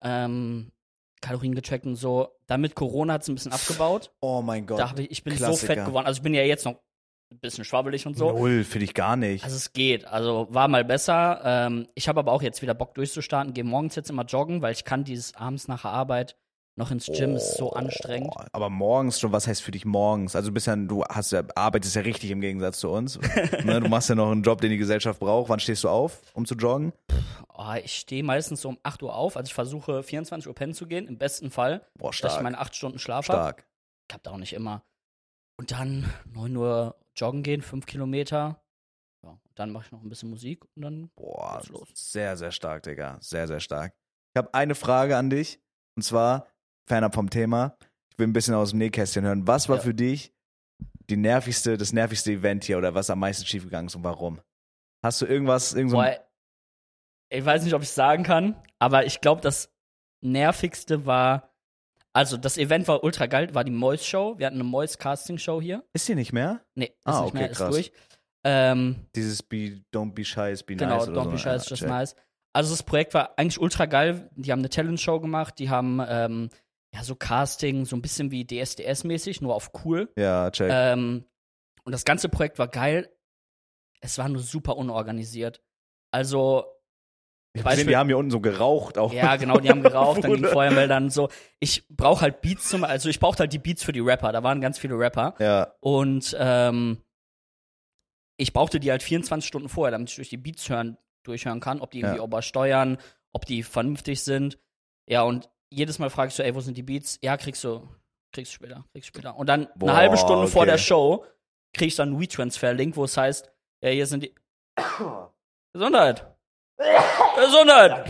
S3: Ähm, Kalorien gecheckt und so. Dann mit Corona hat es ein bisschen abgebaut.
S2: Oh mein Gott.
S3: Da hab ich, ich bin so
S2: Klassiker.
S3: fett geworden. Also ich bin ja jetzt noch ein bisschen schwabbelig und so.
S2: Null, finde ich gar nicht.
S3: Also es geht. Also war mal besser. Ähm, ich habe aber auch jetzt wieder Bock durchzustarten. Gehe morgens jetzt immer joggen, weil ich kann dieses abends nach der Arbeit noch ins Gym. Ist so anstrengend.
S2: Oh, aber morgens schon, was heißt für dich morgens? Also du bist ja, du hast ja, arbeitest ja richtig im Gegensatz zu uns. ne, du machst ja noch einen Job, den die Gesellschaft braucht. Wann stehst du auf, um zu joggen?
S3: Oh, ich stehe meistens so um 8 Uhr auf, also ich versuche 24 Uhr pennen zu gehen, im besten Fall,
S2: Boah,
S3: dass ich
S2: stark.
S3: meine 8 Stunden Schlaf habe.
S2: Stark.
S3: Klappt auch nicht immer. Und dann 9 Uhr joggen gehen, 5 Kilometer. Ja, und dann mache ich noch ein bisschen Musik und dann.
S2: Boah,
S3: Geht's los.
S2: sehr, sehr stark, Digga. Sehr, sehr stark. Ich habe eine Frage an dich. Und zwar, fernab vom Thema, ich will ein bisschen aus dem Nähkästchen hören. Was war
S3: Ja.
S2: für dich die nervigste, das nervigste Event hier oder was am meisten schiefgegangen ist und warum? Hast du irgendwas, irgend so ein-
S3: Boah, äh ich weiß nicht, ob ich es sagen kann, aber ich glaube, das nervigste war. Also, das Event war ultra geil, war die Mois-Show. Wir hatten eine Mois-Casting-Show hier.
S2: Ist die nicht mehr?
S3: Nee, ist
S2: Ah,
S3: nicht
S2: okay,
S3: mehr, ist
S2: krass.
S3: durch. Ähm,
S2: Dieses be, Don't be shy, it's be
S3: Genau,
S2: nice. oder
S3: Don't
S2: so.
S3: Be Shy is
S2: Ja,
S3: Just
S2: check.
S3: Nice. Also das Projekt war eigentlich ultra geil. Die haben eine Talent-Show gemacht, die haben ähm, ja so Casting, so ein bisschen wie DSDS-mäßig, nur auf cool.
S2: Ja, check.
S3: Ähm, und das ganze Projekt war geil. Es war nur super unorganisiert. Also,
S2: Ich hab gesehen,
S3: Beispiel-
S2: die haben hier unten so geraucht auch.
S3: ja, genau, die haben geraucht, dann gingen
S2: Wurde-
S3: Feuermelder und so. Ich brauche halt Beats zum, also ich brauchte halt die Beats für die Rapper. Da waren ganz viele Rapper.
S2: Ja,
S3: Und ähm, ich brauchte die halt 24 Stunden vorher, damit ich durch die Beats hören, durchhören kann, ob die irgendwie
S2: Ja.
S3: ob er steuern, ob die vernünftig sind. Ja, und jedes Mal frage ich so, ey, wo sind die Beats? Ja, kriegst du, kriegst du später, kriegst du später. Und dann
S2: Boah,
S3: eine halbe Stunde vor
S2: okay.
S3: der Show krieg ich dann einen WeTransfer-Link, wo es heißt, ja, hier sind die. Gesundheit! Gesundheit!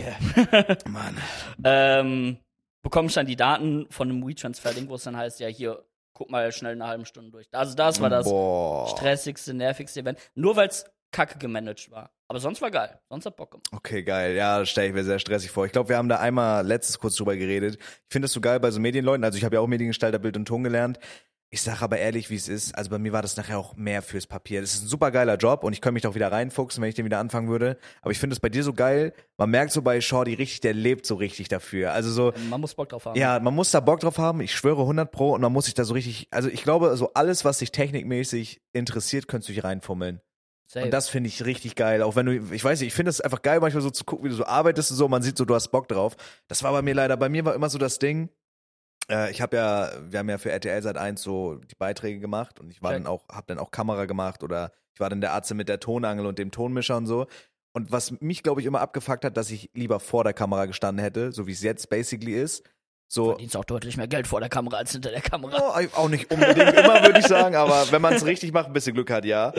S2: Mann.
S3: ähm, bekomme ich dann die Daten von einem WeTransfer-Link, wo es dann heißt, ja, hier, guck mal schnell eine halbe Stunde durch. Also das war das
S2: Boah.
S3: stressigste, nervigste Event. Nur weil es kacke gemanagt war. Aber sonst war geil. Sonst hat Bock gemacht.
S2: Okay, geil. Ja, das stelle ich mir sehr stressig vor. Ich glaube, wir haben da einmal letztes kurz drüber geredet. Ich finde das so geil bei so Medienleuten. Also ich habe ja auch Mediengestalter, Bild und Ton gelernt. Ich sage aber ehrlich, wie es ist. Also bei mir war das nachher auch mehr fürs Papier. Das ist ein super geiler Job und ich könnte mich da auch wieder reinfuchsen, wenn ich den wieder anfangen würde. Aber ich finde es bei dir so geil. Man merkt so bei Shorty richtig, der lebt so richtig dafür. Also so,
S3: Man muss Bock drauf haben.
S2: ja, man muss da Bock drauf haben. Ich schwöre 100 Pro und man muss sich da so richtig, also ich glaube, so alles, was dich technikmäßig interessiert, könntest du dich reinfummeln.
S3: Safe.
S2: Und das finde ich richtig geil. Auch wenn du, ich weiß nicht, ich finde es einfach geil, manchmal so zu gucken, wie du so arbeitest und so, man sieht so, du hast Bock drauf. Das war bei mir leider, bei mir war immer so das Ding, äh, ich habe ja, wir haben ja für RTL seit 1 so die Beiträge gemacht und ich war
S3: Check.
S2: dann auch, habe dann auch Kamera gemacht oder ich war dann der Arzt mit der Tonangel und dem Tonmischer und so. Und was mich, glaube ich, immer abgefuckt hat, dass ich lieber vor der Kamera gestanden hätte, so wie es jetzt basically ist. So,
S3: Verdienst auch deutlich mehr Geld vor der Kamera als hinter der Kamera.
S2: Oh, auch nicht unbedingt immer, würde ich sagen, aber wenn man es richtig macht, ein bisschen Glück hat, ja.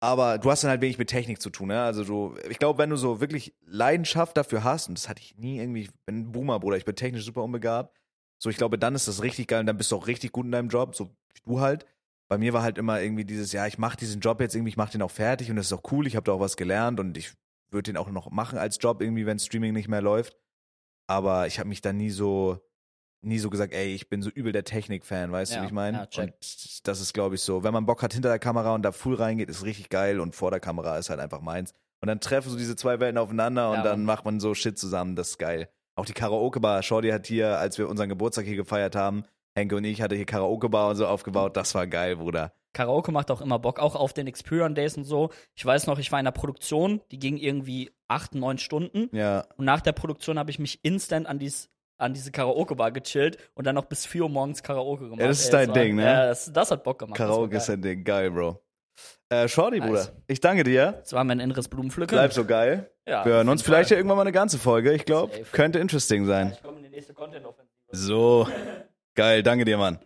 S2: Aber du hast dann halt wenig mit Technik zu tun, ne? Also du, ich glaube, wenn du so wirklich Leidenschaft dafür hast, und das hatte ich nie irgendwie, ich bin ein Boomer, Bruder, ich bin technisch super unbegabt, so ich glaube, dann ist das richtig geil und dann bist du auch richtig gut in deinem Job, so wie du halt. Bei mir war halt immer irgendwie dieses, ja, ich mache diesen Job jetzt irgendwie, ich mache den auch fertig und das ist auch cool, ich habe da auch was gelernt und ich würde den auch noch machen als Job irgendwie, wenn Streaming nicht mehr läuft. Aber ich habe mich da nie so, nie so gesagt, ey, ich bin so übel der Technik-Fan, weißt du,
S3: Ja,
S2: wie ich meine?
S3: ja, check.
S2: und das ist, glaube ich, so. Wenn man Bock hat hinter der Kamera und da full reingeht, ist richtig geil und vor der Kamera ist halt einfach meins. Und dann treffen so diese zwei Welten aufeinander und
S3: Ja,
S2: dann
S3: Mann.
S2: macht man so Shit zusammen, das ist geil. Auch die Karaoke-Bar, Shorty hat hier, als wir unseren Geburtstag hier gefeiert haben, Henke und ich hatte hier Karaoke-Bar und so aufgebaut, das war geil, Bruder.
S3: Karaoke macht auch immer Bock, auch auf den Experience Days und so. Ich weiß noch, ich war in der Produktion, die ging irgendwie acht, neun Stunden.
S2: Ja,
S3: Und nach der Produktion habe ich mich instant an, dies, an diese Karaoke-Bar gechillt und dann noch bis 4 Uhr morgens Karaoke gemacht.
S2: Ja, das ist
S3: Ey,
S2: dein
S3: war,
S2: Ding, ne?
S3: Ja, das, das hat Bock gemacht. Das war
S2: Karaoke ist
S3: geil.
S2: ein Ding, geil, Bro. Äh, Shorty,
S3: Nice.
S2: Bruder, ich danke dir.
S3: Das war mein inneres Blumenpflücken.
S2: Bleib so geil.
S3: Ja,
S2: Wir hören
S3: auf
S2: uns
S3: jeden
S2: vielleicht ja
S3: Fall.
S2: irgendwann mal eine ganze Folge. Ich glaube,
S3: Safe.
S2: könnte interesting sein.
S3: Ich komme in die nächste Content-Offensive.
S2: So. Geil, danke dir, Mann.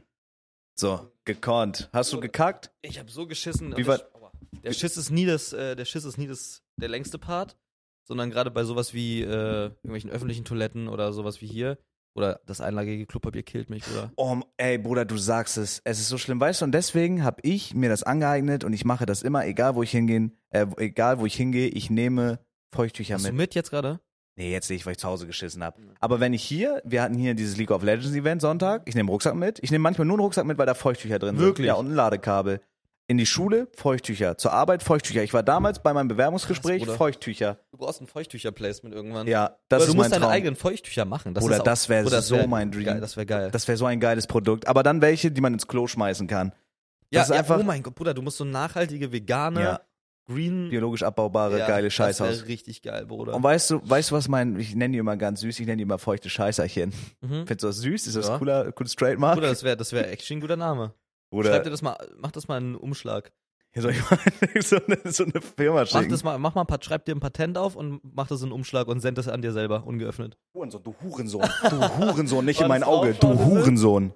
S2: So, gekonnt. Hast du gekackt?
S1: Ich habe so geschissen.
S2: Wie
S1: und
S2: war-
S1: ich- aua. der Schiss ist nie das, äh, der Schiss ist nie das, der längste Part, sondern gerade bei sowas wie äh, irgendwelchen öffentlichen Toiletten oder sowas wie hier oder das einlagige Klopapier killt mich oder.
S2: Oh, ey, Bruder, du sagst es. Es ist so schlimm, weißt du? Und deswegen habe ich mir das angeeignet und ich mache das immer, egal wo ich hingehen, äh, egal wo ich hingehe, ich nehme Feuchttücher
S1: Hast
S2: mit.
S1: du mit jetzt gerade?
S2: Nee, jetzt nicht, weil ich zu Hause geschissen hab. Aber wenn ich hier, wir hatten hier dieses League of Legends Event Sonntag, ich nehme einen Rucksack mit. Ich nehme manchmal nur einen Rucksack mit, weil da Feuchttücher drin sind.
S1: Wirklich?
S2: Ja, und ein Ladekabel. In die Schule, Feuchttücher. Zur Arbeit, Feuchttücher. Ich war damals bei meinem Bewerbungsgespräch,
S1: Bruder.
S2: Feuchttücher.
S1: Du brauchst ein Feuchttücher-Placement irgendwann.
S2: Ja,
S1: Das oder
S2: das
S1: du
S2: ist
S1: musst
S2: mein
S1: deine
S2: Traum.
S1: eigenen Feuchttücher machen. Das
S2: Bruder,
S1: ist auch,
S2: das wär
S1: Bruder,
S2: so
S1: wär
S2: mein Dream.
S1: Geil, das wäre geil.
S2: Das wäre so ein geiles Produkt. Aber dann welche, die man ins Klo schmeißen kann.
S1: Hm.
S2: das ist einfach-
S1: oh mein Gott, Bruder, du musst so nachhaltige, vegane,
S2: Ja.
S1: green,
S2: Biologisch abbaubare,
S1: Ja,
S2: geile
S1: Das
S2: Scheißhaus.
S1: wäre richtig geil, Bruder.
S2: Und weißt du, weißt du, was mein, ich nenne die immer ganz süß, ich nenne die immer feuchte Scheißerchen.
S1: Mhm.
S2: Findest du das süß? Ist das
S1: Ja.
S2: cooler, cooles Trademark?
S1: Bruder, das wäre das wär actually ein guter Name. Schreib dir das mal, mach das mal einen Umschlag.
S2: Hier soll ich mal so eine, so eine Firma
S1: Mach,
S2: schicken.
S1: das mal, mach mal ein Pat- schreib dir ein Patent auf und mach das in einen Umschlag und send das an dir selber, ungeöffnet.
S2: Hurensohn, du Hurensohn. Du Hurensohn, nicht
S3: War
S2: in mein
S3: das
S2: Auge.
S3: drauf?
S2: Du
S3: War das drin?
S2: Hurensohn.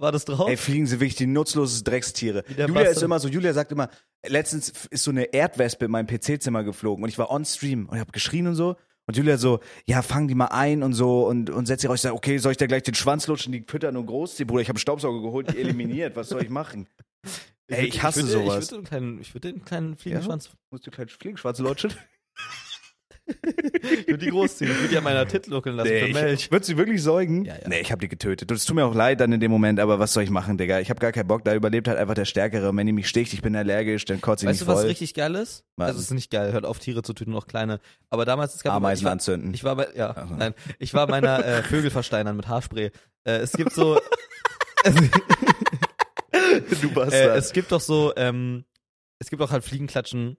S1: War das drauf?
S2: Ey, fliegen sie wirklich, die nutzlose Dreckstiere.
S1: Wie der
S2: Julia ist
S1: Bastard.
S2: immer so, Julia sagt immer, letztens f- ist so eine Erdwespe in meinem PC-Zimmer geflogen und ich war on stream und ich habe geschrien und so. Und Julia so, ja, fang die mal ein und so und, und setz sie raus. Ich sag, okay, soll ich da gleich den Schwanz lutschen, die füttern und großziehen, Bruder? Ich habe Staubsauger geholt, die eliminiert. Was soll ich machen? Ey, ich hasse
S1: würd-
S2: sowas.
S1: Ich würde den kleinen, ich würd den kleinen Fliegenschwanz,
S2: Musst du gleich Fliegenschwanz lutschen?
S1: ich würde die großziehen. Ich würde die an meiner Tit lockeln lassen für Milch.
S2: ich, würdest du wirklich säugen?
S1: Ja, ja.
S2: Nee, ich habe die getötet. Das tut mir auch leid dann in dem Moment, aber was soll ich machen, Digga? Ich habe gar keinen Bock. Da überlebt halt einfach der Stärkere. Und wenn die mich sticht, ich bin allergisch, dann kotze ich
S1: Weißt du,
S2: mich
S1: was
S2: voll.
S1: richtig geil ist?
S2: Was?
S1: Also, es ist nicht geil, hört auf, Tiere zu töten, auch kleine. Aber damals, es gab immer-
S2: Ameisen
S1: ich war-
S2: anzünden.
S1: Ich war bei, ja,
S2: Aha.
S1: nein, ich war meiner äh, Vögelversteinern mit Haarspray. Äh, es gibt so,
S2: du
S1: äh, es gibt doch so, ähm, es gibt auch halt Fliegenklatschen,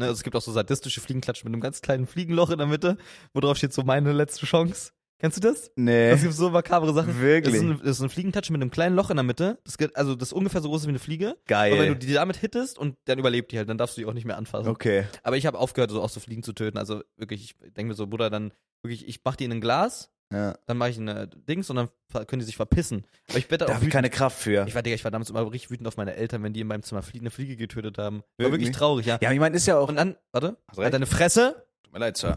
S1: Ne, also es gibt auch so sadistische Fliegenklatschen mit einem ganz kleinen Fliegenloch in der Mitte, wo drauf steht so meine letzte Chance. Kennst du das?
S2: Nee.
S1: Es gibt so makabere Sachen. Das
S2: Äh, Wirklich?
S1: ist, ein, das ist ein Fliegenklatschen mit einem kleinen Loch in der Mitte. Das geht, also das ist ungefähr so groß wie eine Fliege. Und wenn du
S2: Geil.
S1: die damit hittest und dann überlebt die halt, dann darfst du die auch nicht mehr anfassen.
S2: Okay.
S1: Aber ich habe aufgehört, so auch so Fliegen zu töten. Also wirklich, ich denke mir so, Bruder, dann wirklich, ich mach die in ein Glas,
S2: Ja.
S1: dann mache ich ein äh, Dings und dann ver- können die sich verpissen. Aber ich bitte
S2: Da
S1: auch.
S2: habe ich
S1: wütend-
S2: keine Kraft für.
S1: Ich war, Digga, ich war damals immer richtig wütend auf meine Eltern, wenn die in meinem Zimmer Flie eine Fliege getötet haben. War
S2: Wirklich?
S1: wirklich traurig, ja.
S2: Ja, ich meine, ist ja auch.
S1: Und dann, warte,
S2: Hast
S1: halt deine Fresse.
S2: Tut mir leid, Sir.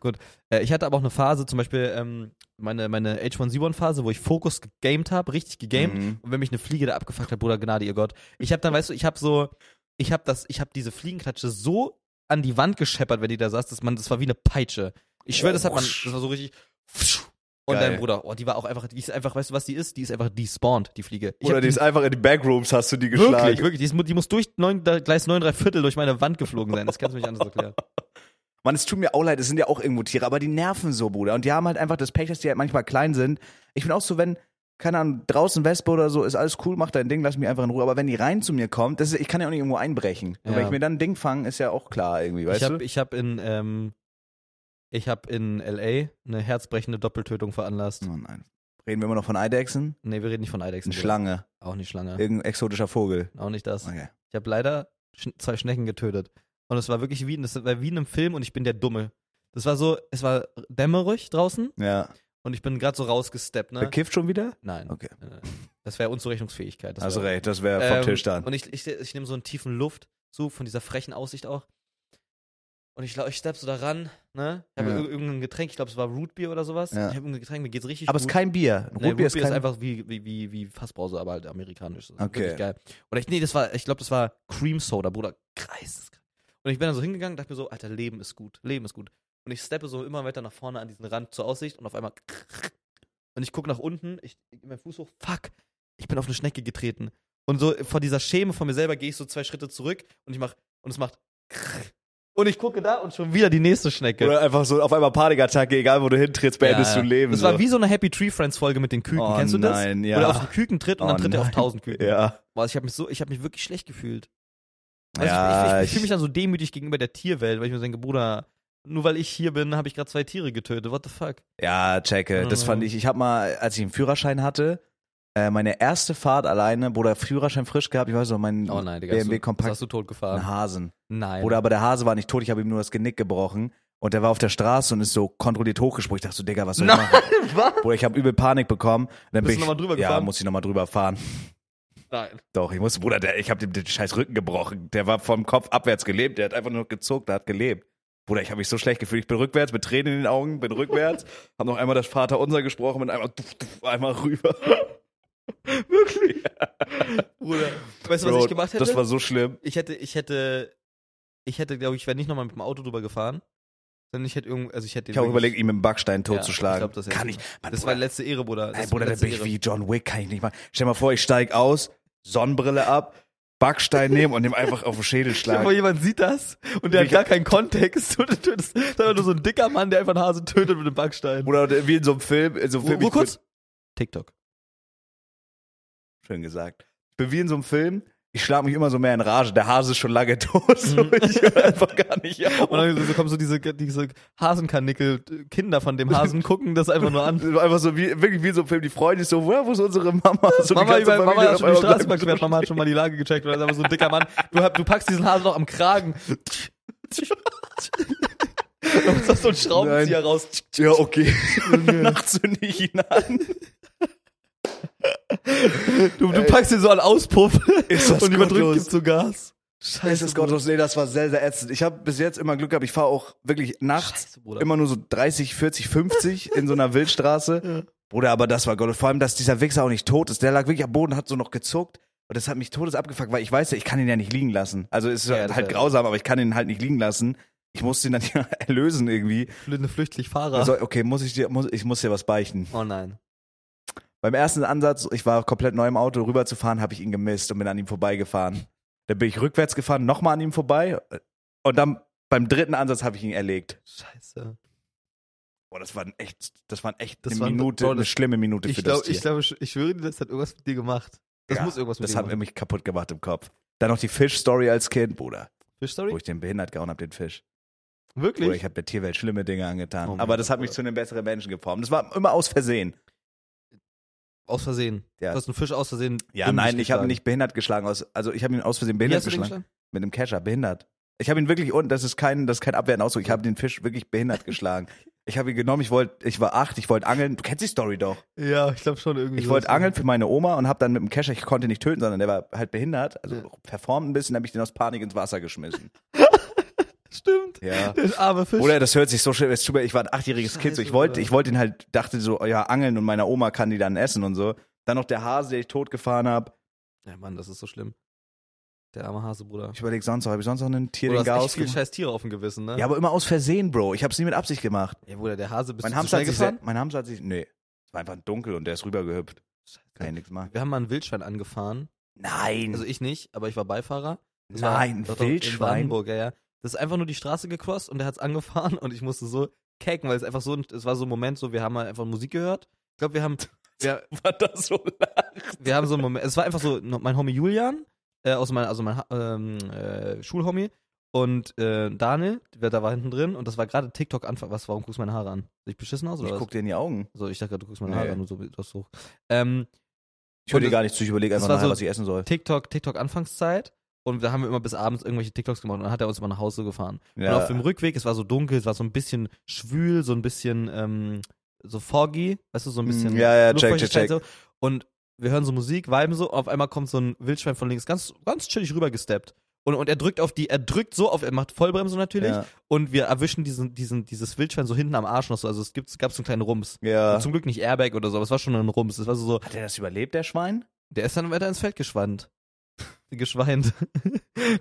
S1: Gut. Äh, ich hatte aber auch eine Phase, zum Beispiel ähm, meine, meine H1Z1-Phase, wo ich Fokus gegamed habe, richtig gegamed.
S2: Mhm.
S1: Und wenn mich eine Fliege da abgefuckt hat, Bruder, Gnade, ihr Gott. Ich habe dann, weißt du, ich habe so, ich habe das, ich habe diese Fliegenklatsche so an die Wand gescheppert, wenn die da saß, dass man, das war wie eine Peitsche. Ich schwöre, das hat man, das war so richtig. Und
S2: Geil.
S1: dann, Bruder, oh, die war auch einfach, die ist einfach, weißt du, was die ist? Die ist einfach despawned, die Fliege. Ich
S2: Oder
S1: hab
S2: die ist einfach in die Backrooms, hast du die
S1: wirklich,
S2: geschlagen.
S1: wirklich, die, ist, mu- die muss durch neun, da- Gleis 9, 3 Viertel durch meine Wand geflogen sein. Das kannst du mir nicht anders erklären.
S2: Mann, es tut mir auch leid, es sind ja auch irgendwo Tiere, aber die nerven so, Bruder. Und die haben halt einfach das Pech, dass die halt manchmal klein sind. Ich bin auch so, wenn, keine Ahnung, draußen Wespe oder so, ist alles cool, mach dein Ding, lass mich einfach in Ruhe. Aber wenn die rein zu mir kommt, das ist, ich kann ja auch nicht irgendwo einbrechen. Und
S1: Ja.
S2: wenn ich mir dann ein Ding fange, ist ja auch klar irgendwie, weißt
S1: ich habe
S2: du?
S1: ich hab in, ähm, ich habe in L.A. eine herzbrechende Doppeltötung veranlasst.
S2: Oh nein. Reden wir immer noch von Eidechsen?
S1: Nee, wir reden nicht von Eidechsen.
S2: Eine Schlange,
S1: Auch nicht Schlange.
S2: irgendein exotischer Vogel.
S1: Auch nicht das.
S2: Okay.
S1: Ich habe leider sch zwei Schnecken getötet. Und es war wirklich wie, das war wie in einem Film und ich bin der Dumme. Das war so, es war dämmerig draußen
S2: Ja.
S1: und ich bin gerade so rausgesteppt, ne?
S2: Bekifft schon wieder?
S1: Nein.
S2: Okay. Also
S1: Nein, nein, nein. Das wäre Unzurechnungsfähigkeit. Das
S2: Hast
S1: wär-
S2: recht, das wäre vom
S1: Ähm,
S2: Tisch dann.
S1: Und ich, ich, ich nehme so einen tiefen Luftzug von dieser frechen Aussicht auch. Und ich glaube, ich stepp so da ran, ne? Ich habe
S2: Ja.
S1: ir- irgendein Getränk, ich glaube, es war Rootbeer oder sowas.
S2: Ja.
S1: Ich habe irgendein Getränk, mir geht's richtig
S2: Aber es ist
S1: gut.
S2: kein Bier.
S1: Nee,
S2: Rotbier ist kein
S1: einfach wie, wie, wie, wie Fassbrause, aber halt amerikanisch. Das ist
S2: Okay.
S1: Wirklich geil. Oder ich, nee, das war, ich glaube, das war Cream Soda, Bruder. Kreis. Und ich bin dann so hingegangen und dachte mir so, Alter, Leben ist gut, Leben ist gut. Und ich steppe so immer weiter nach vorne an diesen Rand zur Aussicht und auf einmal. Und ich gucke nach unten, ich ich geh meinen Fuß hoch, fuck, ich bin auf eine Schnecke getreten. Und so vor dieser Schäme von mir selber gehe ich so zwei Schritte zurück und ich mach, und es macht. Und ich gucke da und schon wieder die nächste Schnecke.
S2: Oder einfach so auf einmal Panikattacke, egal wo du hintrittst, beendest
S1: Ja,
S2: du
S1: ja.
S2: Leben.
S1: Das
S2: so.
S1: war wie so eine Happy Tree Friends Folge mit den Küken.
S2: Oh
S1: Kennst du das?
S2: nein, ja.
S1: Oder auf den Küken tritt und
S2: Oh
S1: dann tritt er auf
S2: nein.
S1: tausend Küken.
S2: Ja.
S1: Boah, ich habe mich so, ich habe mich wirklich schlecht gefühlt. Also
S2: ja,
S1: ich ich, ich, ich fühle mich dann so demütig gegenüber der Tierwelt, weil ich mir denke, Bruder, nur weil ich hier bin, habe ich gerade zwei Tiere getötet. What the fuck?
S2: ja, checke. Das
S1: Äh.
S2: fand ich. Ich habe mal, als ich einen Führerschein hatte, äh, meine erste Fahrt alleine, Bruder, Führerschein frisch gehabt. Ich weiß noch, mein
S1: Oh
S2: BMW Kompakt,
S1: hast du tot
S2: einen
S1: gefahren.
S2: Hasen.
S1: Nein.
S2: Bruder, aber der Hase war nicht tot. Ich habe ihm nur das Genick gebrochen. Und der war auf der Straße und ist so kontrolliert hochgesprungen. Ich dachte so, Digga, was soll ich machen?
S1: was?
S2: Bruder, ich habe übel Panik bekommen. Dann
S1: Bist
S2: bin
S1: du
S2: ich,
S1: noch mal drüber
S2: ja,
S1: gefahren?
S2: muss ich nochmal drüber fahren.
S1: Nein.
S2: Doch, ich muss, Bruder, der, ich habe dem den scheiß Rücken gebrochen. Der war vom Kopf abwärts gelebt. Der hat einfach nur noch gezuckt, der hat gelebt. Bruder, ich habe mich so schlecht gefühlt. Ich bin rückwärts, mit Tränen in den Augen, bin rückwärts. hab noch einmal das Vaterunser gesprochen, bin einmal, tuff, tuff, einmal rüber. Wirklich?
S1: Bruder. Weißt du, was ich gemacht hätte?
S2: Das war so schlimm.
S1: ich hätte, ich hätte, ich hätte, glaube ich, ich wäre nicht nochmal mit dem Auto drüber gefahren, sondern ich hätte irgend, also ich hätte.
S2: Ich habe
S1: wirklich-
S2: überlegt, ihm mit dem Backstein totzuschlagen.
S1: ich glaub, das hätte
S2: kann
S1: ich
S2: ich. Mann,
S1: Das war
S2: Bruder,
S1: letzte Ehre, Bruder. Das
S2: ey,
S1: ist
S2: Bruder, da
S1: letzte
S2: bin ich
S1: Ehre.
S2: wie John Wick, kann ich nicht machen. Stell dir mal vor, ich steig aus, Sonnenbrille ab, Backstein nehmen und dem einfach auf den Schädel
S1: Stell dir vor,
S2: schlagen.
S1: jemand sieht das und der
S2: Ich-
S1: hat gar keinen Kontext und du tötest. Da war nur so ein dicker Mann, der einfach einen Hasen tötet mit einem Backstein.
S2: Oder wie in so einem Film. In so einem Film ich-
S1: TikTok.
S2: Schön gesagt. Ich bin wie in so einem Film. Ich schlage mich immer so mehr in Rage. Der Hase ist schon lange tot. So
S1: Mhm.
S2: Ich höre einfach gar nicht auf.
S1: Und dann so kommen so diese, diese Hasenkanickel, Kinder von dem Hasen gucken das einfach nur an.
S2: Einfach so wie, wirklich wie in so einem Film. Die freuen sich so, "Wow, wo ist unsere Mama? So
S1: Mama,
S2: die ganze
S1: über, Mama
S2: Familie
S1: hat schon die
S2: auf einmal
S1: Straßenbahn
S2: bleibt
S1: gesperrt, Mama hat schon mal die Lage gecheckt, weil da ist einfach so ein dicker Mann. Du, hab- du packst diesen Hasen noch am Kragen. Dann ist das so ein Schraubenzieher
S2: Nein.
S1: raus.
S2: stehen. Ja, okay.
S1: Oh,
S2: Und nachts zünde ich ihn an.
S1: Du, du packst ihn so an Auspuff
S2: Ist das
S1: und überdrückt
S2: gottlos.
S1: gibst so Gas.
S2: Scheiße, ist gottlos. Nee, das war sehr, sehr ätzend. Ich habe bis jetzt immer Glück gehabt. Ich fahre auch wirklich nachts
S1: Scheiße, Bruder.
S2: immer nur so 30, 40, 50 in so einer Wildstraße. Bruder, aber das war gottlos. Vor allem, dass dieser Wichser auch nicht tot ist. Der lag wirklich am Boden, hat so noch gezuckt. Und das hat mich todes abgefuckt, weil ich weiß ja, ich kann ihn ja nicht liegen lassen. Also es ist
S1: Ja, das
S2: halt
S1: wär-
S2: grausam, aber ich kann ihn halt nicht liegen lassen. Ich musste ihn dann ja erlösen irgendwie.
S1: Blinde Flüchtling-Fahrer.
S2: Also, okay, muss ich dir, muss, ich muss dir was beichten.
S1: Ah. oh nein.
S2: Beim ersten Ansatz, ich war komplett neu im Auto, rüber zu fahren, habe ich ihn gemisst und bin an ihm vorbeigefahren. Dann bin ich rückwärts gefahren, nochmal an ihm vorbei. Und dann beim dritten Ansatz habe ich ihn erlegt.
S1: Scheiße.
S2: Boah, das war ein echt, das war ein echt
S1: Das
S2: eine
S1: war ein-
S2: Minute,
S1: Bro,
S2: eine
S1: das-
S2: schlimme Minute für
S1: Ich
S2: das
S1: glaube,
S2: Tier.
S1: ich glaube, ich schwöre dir, das hat irgendwas mit dir gemacht. Das
S2: Ja,
S1: muss irgendwas mit
S2: das
S1: dir
S2: hat
S1: machen.
S2: mich kaputt gemacht im Kopf. Dann noch die Fisch-Story als Kind, Bruder. Wo
S1: Fischstory?
S2: ich den behindert gehauen habe, den Fisch. Bruder,
S1: Wirklich?
S2: ich habe der Tierwelt schlimme Dinge angetan.
S1: Oh mein
S2: aber das
S1: Gott,
S2: hat mich
S1: Bruder.
S2: zu einem besseren Menschen geformt. Das war immer aus Versehen.
S1: Aus Versehen.
S2: Ja.
S1: Du hast einen Fisch aus Versehen.
S2: Ja,
S1: dumm
S2: nein, ich habe ihn
S1: geschlagen.
S2: nicht behindert geschlagen. Aus, also ich habe ihn aus Versehen
S1: Wie
S2: behindert
S1: hast du den
S2: geschlagen. Mit einem Kescher, behindert. Ich habe ihn wirklich, und das ist kein, das ist kein abwertender Ausdruck, ich habe den Fisch wirklich behindert geschlagen. Ich habe ihn genommen, ich wollte, ich war acht, ich wollte angeln. Du kennst die Story doch.
S1: Ja, ich glaube schon irgendwie.
S2: Ich
S1: so.
S2: wollte angeln für meine Oma und habe dann mit dem Kescher, ich konnte ihn nicht töten, sondern der war halt behindert, also
S1: Ja.
S2: performt ein bisschen, habe ich den aus Panik ins Wasser geschmissen.
S1: Stimmt.
S2: Ja.
S1: Der arme Fisch.
S2: Oder das hört sich so schlimm, es tut mir, ich war ein achtjähriges Kind, so ich
S1: Scheiße,
S2: wollte,
S1: Bruder.
S2: ich wollte ihn halt, dachte so, ja, angeln und meiner Oma kann die dann essen und so. Dann noch der Hase, den ich totgefahren habe.
S1: ja, Mann, das ist so schlimm. Der arme Hase, Bruder.
S2: Ich überlege sonst noch, habe ich sonst noch einen Tier
S1: Bruder, hast
S2: den
S1: echt
S2: Gauss
S1: viel
S2: gemacht?
S1: scheiß Tiere auf dem Gewissen, ne?
S2: Ja, aber immer aus Versehen, Bro. Ich habe es nie mit Absicht gemacht.
S1: ja Bruder, der Hase bist
S2: mein
S1: du zu
S2: Hamster
S1: schnell
S2: hat sich, se-
S1: gefahren?
S2: mein Hamster hat sich, nee, es war einfach dunkel und der ist rübergehüpft. Kann ich nichts machen.
S1: Wir haben mal einen Wildschwein angefahren.
S2: Nein,
S1: Also ich nicht, aber ich war Beifahrer. Das war-
S2: nein,
S1: doch, doch, In
S2: Wildschwein.
S1: Brandenburg, ja, ja. Das ist einfach nur die Straße gecrossed und der hat's angefahren und ich musste so kecken, weil es einfach so, ein- es war so ein Moment, so wir haben halt einfach Musik gehört. Ich glaube, wir haben, wir,
S2: War das so?
S1: wir haben so einen Moment, es war einfach so, no- mein Homie Julian, äh, aus meiner, also mein Ha- ähm, äh, Schulhomie und äh, Daniel, der da war hinten drin und das war gerade TikTok-Anfang. Was, warum guckst du meine Haare an? Sehe ich beschissen aus oder
S2: Ich
S1: was?
S2: guck dir in die Augen.
S1: So, ich dachte gerade, du guckst meine
S2: Nee.
S1: Haare an und so, das hoch. Ähm,
S2: Ich höre dir
S1: Und
S2: gar nicht zu, ich überlege
S1: das
S2: einfach
S1: war
S2: nachher,
S1: so-
S2: was ich essen soll.
S1: TikTok, TikTok-Anfangszeit und da haben wir immer bis abends irgendwelche TikToks gemacht und dann hat er uns immer nach Hause gefahren. Und auf dem Rückweg, es war so dunkel, es war so ein bisschen schwül, so ein bisschen ähm, so foggy, weißt du, so ein
S2: Mm,
S1: bisschen
S2: ja, ja, check, check,
S1: Luftfeuchtigkeit
S2: check.
S1: So. Und wir hören so Musik, viben so, auf einmal kommt so ein Wildschwein von links ganz, ganz chillig rübergesteppt. Und, und er drückt auf die, er drückt so auf, er macht Vollbremse natürlich
S2: Ja.
S1: und wir erwischen diesen, diesen, dieses Wildschwein so hinten am Arsch noch so. Also es gibt, gab so einen kleinen Rums.
S2: ja.
S1: Zum Glück nicht Airbag oder so, aber es war schon ein Rums. Es war so, so
S2: Hat er das überlebt, der Schwein?
S1: der ist dann weiter ins Feld geschwandt. Geschweint.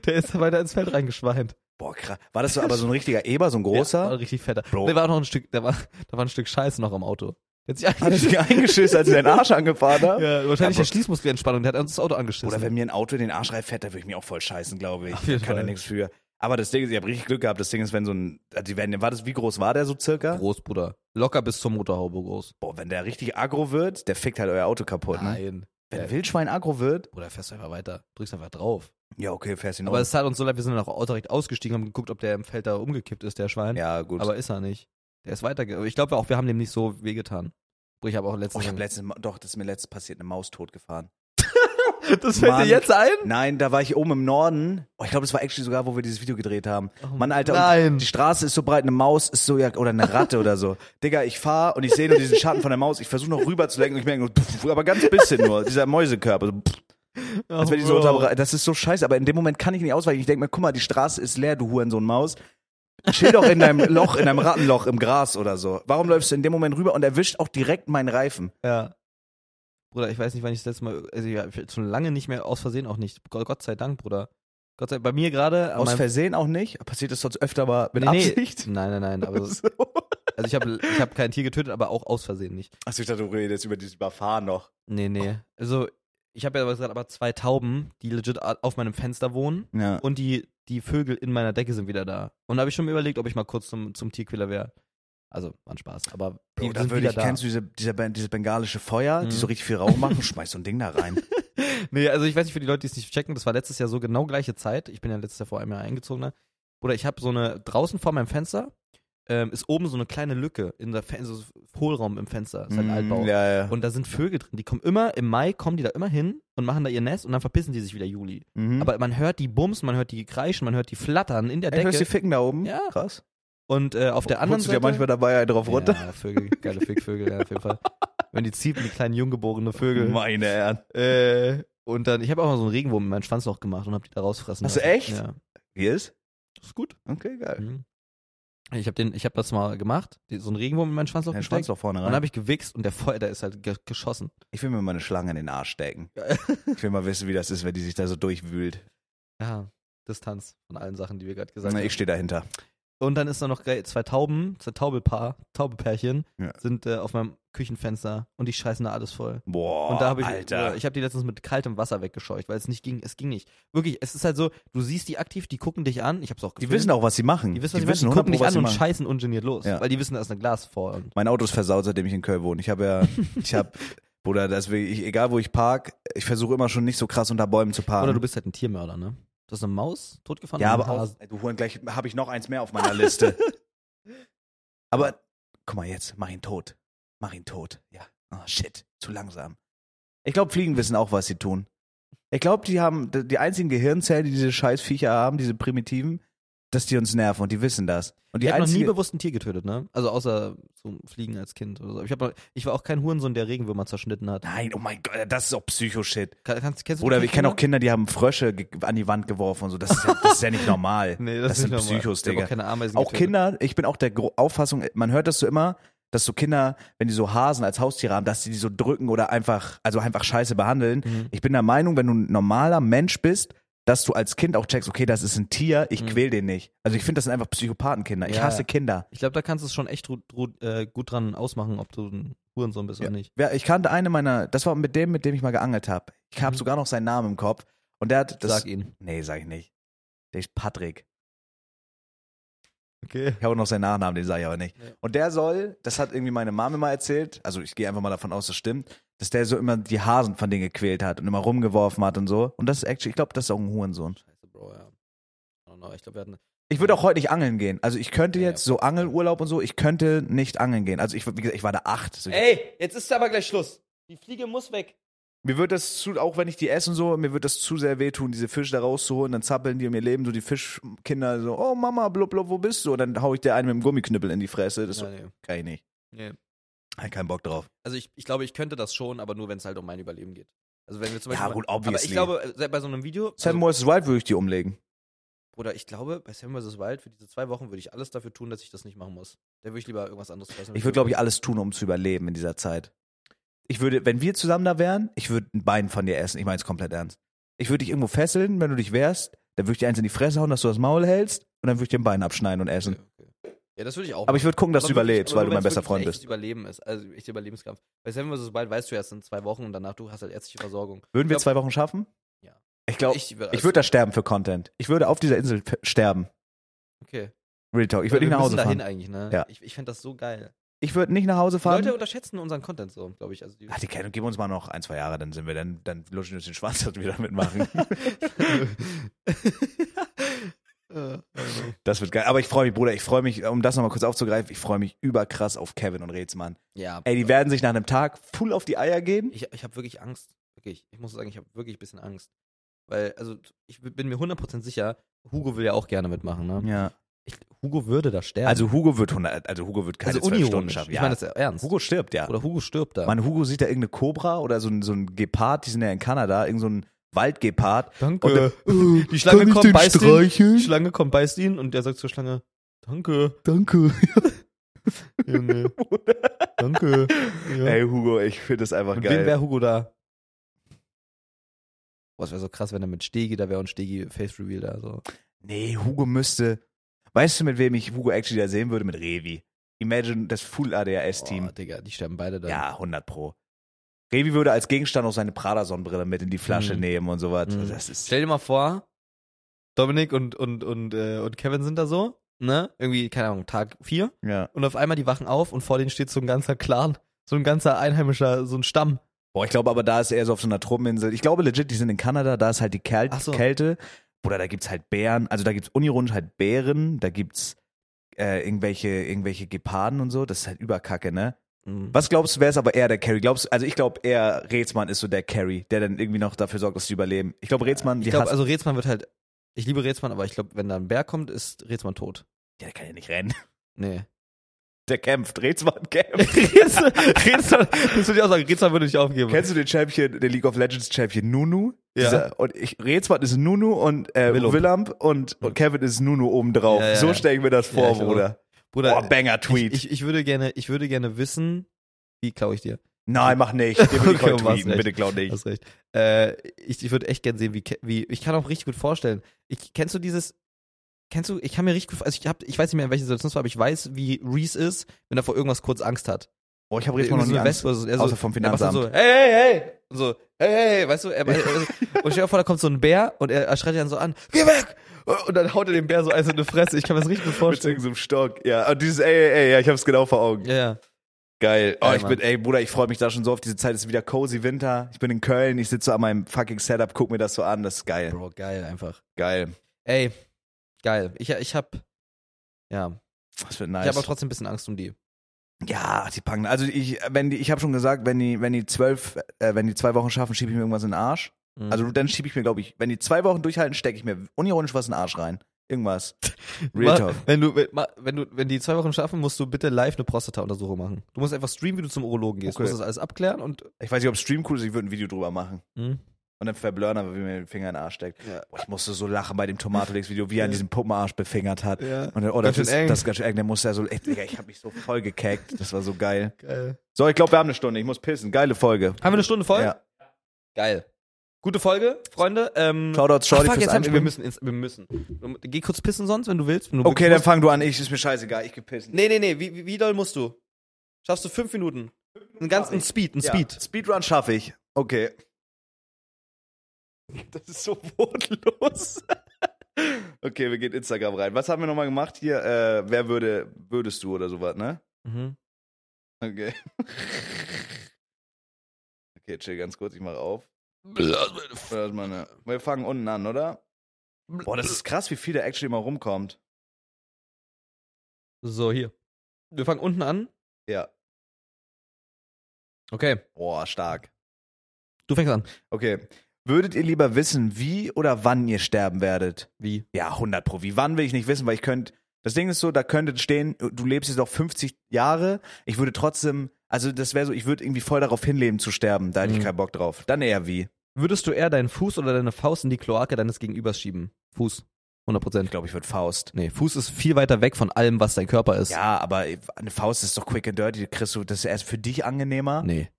S1: Der ist dann weiter ins Feld reingeschweint.
S2: Boah, krass. War das so, aber so ein richtiger Eber, so ein
S1: Ja,
S2: großer?
S1: war richtig fetter.
S2: Bro.
S1: Der war auch noch ein Stück, der war, da war ein Stück Scheiße noch am Auto. Der hat sich
S2: Hat er
S1: eigentlich,
S2: sich eingeschissen, als er den Arsch angefahren hat?
S1: ja, wahrscheinlich
S2: Ja, Bro.
S1: der Schließmuskelentspannung, der hat uns das Auto angeschissen.
S2: Oder wenn mir ein Auto den Arsch reif fährt, da würde ich mich auch voll scheißen, glaube ich.
S1: Auf jeden
S2: Kann da
S1: Fall.
S2: nichts für. Aber das Ding ist, ich habe richtig Glück gehabt. Das Ding ist, wenn so ein, also die werden, war das, wie groß war der so circa?
S1: groß, Bruder. Locker bis zur Motorhaube groß.
S2: Boah, wenn der richtig aggro wird, der fickt halt euer Auto kaputt, ne?
S1: Nein.
S2: Wenn ein Wildschwein aggro wird,
S1: Bruder, fährst du einfach weiter. Drückst einfach drauf.
S2: ja, okay, fährst ihn
S1: Aber
S2: um.
S1: es hat uns so leid, wir sind dann auch direkt ausgestiegen, haben geguckt, ob der im Feld da umgekippt ist, der Schwein.
S2: Ja, gut.
S1: Aber ist er nicht. Der ist weitergegangen. Ich glaube auch, wir haben dem nicht so wehgetan. Bruder, ich habe auch
S2: oh,
S1: letztens.
S2: ich habe letztens, doch, das ist mir letztens passiert, eine Maus totgefahren.
S1: das
S2: fällt dir Mann. jetzt
S1: ein?
S2: Nein, da war ich oben im Norden. Oh, ich glaube, das war actually sogar, wo wir dieses Video gedreht haben.
S1: Oh,
S2: Mann, Alter,
S1: nein.
S2: Und die Straße ist so breit, eine Maus ist so, ja, oder eine Ratte oder so. Digga, ich fahre und ich sehe nur diesen Schatten von der Maus. Ich versuche noch rüber zu lenken und ich merke nur, pff, aber ganz bisschen nur, dieser Mäusekörper. So, pff, als wenn die so
S1: Oh.
S2: unter, Das ist so scheiße, aber in dem Moment kann ich nicht ausweichen. Ich denke mir, guck mal, die Straße ist leer, du Hurensohn-Maus. Chill doch in deinem Loch, in deinem Rattenloch im Gras oder so. Warum läufst du in dem Moment rüber und erwischt auch direkt meinen Reifen?
S1: Ja. Bruder, ich weiß nicht, wann ich das letzte Mal, also ja, schon lange nicht mehr, aus Versehen auch nicht. Gott, Gott sei Dank, Bruder. Gott sei Dank, bei mir gerade. an
S2: Aus
S1: meinem-
S2: Versehen auch nicht? Passiert das sonst öfter mal mit
S1: Nee, nee.
S2: Absicht?
S1: Nein, nein, nein. Aber, also
S2: So.
S1: ich habe ich hab kein Tier getötet, aber auch aus Versehen nicht.
S2: Achso, ich dachte, du redest über dieses Überfahren noch.
S1: Nee, nee. Also, ich habe ja aber gesagt, aber zwei Tauben, die legit a- auf meinem Fenster wohnen
S2: Ja.
S1: und die, die Vögel in meiner Decke sind wieder da. Und da habe ich schon überlegt, ob ich mal kurz zum, zum Tierquäler wäre. Also, war ein Spaß. Aber die
S2: Bro, dann
S1: sind
S2: würde
S1: wieder
S2: ich,
S1: da.
S2: kennst du diese, dieser, Ben- dieses bengalische Feuer,
S1: Mhm.
S2: die so richtig viel Rauch machen, schmeiß so ein Ding da rein.
S1: Nee, also ich weiß nicht, für die Leute, die es nicht checken, das war letztes Jahr so genau gleiche Zeit. Ich bin ja letztes Jahr vor einem Jahr eingezogen. Ne? Oder ich habe so eine, draußen vor meinem Fenster ähm, ist oben so eine kleine Lücke in der Fen so Hohlraum im Fenster, ist halt
S2: Mm,
S1: Altbau.
S2: Ja, ja.
S1: Und da sind Vögel drin, die kommen immer, im Mai kommen die da immer hin und machen da ihr Nest und dann verpissen die sich wieder Juli.
S2: mhm.
S1: Aber man hört die bumsen, man hört die kreischen, man hört die flattern in der
S2: Ey, hörst du
S1: Decke.
S2: die Ficken da oben?
S1: Ja.
S2: Krass.
S1: Und äh, auf der anderen
S2: Holst du
S1: Seite.
S2: dir manchmal dabei einen drauf runter?
S1: ja, Vögel, geile Fickvögel, ja, auf jeden Fall. Wenn die ziepen, die kleinen junggeborenen Vögel.
S2: Meine Herren.
S1: Äh, und dann, ich habe auch mal so einen Regenwurm in meinen Schwanzloch gemacht und habe die da rausfressen
S2: Hast du
S1: lassen.
S2: echt?
S1: Ja.
S2: Wie ist?
S1: Das ist gut.
S2: Okay, geil.
S1: Mhm. Ich habe den, ich habe das mal gemacht, die, so einen Regenwurm in meinen Schwanzloch
S2: Dein
S1: gesteckt.
S2: Schwanz ne? doch vorne
S1: und dann
S2: rein.
S1: habe ich gewichst und der Feuer, der ist halt ge geschossen.
S2: Ich will mir mal eine Schlange in den Arsch stecken. Ich will mal wissen, wie das ist, wenn die sich da so durchwühlt.
S1: Ja, Distanz von allen Sachen, die wir gerade gesagt
S2: Na,
S1: haben.
S2: ich stehe dahinter.
S1: Und dann ist da noch geil, zwei Tauben, zwei Taubelpaar, Taubepärchen
S2: Ja.
S1: sind äh, auf meinem Küchenfenster und die scheißen da alles voll.
S2: Boah,
S1: Und da habe ich,
S2: Oh,
S1: äh,
S2: Alter.
S1: ich habe die letztens mit kaltem Wasser weggescheucht, weil es nicht ging, es ging nicht. Wirklich, es ist halt so, du siehst die aktiv, die gucken dich an, ich habe es auch
S2: die
S1: gefilmt.
S2: wissen auch, was sie machen.
S1: Die wissen, die wissen gucken
S2: 100
S1: nicht
S2: Pro, was
S1: an
S2: sie
S1: und
S2: machen.
S1: scheißen ungeniert los,
S2: Ja.
S1: weil die wissen, da ist ein Glas vor. Und
S2: Mein Auto ist versaut, seitdem ich in Köln wohne. Ich habe ja, ich habe Bruder, deswegen, ich, egal wo ich park, ich versuche immer schon nicht so krass unter Bäumen zu parken.
S1: Oder du bist halt ein Tiermörder, ne? Du hast eine Maus totgefahren.
S2: ja,
S1: und
S2: aber
S1: einen
S2: auch,
S1: Hasen.
S2: du Huren, gleich habe ich noch eins mehr auf meiner Liste. aber, guck mal jetzt, mach ihn tot. Mach ihn tot. Ja. Oh, shit, zu langsam. Ich glaube, Fliegen wissen auch, was sie tun. Ich glaube, die haben, d- die einzigen Gehirnzellen, die diese scheiß Viecher haben, diese primitiven, dass die uns nerven und die wissen das. Und die
S1: Ich habe noch nie
S2: einzige,
S1: bewusst ein Tier getötet, ne? Also außer so Fliegen als Kind oder so. Ich, hab, noch- ich war auch kein Hurensohn, der Regenwürmer zerschnitten hat.
S2: Nein, oh mein Gott, das ist auch Psycho-Shit.
S1: Kann, kannst, kennst du
S2: Oder
S1: die
S2: ich kenne auch
S1: Kinder?
S2: Kinder, die haben Frösche ge- an die Wand geworfen und so. Das ist ja, das ist ja nicht normal.
S1: Nee,
S2: das
S1: das,
S2: sind
S1: ist nicht normal.
S2: Psychos,
S1: Ich hab
S2: Digga.
S1: Auch, keine Ameisen
S2: Auch
S1: getötet.
S2: Kinder, ich bin auch der Gro- Auffassung, man hört das so immer, dass so Kinder, wenn die so Hasen als Haustiere haben, dass die die so drücken oder einfach, also einfach scheiße behandeln.
S1: Mhm.
S2: Ich bin der Meinung, wenn du ein normaler Mensch bist, dass du als Kind auch checkst, okay, das ist ein Tier, ich
S1: Mhm.
S2: quäl den nicht. Also ich finde, das sind einfach Psychopathenkinder. Ich
S1: Ja,
S2: hasse
S1: ja.
S2: Kinder.
S1: Ich glaube, da kannst du es schon echt dru- dru- äh, gut dran ausmachen, ob du ein Hurensohn bist
S2: Ja.
S1: oder nicht.
S2: Ja, ich kannte eine meiner, das war mit dem, mit dem ich mal geangelt habe. Ich habe
S1: Mhm.
S2: sogar noch seinen Namen im Kopf. Und der hat das.
S1: Sag ihn.
S2: Nee, sag ich nicht. Der ist Patrick.
S1: Okay.
S2: Ich habe auch noch seinen Nachnamen, den sage ich aber nicht.
S1: Ja.
S2: Und der soll, das hat irgendwie meine Mama mal erzählt, also ich gehe einfach mal davon aus, das stimmt, dass der so immer die Hasen von denen gequält hat und immer rumgeworfen hat und so. Und das ist actually, ich glaube, das ist auch ein Hurensohn.
S1: Scheiße, Bro, ja. I don't know. Ich glaube, wir hatten.
S2: Ich würde auch heute nicht angeln gehen. Also ich könnte
S1: Ja,
S2: jetzt so Angelurlaub und so, ich könnte nicht angeln gehen. Also ich, wie gesagt, ich war da acht. So ich,
S1: Ey, jetzt ist aber gleich Schluss. Die Fliege muss weg.
S2: Mir wird das zu, auch wenn ich die esse und so, mir wird das zu sehr wehtun, diese Fische da rauszuholen, dann zappeln die um ihr Leben, so die Fischkinder so, oh Mama, blub, blub, wo bist du? Und dann hau ich der einen mit dem Gummiknüppel in die Fresse. Das
S1: Ja, nee.
S2: kann ich nicht.
S1: Nee.
S2: Hab keinen Bock drauf.
S1: Also ich, ich glaube, ich könnte das schon, aber nur, wenn es halt um mein Überleben geht. Also wenn wir zum
S2: Ja,
S1: Beispiel.
S2: gut,
S1: aber ich
S2: obviously.
S1: glaube, äh, bei so einem Video.
S2: Sam
S1: also,
S2: Morris Wild würde ich die umlegen.
S1: Bruder, ich glaube, bei Sam vs. Wild für diese zwei Wochen würde ich alles dafür tun, dass ich das nicht machen muss. Da würde ich lieber irgendwas anderes fressen.
S2: Ich würde, glaube ich, alles tun, um zu überleben in dieser Zeit. Ich würde, wenn wir zusammen da wären, ich würde ein Bein von dir essen. Ich meine es komplett ernst. Ich würde dich irgendwo fesseln, wenn du dich wehrst. Dann würde ich dir eins in die Fresse hauen, dass du das Maul hälst. Und dann würde ich dir ein Bein abschneiden und essen.
S1: Okay, okay. Ja, das würde ich auch.
S2: Aber ich würde gucken, dass du
S1: Aber wirklich-
S2: überlebst,
S1: aber
S2: weil
S1: nur,
S2: du mein
S1: wenn's
S2: bester
S1: wirklich
S2: Freund
S1: ein echtes
S2: bist.
S1: Überleben ist, also echt Überlebenskampf. Bei Sam vs. Wild weißt du erst in zwei Wochen und danach du hast halt ärztliche Versorgung.
S2: Würden wir
S1: glaub-
S2: zwei Wochen schaffen?
S1: Ja.
S2: Ich glaube, ich,
S1: ich also würd-
S2: würde da sterben für Content. Ich würde auf dieser Insel f- sterben.
S1: Okay.
S2: Real Talk. Ich würde
S1: Wir
S2: nicht nach
S1: müssen
S2: Hause
S1: dahin
S2: fahren.
S1: eigentlich, ne?
S2: Ja.
S1: Ich, ich fände das so geil.
S2: Ich würde nicht nach Hause
S1: Die Leute
S2: fahren.
S1: unterschätzen unseren Content so, glaube ich. Also die,
S2: Ach, die kennen, gib uns mal noch ein, zwei Jahre, dann sind wir, dann, dann lutschen wir uns den Schwanz, dass wir damit machen.
S1: Äh,
S2: Das wird geil. Aber ich freue mich, Bruder, ich freue mich, um das nochmal kurz aufzugreifen, ich freue mich überkrass auf Kevin und Rätsmann.
S1: ja.
S2: Ey, die werden sich nach einem Tag full auf die Eier gehen.
S1: Ich, ich habe wirklich Angst. Wirklich. Ich muss sagen, ich habe wirklich ein bisschen Angst. Weil, also, ich bin mir 100% sicher, Hugo will ja auch gerne mitmachen, ne?
S2: Ja.
S1: Ich, Hugo würde da sterben.
S2: Also Hugo wird 100, also Hugo wird keine
S1: also
S2: also zwölf Stunden schaffen.
S1: Ich
S2: Ja.
S1: meine das ernst.
S2: Hugo stirbt, ja.
S1: Oder Hugo stirbt da.
S2: Mann, Hugo sieht da irgendeine Kobra oder so ein, so ein Gepard, die sind ja in Kanada, irgend so ein Waldgepard.
S1: danke.
S2: Und
S1: die Schlange
S2: uh, kann ich
S1: kommt,
S2: den
S1: beißt ihn.
S2: streicheln?
S1: Die Schlange kommt, beißt ihn und der sagt zur Schlange, danke,
S2: Danke.
S1: Junge. danke. Ja.
S2: Ey, Hugo, ich finde das einfach
S1: mit wem
S2: geil.
S1: wäre Hugo da? Boah, es wäre so krass, wenn er mit Stegi da wäre und Stegi Face Reveal da so.
S2: nee, Hugo müsste. Weißt du, mit wem ich Hugo actually da sehen würde? Mit Revi. Imagine das Full ADHS-Team.
S1: Boah, Digga, die sterben beide dann.
S2: Ja, 100 Pro. Revi würde als Gegenstand auch seine Prada-Sonnenbrille mit in die Flasche
S1: Mhm.
S2: nehmen und sowas.
S1: Mhm.
S2: Das ist
S1: Stell dir mal vor, Dominik und, und, und, äh, und Kevin sind da so, ne? Irgendwie, keine Ahnung, Tag 4.
S2: ja.
S1: Und auf einmal die wachen auf und vor denen steht so ein ganzer Clan, so ein ganzer einheimischer, so ein Stamm.
S2: Boah, ich glaube aber, da ist eher so auf so einer Truppeninsel. Ich glaube legit, die sind in Kanada, da ist halt die Käl
S1: Ach so.
S2: Kälte. Oder da gibt's halt Bären, also da gibt's unironisch halt Bären, da gibt's äh, irgendwelche, irgendwelche Geparden und so. Das ist halt überkacke, ne?
S1: Was?
S2: Was glaubst du, wer ist aber eher der Carry? Glaubst also ich glaube eher Rätsmann ist so der Carry, der dann irgendwie noch dafür sorgt, dass sie überleben. Ich glaube, Rätsmann,
S1: Ich
S2: die
S1: glaube,
S2: hasst-
S1: also Rätsmann wird halt. Ich liebe Rätsmann, aber ich glaube, wenn da ein Bär kommt, ist Rätsmann tot.
S2: ja, der kann ja nicht rennen.
S1: Nee.
S2: Der kämpft, Rätsmann kämpft.
S1: Rätsmann, Rätsmann, das würde ich auch sagen, Rätsmann würde ich aufgeben.
S2: Kennst du den Champion, den League of Legends Champion Nunu?
S1: Ja.
S2: Dieser, und ich Rätsmann ist Nunu und äh,
S1: Willump.
S2: Willump und, und Kevin ist Nunu obendrauf.
S1: Ja, ja,
S2: so
S1: ja.
S2: stelle ich mir das vor,
S1: ich glaub
S2: Bruder.
S1: Bruder,
S2: Boah, banger Tweet.
S1: Ich, ich, ich würde gerne, ich würde gerne wissen, wie klaue ich dir?
S2: Nein, mach nicht. Den will ich
S1: Okay,
S2: heute
S1: war's
S2: tweeten.
S1: recht.
S2: Bitte glaub nicht.
S1: Hast recht. Äh, ich ich würde echt gerne sehen, wie, Ke- wie, ich kann auch richtig gut vorstellen. Ich, kennst du dieses, kennst du, ich kann mir richtig gut, also ich hab, ich weiß nicht mehr, in welcher Situation es war, aber ich weiß, wie Reese ist, wenn er vor irgendwas kurz Angst hat.
S2: Boah, ich habe
S1: Irgendwie
S2: Rätsmann noch
S1: so
S2: nie
S1: eine
S2: Angst.
S1: Wespe oder so. Er so-
S2: Außer vom
S1: er macht dann
S2: Finanzamt.
S1: so, hey, hey, hey. Und so, hey, hey, hey, weißt du, er, er, und stell dir vor, da kommt so ein Bär und er, er schreit ihn dann so an, geh weg! Und dann haut er dem Bär so eins in die Fresse. Ich kann mir das richtig gut
S2: Mit
S1: vorstellen.
S2: irgendeinem Stock. Ja, und dieses ey, ey, ey, ja, ich hab's genau vor Augen.
S1: Ja, ja.
S2: Geil. Oh,
S1: Geil,
S2: ich
S1: Mann.
S2: bin, ey, Bruder, ich freue mich da schon so auf diese Zeit. Es ist wieder cozy Winter. Ich bin in Köln. Ich sitze an meinem fucking Setup, guck mir das so an. Das ist geil.
S1: Bro, geil einfach.
S2: Geil.
S1: Ey, geil. Ich, ich hab. Ja.
S2: Was für
S1: Ich
S2: nice.
S1: hab aber trotzdem ein bisschen Angst um die.
S2: ja, die Pangen. Also ich, wenn die, ich habe schon gesagt, wenn die, wenn die zwölf, äh, wenn die zwei Wochen schaffen, schiebe ich mir irgendwas in den Arsch.
S1: Mhm.
S2: Also dann schiebe ich mir, glaube ich, wenn die zwei Wochen durchhalten, stecke ich mir unironisch was in den Arsch rein. Irgendwas. Real
S1: Ma-
S2: Talk.
S1: Wenn du, wenn- ma- wenn du, wenn die zwei Wochen schaffen, musst du bitte live eine Prostata-Untersuchung machen. Du musst einfach streamen, wie du zum Urologen gehst.
S2: Okay.
S1: Du musst das alles abklären und.
S2: Ich weiß nicht, ob Stream cool ist, ich würde ein Video drüber machen. Und dann verblören, aber wie mir den Finger in den Arsch steckt.
S1: Ja.
S2: Boah, ich musste so lachen bei dem Tomatolix-Video, wie er
S1: Ja.
S2: an diesem Puppenarsch befingert hat.
S1: Ja.
S2: Und dann, oh, das,
S1: Ganz schön
S2: ist,
S1: eng.
S2: das ist ganz schön eng. Der musste ja so, ey, Digga, ich habe mich so voll gekackt. Das war so geil.
S1: Geil.
S2: So, ich glaube, wir haben eine Stunde. Ich muss pissen. Geile Folge.
S1: Haben wir eine Stunde voll?
S2: Ja.
S1: Geil. Gute Folge, Freunde. Ähm,
S2: Shoutouts,
S1: Ach,
S2: Shorty
S1: fuck,
S2: fürs
S1: jetzt haben wir, wir
S2: Einspringen.
S1: müssen, ins, wir müssen. Du- Geh kurz pissen sonst, wenn du willst. Wenn du
S2: Okay, dann
S1: wirklich
S2: fang du an. Ich, ist mir scheißegal. Ich gepissen.
S1: musst. Nee, nee, nee. Wie, wie- wie doll musst du? Schaffst du fünf Minuten? Einen ganzen Speed, ein
S2: Ja.
S1: Speed.
S2: Speedrun schaffe ich. Okay. Das ist so bodenlos. okay, wir gehen Instagram rein. Was haben wir nochmal gemacht hier? Äh, wer würde, würdest du oder sowas, ne?
S1: Mhm.
S2: Okay. Okay, chill ganz kurz, ich mache auf. Warte mal, ne. Wir fangen unten an, oder? Boah, das ist krass, wie viel da actually mal rumkommt.
S1: So, hier. Wir fangen unten an.
S2: Ja.
S1: Okay.
S2: Boah, stark.
S1: Du fängst an.
S2: Okay. Würdet ihr lieber wissen, wie oder wann ihr sterben werdet?
S1: Wie?
S2: Ja, 100 Pro. Wie wann will ich nicht wissen, weil ich könnte. Das Ding ist so, da könnte stehen, du lebst jetzt noch 50 Jahre. Ich würde trotzdem, also das wäre so, ich würde irgendwie voll darauf hinleben zu sterben. Da hätte ich
S1: Mhm.
S2: keinen Bock drauf. Dann eher wie.
S1: Würdest du eher deinen Fuß oder deine Faust in die Kloake deines Gegenübers schieben? Fuß. 100
S2: Ich
S1: Prozent.
S2: glaube, ich würde Faust.
S1: Nee, Fuß ist viel weiter weg von allem, was dein Körper ist.
S2: Ja, aber eine Faust ist doch quick and dirty. Chris, du- das ist erst für dich angenehmer.
S1: Nee.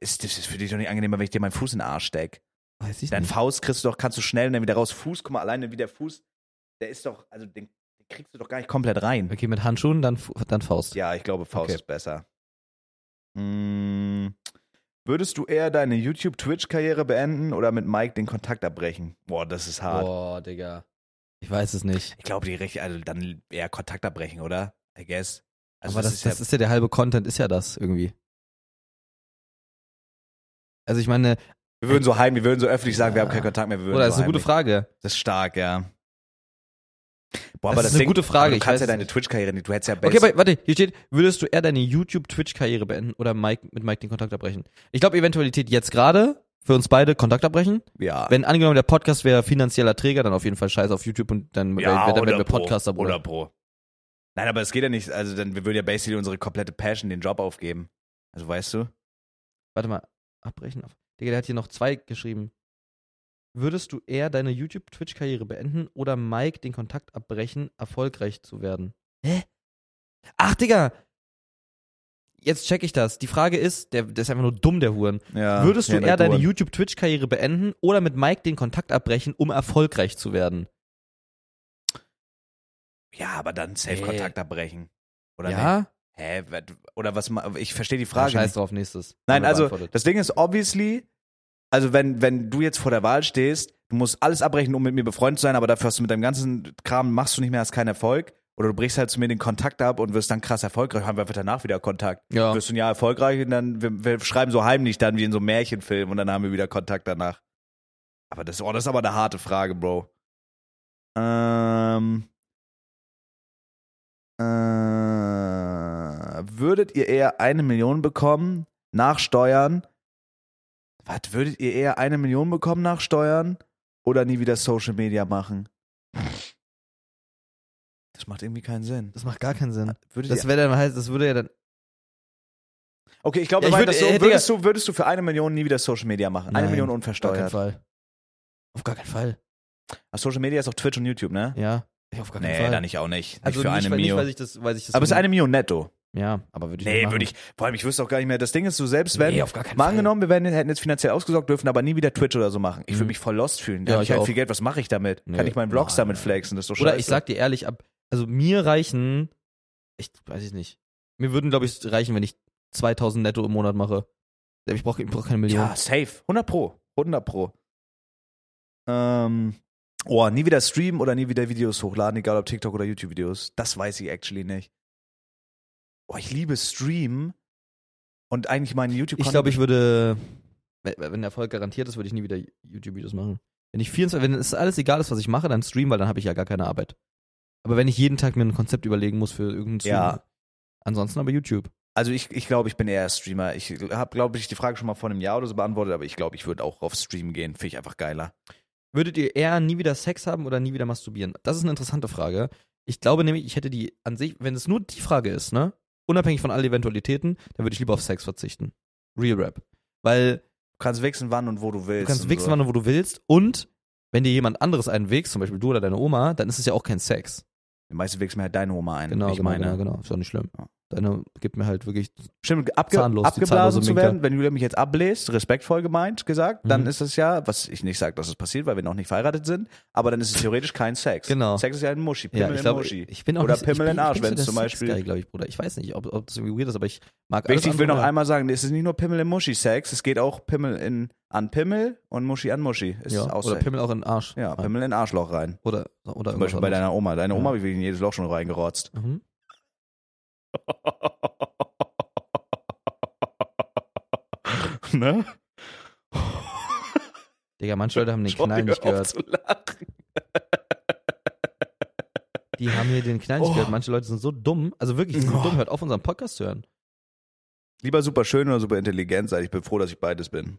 S2: Ist, das ist für dich doch nicht angenehmer, wenn ich dir meinen Fuß in den Arsch steck.
S1: Weiß ich
S2: Dein Faust kriegst du doch, kannst du schnell und dann wieder raus. Fuß, guck mal, alleine wie der Fuß, der ist doch, also den, den kriegst du doch gar nicht komplett rein.
S1: Okay, mit Handschuhen, dann, Fu- dann Faust.
S2: Ja, ich glaube, Faust
S1: Okay.
S2: ist besser. Mm, würdest du eher deine YouTube-Twitch-Karriere beenden oder mit Mike den Kontakt abbrechen? Boah, das ist hart.
S1: Boah, Digga. Ich weiß es nicht.
S2: Ich glaube, die richtig, also dann eher Kontakt abbrechen, oder? I guess. Also
S1: Aber das, das, ist ja der halbe Content, ist ja das irgendwie. Also ich meine,
S2: wir würden so heim, wir würden so öffentlich sagen, wir haben
S1: Ja.
S2: keinen Kontakt mehr. Wir würden
S1: oder das
S2: so
S1: ist eine gute
S2: heimlich-
S1: Frage.
S2: Das ist stark, ja. Boah,
S1: Das ist eine gute Frage,
S2: aber Du
S1: ich
S2: kannst
S1: weiß
S2: ja
S1: es
S2: deine
S1: nicht.
S2: Twitch-Karriere nicht. Du hättest ja
S1: Okay,
S2: best-
S1: aber warte, hier steht, würdest du eher deine YouTube-Twitch-Karriere beenden oder Mike, mit Mike den Kontakt abbrechen? Ich glaube, Eventualität jetzt gerade, für uns beide, Kontakt abbrechen.
S2: ja.
S1: Wenn angenommen, der Podcast wäre finanzieller Träger, dann auf jeden Fall scheiß auf YouTube und dann
S2: ja,
S1: wär- dann
S2: oder
S1: wären wir
S2: pro,
S1: Podcaster, Bruder.
S2: Oder pro. Nein, aber es geht ja nicht. Also, dann, wir würden ja basically unsere komplette Passion, den Job aufgeben. Also, weißt du?
S1: Warte mal, abbrechen. auf- Digga, der hat hier noch zwei geschrieben. Würdest du eher deine YouTube-Twitch-Karriere beenden oder Mike den Kontakt abbrechen, erfolgreich zu werden? Hä? Ach, Digga! Jetzt check ich das. Die Frage ist, der, der ist einfach nur dumm, der Huren.
S2: Ja,
S1: Würdest du
S2: ja,
S1: eher deine
S2: Uhren.
S1: YouTube-Twitch-Karriere beenden oder mit Mike den Kontakt abbrechen, um erfolgreich zu werden?
S2: Ja, aber dann safe
S1: Nee.
S2: Kontakt abbrechen. Oder nicht?
S1: ja?
S2: Hä? wer- Oder was? ma- Ich verstehe die
S1: Ah,
S2: Frage.
S1: scheiß
S2: nicht.
S1: drauf, nächstes.
S2: Nein,
S1: Haben wir
S2: also,
S1: beantwortet.
S2: das Ding ist, obviously, also, wenn, wenn du jetzt vor der Wahl stehst, du musst alles abbrechen, um mit mir befreundet zu sein, aber dafür hast du mit deinem ganzen Kram, machst du nicht mehr, hast keinen Erfolg. Oder du brichst halt zu mir den Kontakt ab und wirst dann krass erfolgreich, haben wir einfach danach wieder Kontakt.
S1: ja.
S2: wirst du ein Jahr erfolgreich und dann, wir, wir schreiben so heimlich dann wie in so einem Märchenfilm und dann haben wir wieder Kontakt danach. Aber das, oh, das ist aber eine harte Frage, Bro. Ähm, äh, würdet ihr eher eine Million bekommen nach Steuern? Was, würdet ihr eher eine Million bekommen nach Steuern oder nie wieder Social Media machen? Das macht irgendwie keinen Sinn.
S1: das macht gar keinen Sinn.
S2: Würdet ihr
S1: Das wäre dann halt, das würde ja dann
S2: Okay, ich glaube,
S1: Ja, ich
S2: ich würd,
S1: würd-
S2: so,
S1: äh,
S2: würdest, du, würdest du für eine Million nie wieder Social Media machen? Eine
S1: Nein,
S2: Million
S1: Auf gar keinen
S2: unversteuert.
S1: Fall. Auf gar keinen Fall.
S2: Ach, Social Media ist auch Twitch und YouTube, ne?
S1: Ja. Ich auf gar keinen
S2: nee,
S1: Fall.
S2: dann ich auch nicht. Nicht
S1: Also
S2: für
S1: nicht,
S2: eine
S1: weil, nicht,
S2: Million.
S1: weil ich das, weil ich das.
S2: aber es ist eine Million netto.
S1: Ja, aber würde ich. nicht
S2: Nee,
S1: machen.
S2: würde ich. Vor allem, ich wüsste auch gar nicht mehr. Das Ding ist so, selbst wenn.
S1: Nee, auf gar keinen
S2: mal
S1: Fall.
S2: angenommen, wir wären, hätten jetzt finanziell ausgesorgt, dürfen aber nie wieder Twitch oder so machen. Ich würde
S1: Mhm.
S2: mich voll lost fühlen. Da
S1: Ja,
S2: habe ich
S1: ich
S2: halt
S1: auch.
S2: viel Geld. Was mache ich damit?
S1: Nee.
S2: Kann ich meinen Vlogs
S1: Nein.
S2: damit flexen? Das ist doch scheiße.
S1: Oder ich sag dir ehrlich, ab, also mir reichen, ich weiß ich nicht. Mir würden glaube ich reichen, wenn ich 2000 Netto im Monat mache. Ich brauche ich brauch keine Million.
S2: Ja, safe. 100 Pro. 100 Pro. Ähm, oh, nie wieder streamen oder nie wieder Videos hochladen, egal ob TikTok oder YouTube-Videos. Das weiß ich actually nicht. Oh, ich liebe Streamen, Und eigentlich meinen youtube
S1: Ich glaube, ich würde, wenn- wenn der Erfolg garantiert ist, würde ich nie wieder YouTube-Videos machen. Wenn ich 24, wenn es alles egal ist, was ich mache, dann stream, weil dann habe ich ja gar keine Arbeit. Aber wenn ich jeden Tag mir ein Konzept überlegen muss für irgendeinen Stream,
S2: Ja.
S1: ansonsten aber YouTube.
S2: Also ich, ich glaube, ich bin eher Streamer. Ich habe, glaube ich, die Frage schon mal vor einem Jahr oder so beantwortet, aber ich glaube, ich würde auch auf Stream gehen. Finde ich einfach geiler.
S1: Würdet ihr eher nie wieder Sex haben oder nie wieder masturbieren? Das ist eine interessante Frage. Ich glaube nämlich, ich hätte die an sich, wenn es nur die Frage ist, ne? Unabhängig von allen Eventualitäten, dann würde ich lieber auf Sex verzichten. Real Rap. Weil
S2: Du kannst wichsen, wann und wo du willst.
S1: Du kannst
S2: und
S1: wichsen,
S2: so.
S1: wann und wo du willst. Und wenn dir jemand anderes einen wächst, zum Beispiel du oder deine Oma, dann ist es ja auch kein Sex.
S2: Die meisten wichsen mir halt deine Oma ein.
S1: Genau,
S2: ich
S1: genau,
S2: meine.
S1: genau, genau. Ist doch nicht schlimm.
S2: Ja.
S1: Deine gibt mir halt wirklich.
S2: Stimmt, abge
S1: Zahnlos, die
S2: abgeblasen
S1: zahnlose
S2: zu
S1: Minke.
S2: werden, wenn Julia mich jetzt abbläst, respektvoll gemeint, gesagt, dann
S1: Mhm.
S2: ist es ja, was ich nicht sage, dass es passiert, weil wir noch nicht verheiratet sind, aber dann ist es theoretisch kein Sex.
S1: Genau.
S2: Sex ist ja ein Muschi, Pimmel
S1: Ja, ich
S2: in
S1: glaube,
S2: Muschi.
S1: ich bin auch
S2: Oder
S1: nicht,
S2: Pimmel
S1: ich
S2: in
S1: bin, ich
S2: Arsch,
S1: bin
S2: wenn
S1: so
S2: zum
S1: der
S2: Beispiel-
S1: Sexguy, glaube ich, Bruder. Ich weiß nicht, ob, ob das irgendwie weird ist, aber ich mag alles
S2: Wichtig, ich will noch
S1: andere.
S2: einmal sagen, es ist nicht nur Pimmel in Muschi Sex, es geht auch Pimmel in, an Pimmel und Muschi an Muschi. Ist
S1: ja,
S2: auch
S1: Oder
S2: Sex.
S1: Pimmel auch in den Arsch.
S2: ja, Pimmel in Arschloch rein.
S1: Oder, oder
S2: Zum Beispiel bei
S1: irgendwas
S2: deiner Oma. Deine
S1: Ja.
S2: Oma hat in jedes Loch schon reingerotzt.
S1: anderes. Mhm.
S2: ne?
S1: Digga, manche Leute haben den Knall
S2: Sorry,
S1: nicht
S2: hör auf
S1: gehört.
S2: zu lachen.
S1: Die haben hier den Knall nicht
S2: Oh.
S1: gehört. Manche Leute sind so dumm. Also wirklich, die sind so
S2: Oh.
S1: dumm. Hört auf, unseren Podcast zu hören.
S2: Lieber super schön oder super intelligent sein. Ich bin froh, dass ich beides bin.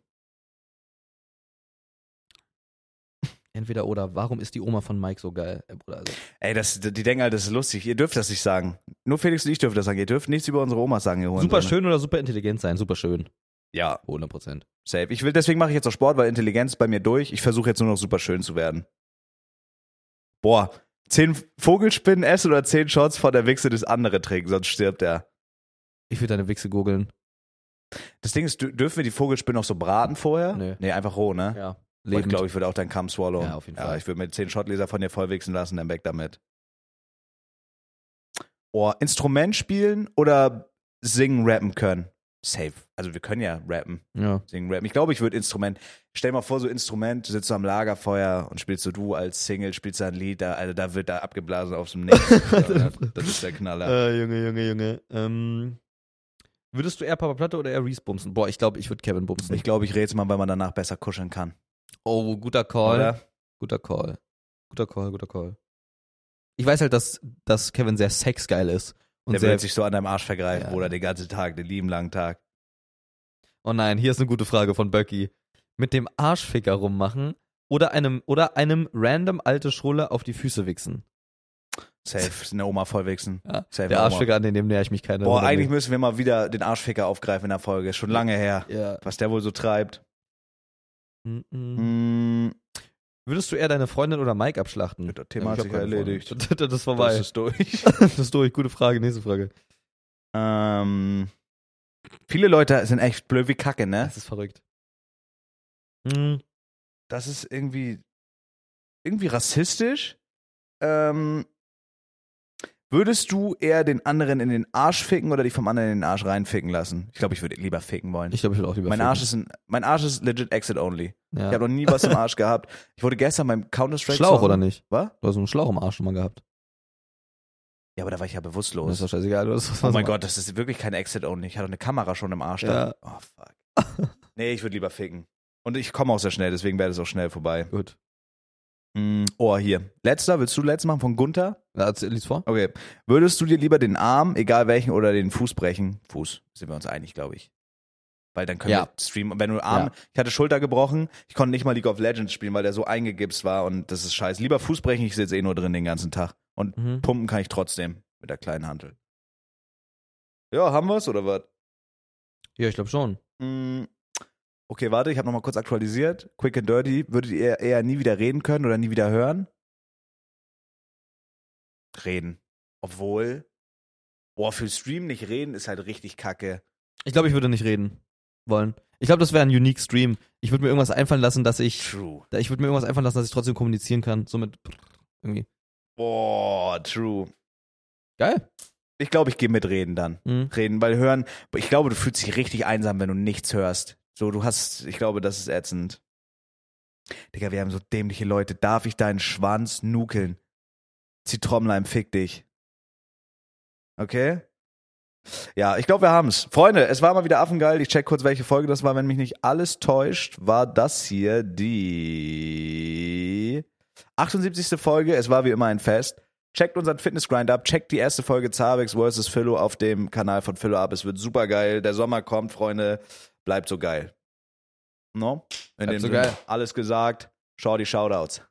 S1: Entweder oder. Warum ist die Oma von Mike so geil? Ey, Bruder, also,
S2: Ey, das, die denken halt, das ist lustig. Ihr dürft das nicht sagen. Nur Felix und ich dürfen das sagen. Ihr dürft nichts über unsere Omas sagen, ihr
S1: super
S2: Hurensöhne.
S1: schön oder super intelligent sein? Super schön.
S2: Ja,
S1: 100 Prozent.
S2: safe. Ich will, deswegen mache ich jetzt auch Sport, weil Intelligenz ist bei mir durch. Ich versuche jetzt nur noch super schön zu werden. Boah, zehn Vogelspinnen essen oder zehn Shots vor der Wichse des anderen trinken, sonst stirbt er.
S1: Ich will deine Wichse googeln.
S2: Das Ding ist, dür- dürfen wir die Vogelspinnen noch so braten vorher?
S1: Nö.
S2: Nee, einfach roh, ne?
S1: Ja.
S2: Lebend. Ich
S1: Lebend.
S2: glaube, ich würde auch deinen Kamm swallow.
S1: Ja, auf jeden Fall.
S2: ich würde mir zehn Shotleser von dir vollwichsen lassen, dann weg damit. Oh, Instrument spielen oder singen, rappen können? Safe. Also wir können ja rappen,
S1: ja.
S2: singen, rappen. Ich glaube, ich würde Instrument. Stell mal vor, so Instrument, du sitzt so am Lagerfeuer und spielst so du als Single, spielst da ein Lied, da, also da wird da abgeblasen aufs Nichts. Ja, das ist der Knaller.
S1: Äh, Junge, Junge, Junge. Ähm, würdest du eher Papa Platte oder eher Reese bumsen? Boah, ich glaube, ich würde Kevin bumsen.
S2: Ich glaube, ich rede mal, weil man danach besser kuscheln kann.
S1: oh, guter Call.
S2: Oder?
S1: Guter Call. Guter Call, guter Call. Ich weiß halt, dass, dass Kevin sehr sexgeil ist. Und
S2: Der
S1: sehr,
S2: wird sich so an deinem Arsch vergreifen,
S1: Ja.
S2: Bruder, den ganzen Tag, den lieben langen Tag.
S1: oh nein, hier ist eine gute Frage von Böcki. Mit dem Arschficker rummachen oder einem, oder einem random alte Schrulle auf die Füße wichsen.
S2: Safe, eine Oma vollwichsen.
S1: Ja,
S2: Safe
S1: der
S2: Oma.
S1: Arschficker, an den dem näher ich mich keine.
S2: Boah,
S1: Runde
S2: eigentlich müssen wir mal wieder den Arschficker aufgreifen in der Folge. Schon lange her.
S1: mehr. Ja.
S2: Was der wohl so treibt.
S1: Mm -mm.
S2: Mm,
S1: Würdest du eher deine Freundin oder Mike abschlachten?
S2: Ja, das Thema
S1: ich
S2: hat
S1: hab
S2: sich
S1: keine
S2: erledigt.
S1: Freundin. Das ist vorbei.
S2: das ist durch.
S1: Das ist durch. Gute Frage. Nächste Frage.
S2: ähm, viele Leute sind echt blöd wie Kacke, ne?
S1: Das ist verrückt. Hm,
S2: Das ist irgendwie, irgendwie rassistisch. Ähm, würdest du eher den anderen in den Arsch ficken oder dich vom anderen in den Arsch reinficken lassen? Ich glaube, ich würde lieber ficken wollen.
S1: Ich glaube, ich würde auch lieber.
S2: mein, Arsch ist ein, mein Arsch ist legit exit only.
S1: ja.
S2: Ich habe noch nie was im Arsch gehabt. Ich wurde gestern beim Counter-Strike.
S1: Schlauch oder nicht?
S2: Was?
S1: Du hast so einen Schlauch im Arsch schon mal gehabt.
S2: Ja, aber da war ich ja
S1: Das
S2: bewusstlos.
S1: ist doch scheißegal. Du hast
S2: Oh mein Gott, das ist wirklich kein Exit-Only. Ich hatte eine Kamera schon im Arsch. da. Oh, fuck. Nee, ich würde lieber ficken. Und ich komme auch sehr schnell, deswegen wäre das auch schnell vorbei.
S1: Gut.
S2: Mm, oh, hier. Letzter, willst du letztes machen von Gunther?
S1: Ja, Lies vor.
S2: Okay. Würdest du dir lieber den Arm, egal welchen, oder den Fuß brechen? Fuß, sind wir uns einig, glaube ich. Weil dann können
S1: Ja.
S2: wir streamen. Und Wenn du Arm,
S1: Ja.
S2: ich hatte Schulter gebrochen, ich konnte nicht mal League of Legends spielen, weil der so eingegipst war und das ist scheiße. Lieber Fuß brechen, ich sitze eh nur drin den ganzen Tag. Und
S1: Mhm.
S2: Pumpen kann ich trotzdem mit der kleinen Handel. Ja, haben wir's oder was?
S1: Ja, ich glaube schon.
S2: Mm, Okay, warte, ich habe nochmal kurz aktualisiert. Quick and Dirty, würdet ihr eher nie wieder reden können oder nie wieder hören? Reden. Obwohl, boah, für Stream nicht reden ist halt richtig kacke.
S1: Ich glaube, ich würde nicht reden wollen. Ich glaube, das wäre ein unique Stream. Ich würde mir irgendwas einfallen lassen, dass ich,
S2: True.
S1: ich würde mir irgendwas einfallen lassen, dass ich trotzdem kommunizieren kann. Somit irgendwie.
S2: Boah, true.
S1: Geil.
S2: Ich glaube, ich gehe mit reden dann.
S1: Mhm.
S2: Reden, weil hören, ich glaube, du fühlst dich richtig einsam, wenn du nichts hörst. So, du hast, ich glaube, das ist ätzend. Digga, wir haben so dämliche Leute. Darf ich deinen Schwanz nukeln? Zieh Trommlein, fick dich. Okay? Ja, ich glaube, wir haben's. Freunde, es war mal wieder affengeil. Ich check kurz, welche Folge das war. Wenn mich nicht alles täuscht, war das hier die 78. Folge. Es war wie immer ein Fest. Checkt unseren Fitnessgrind ab, checkt die erste Folge Zabex vs. Philo auf dem Kanal von Philo ab. Es wird super geil. Der Sommer kommt, Freunde. Bleibt so geil. No? In
S1: Bleibt
S2: dem
S1: so
S2: Sinne,
S1: geil.
S2: alles gesagt. Schau die Shoutouts.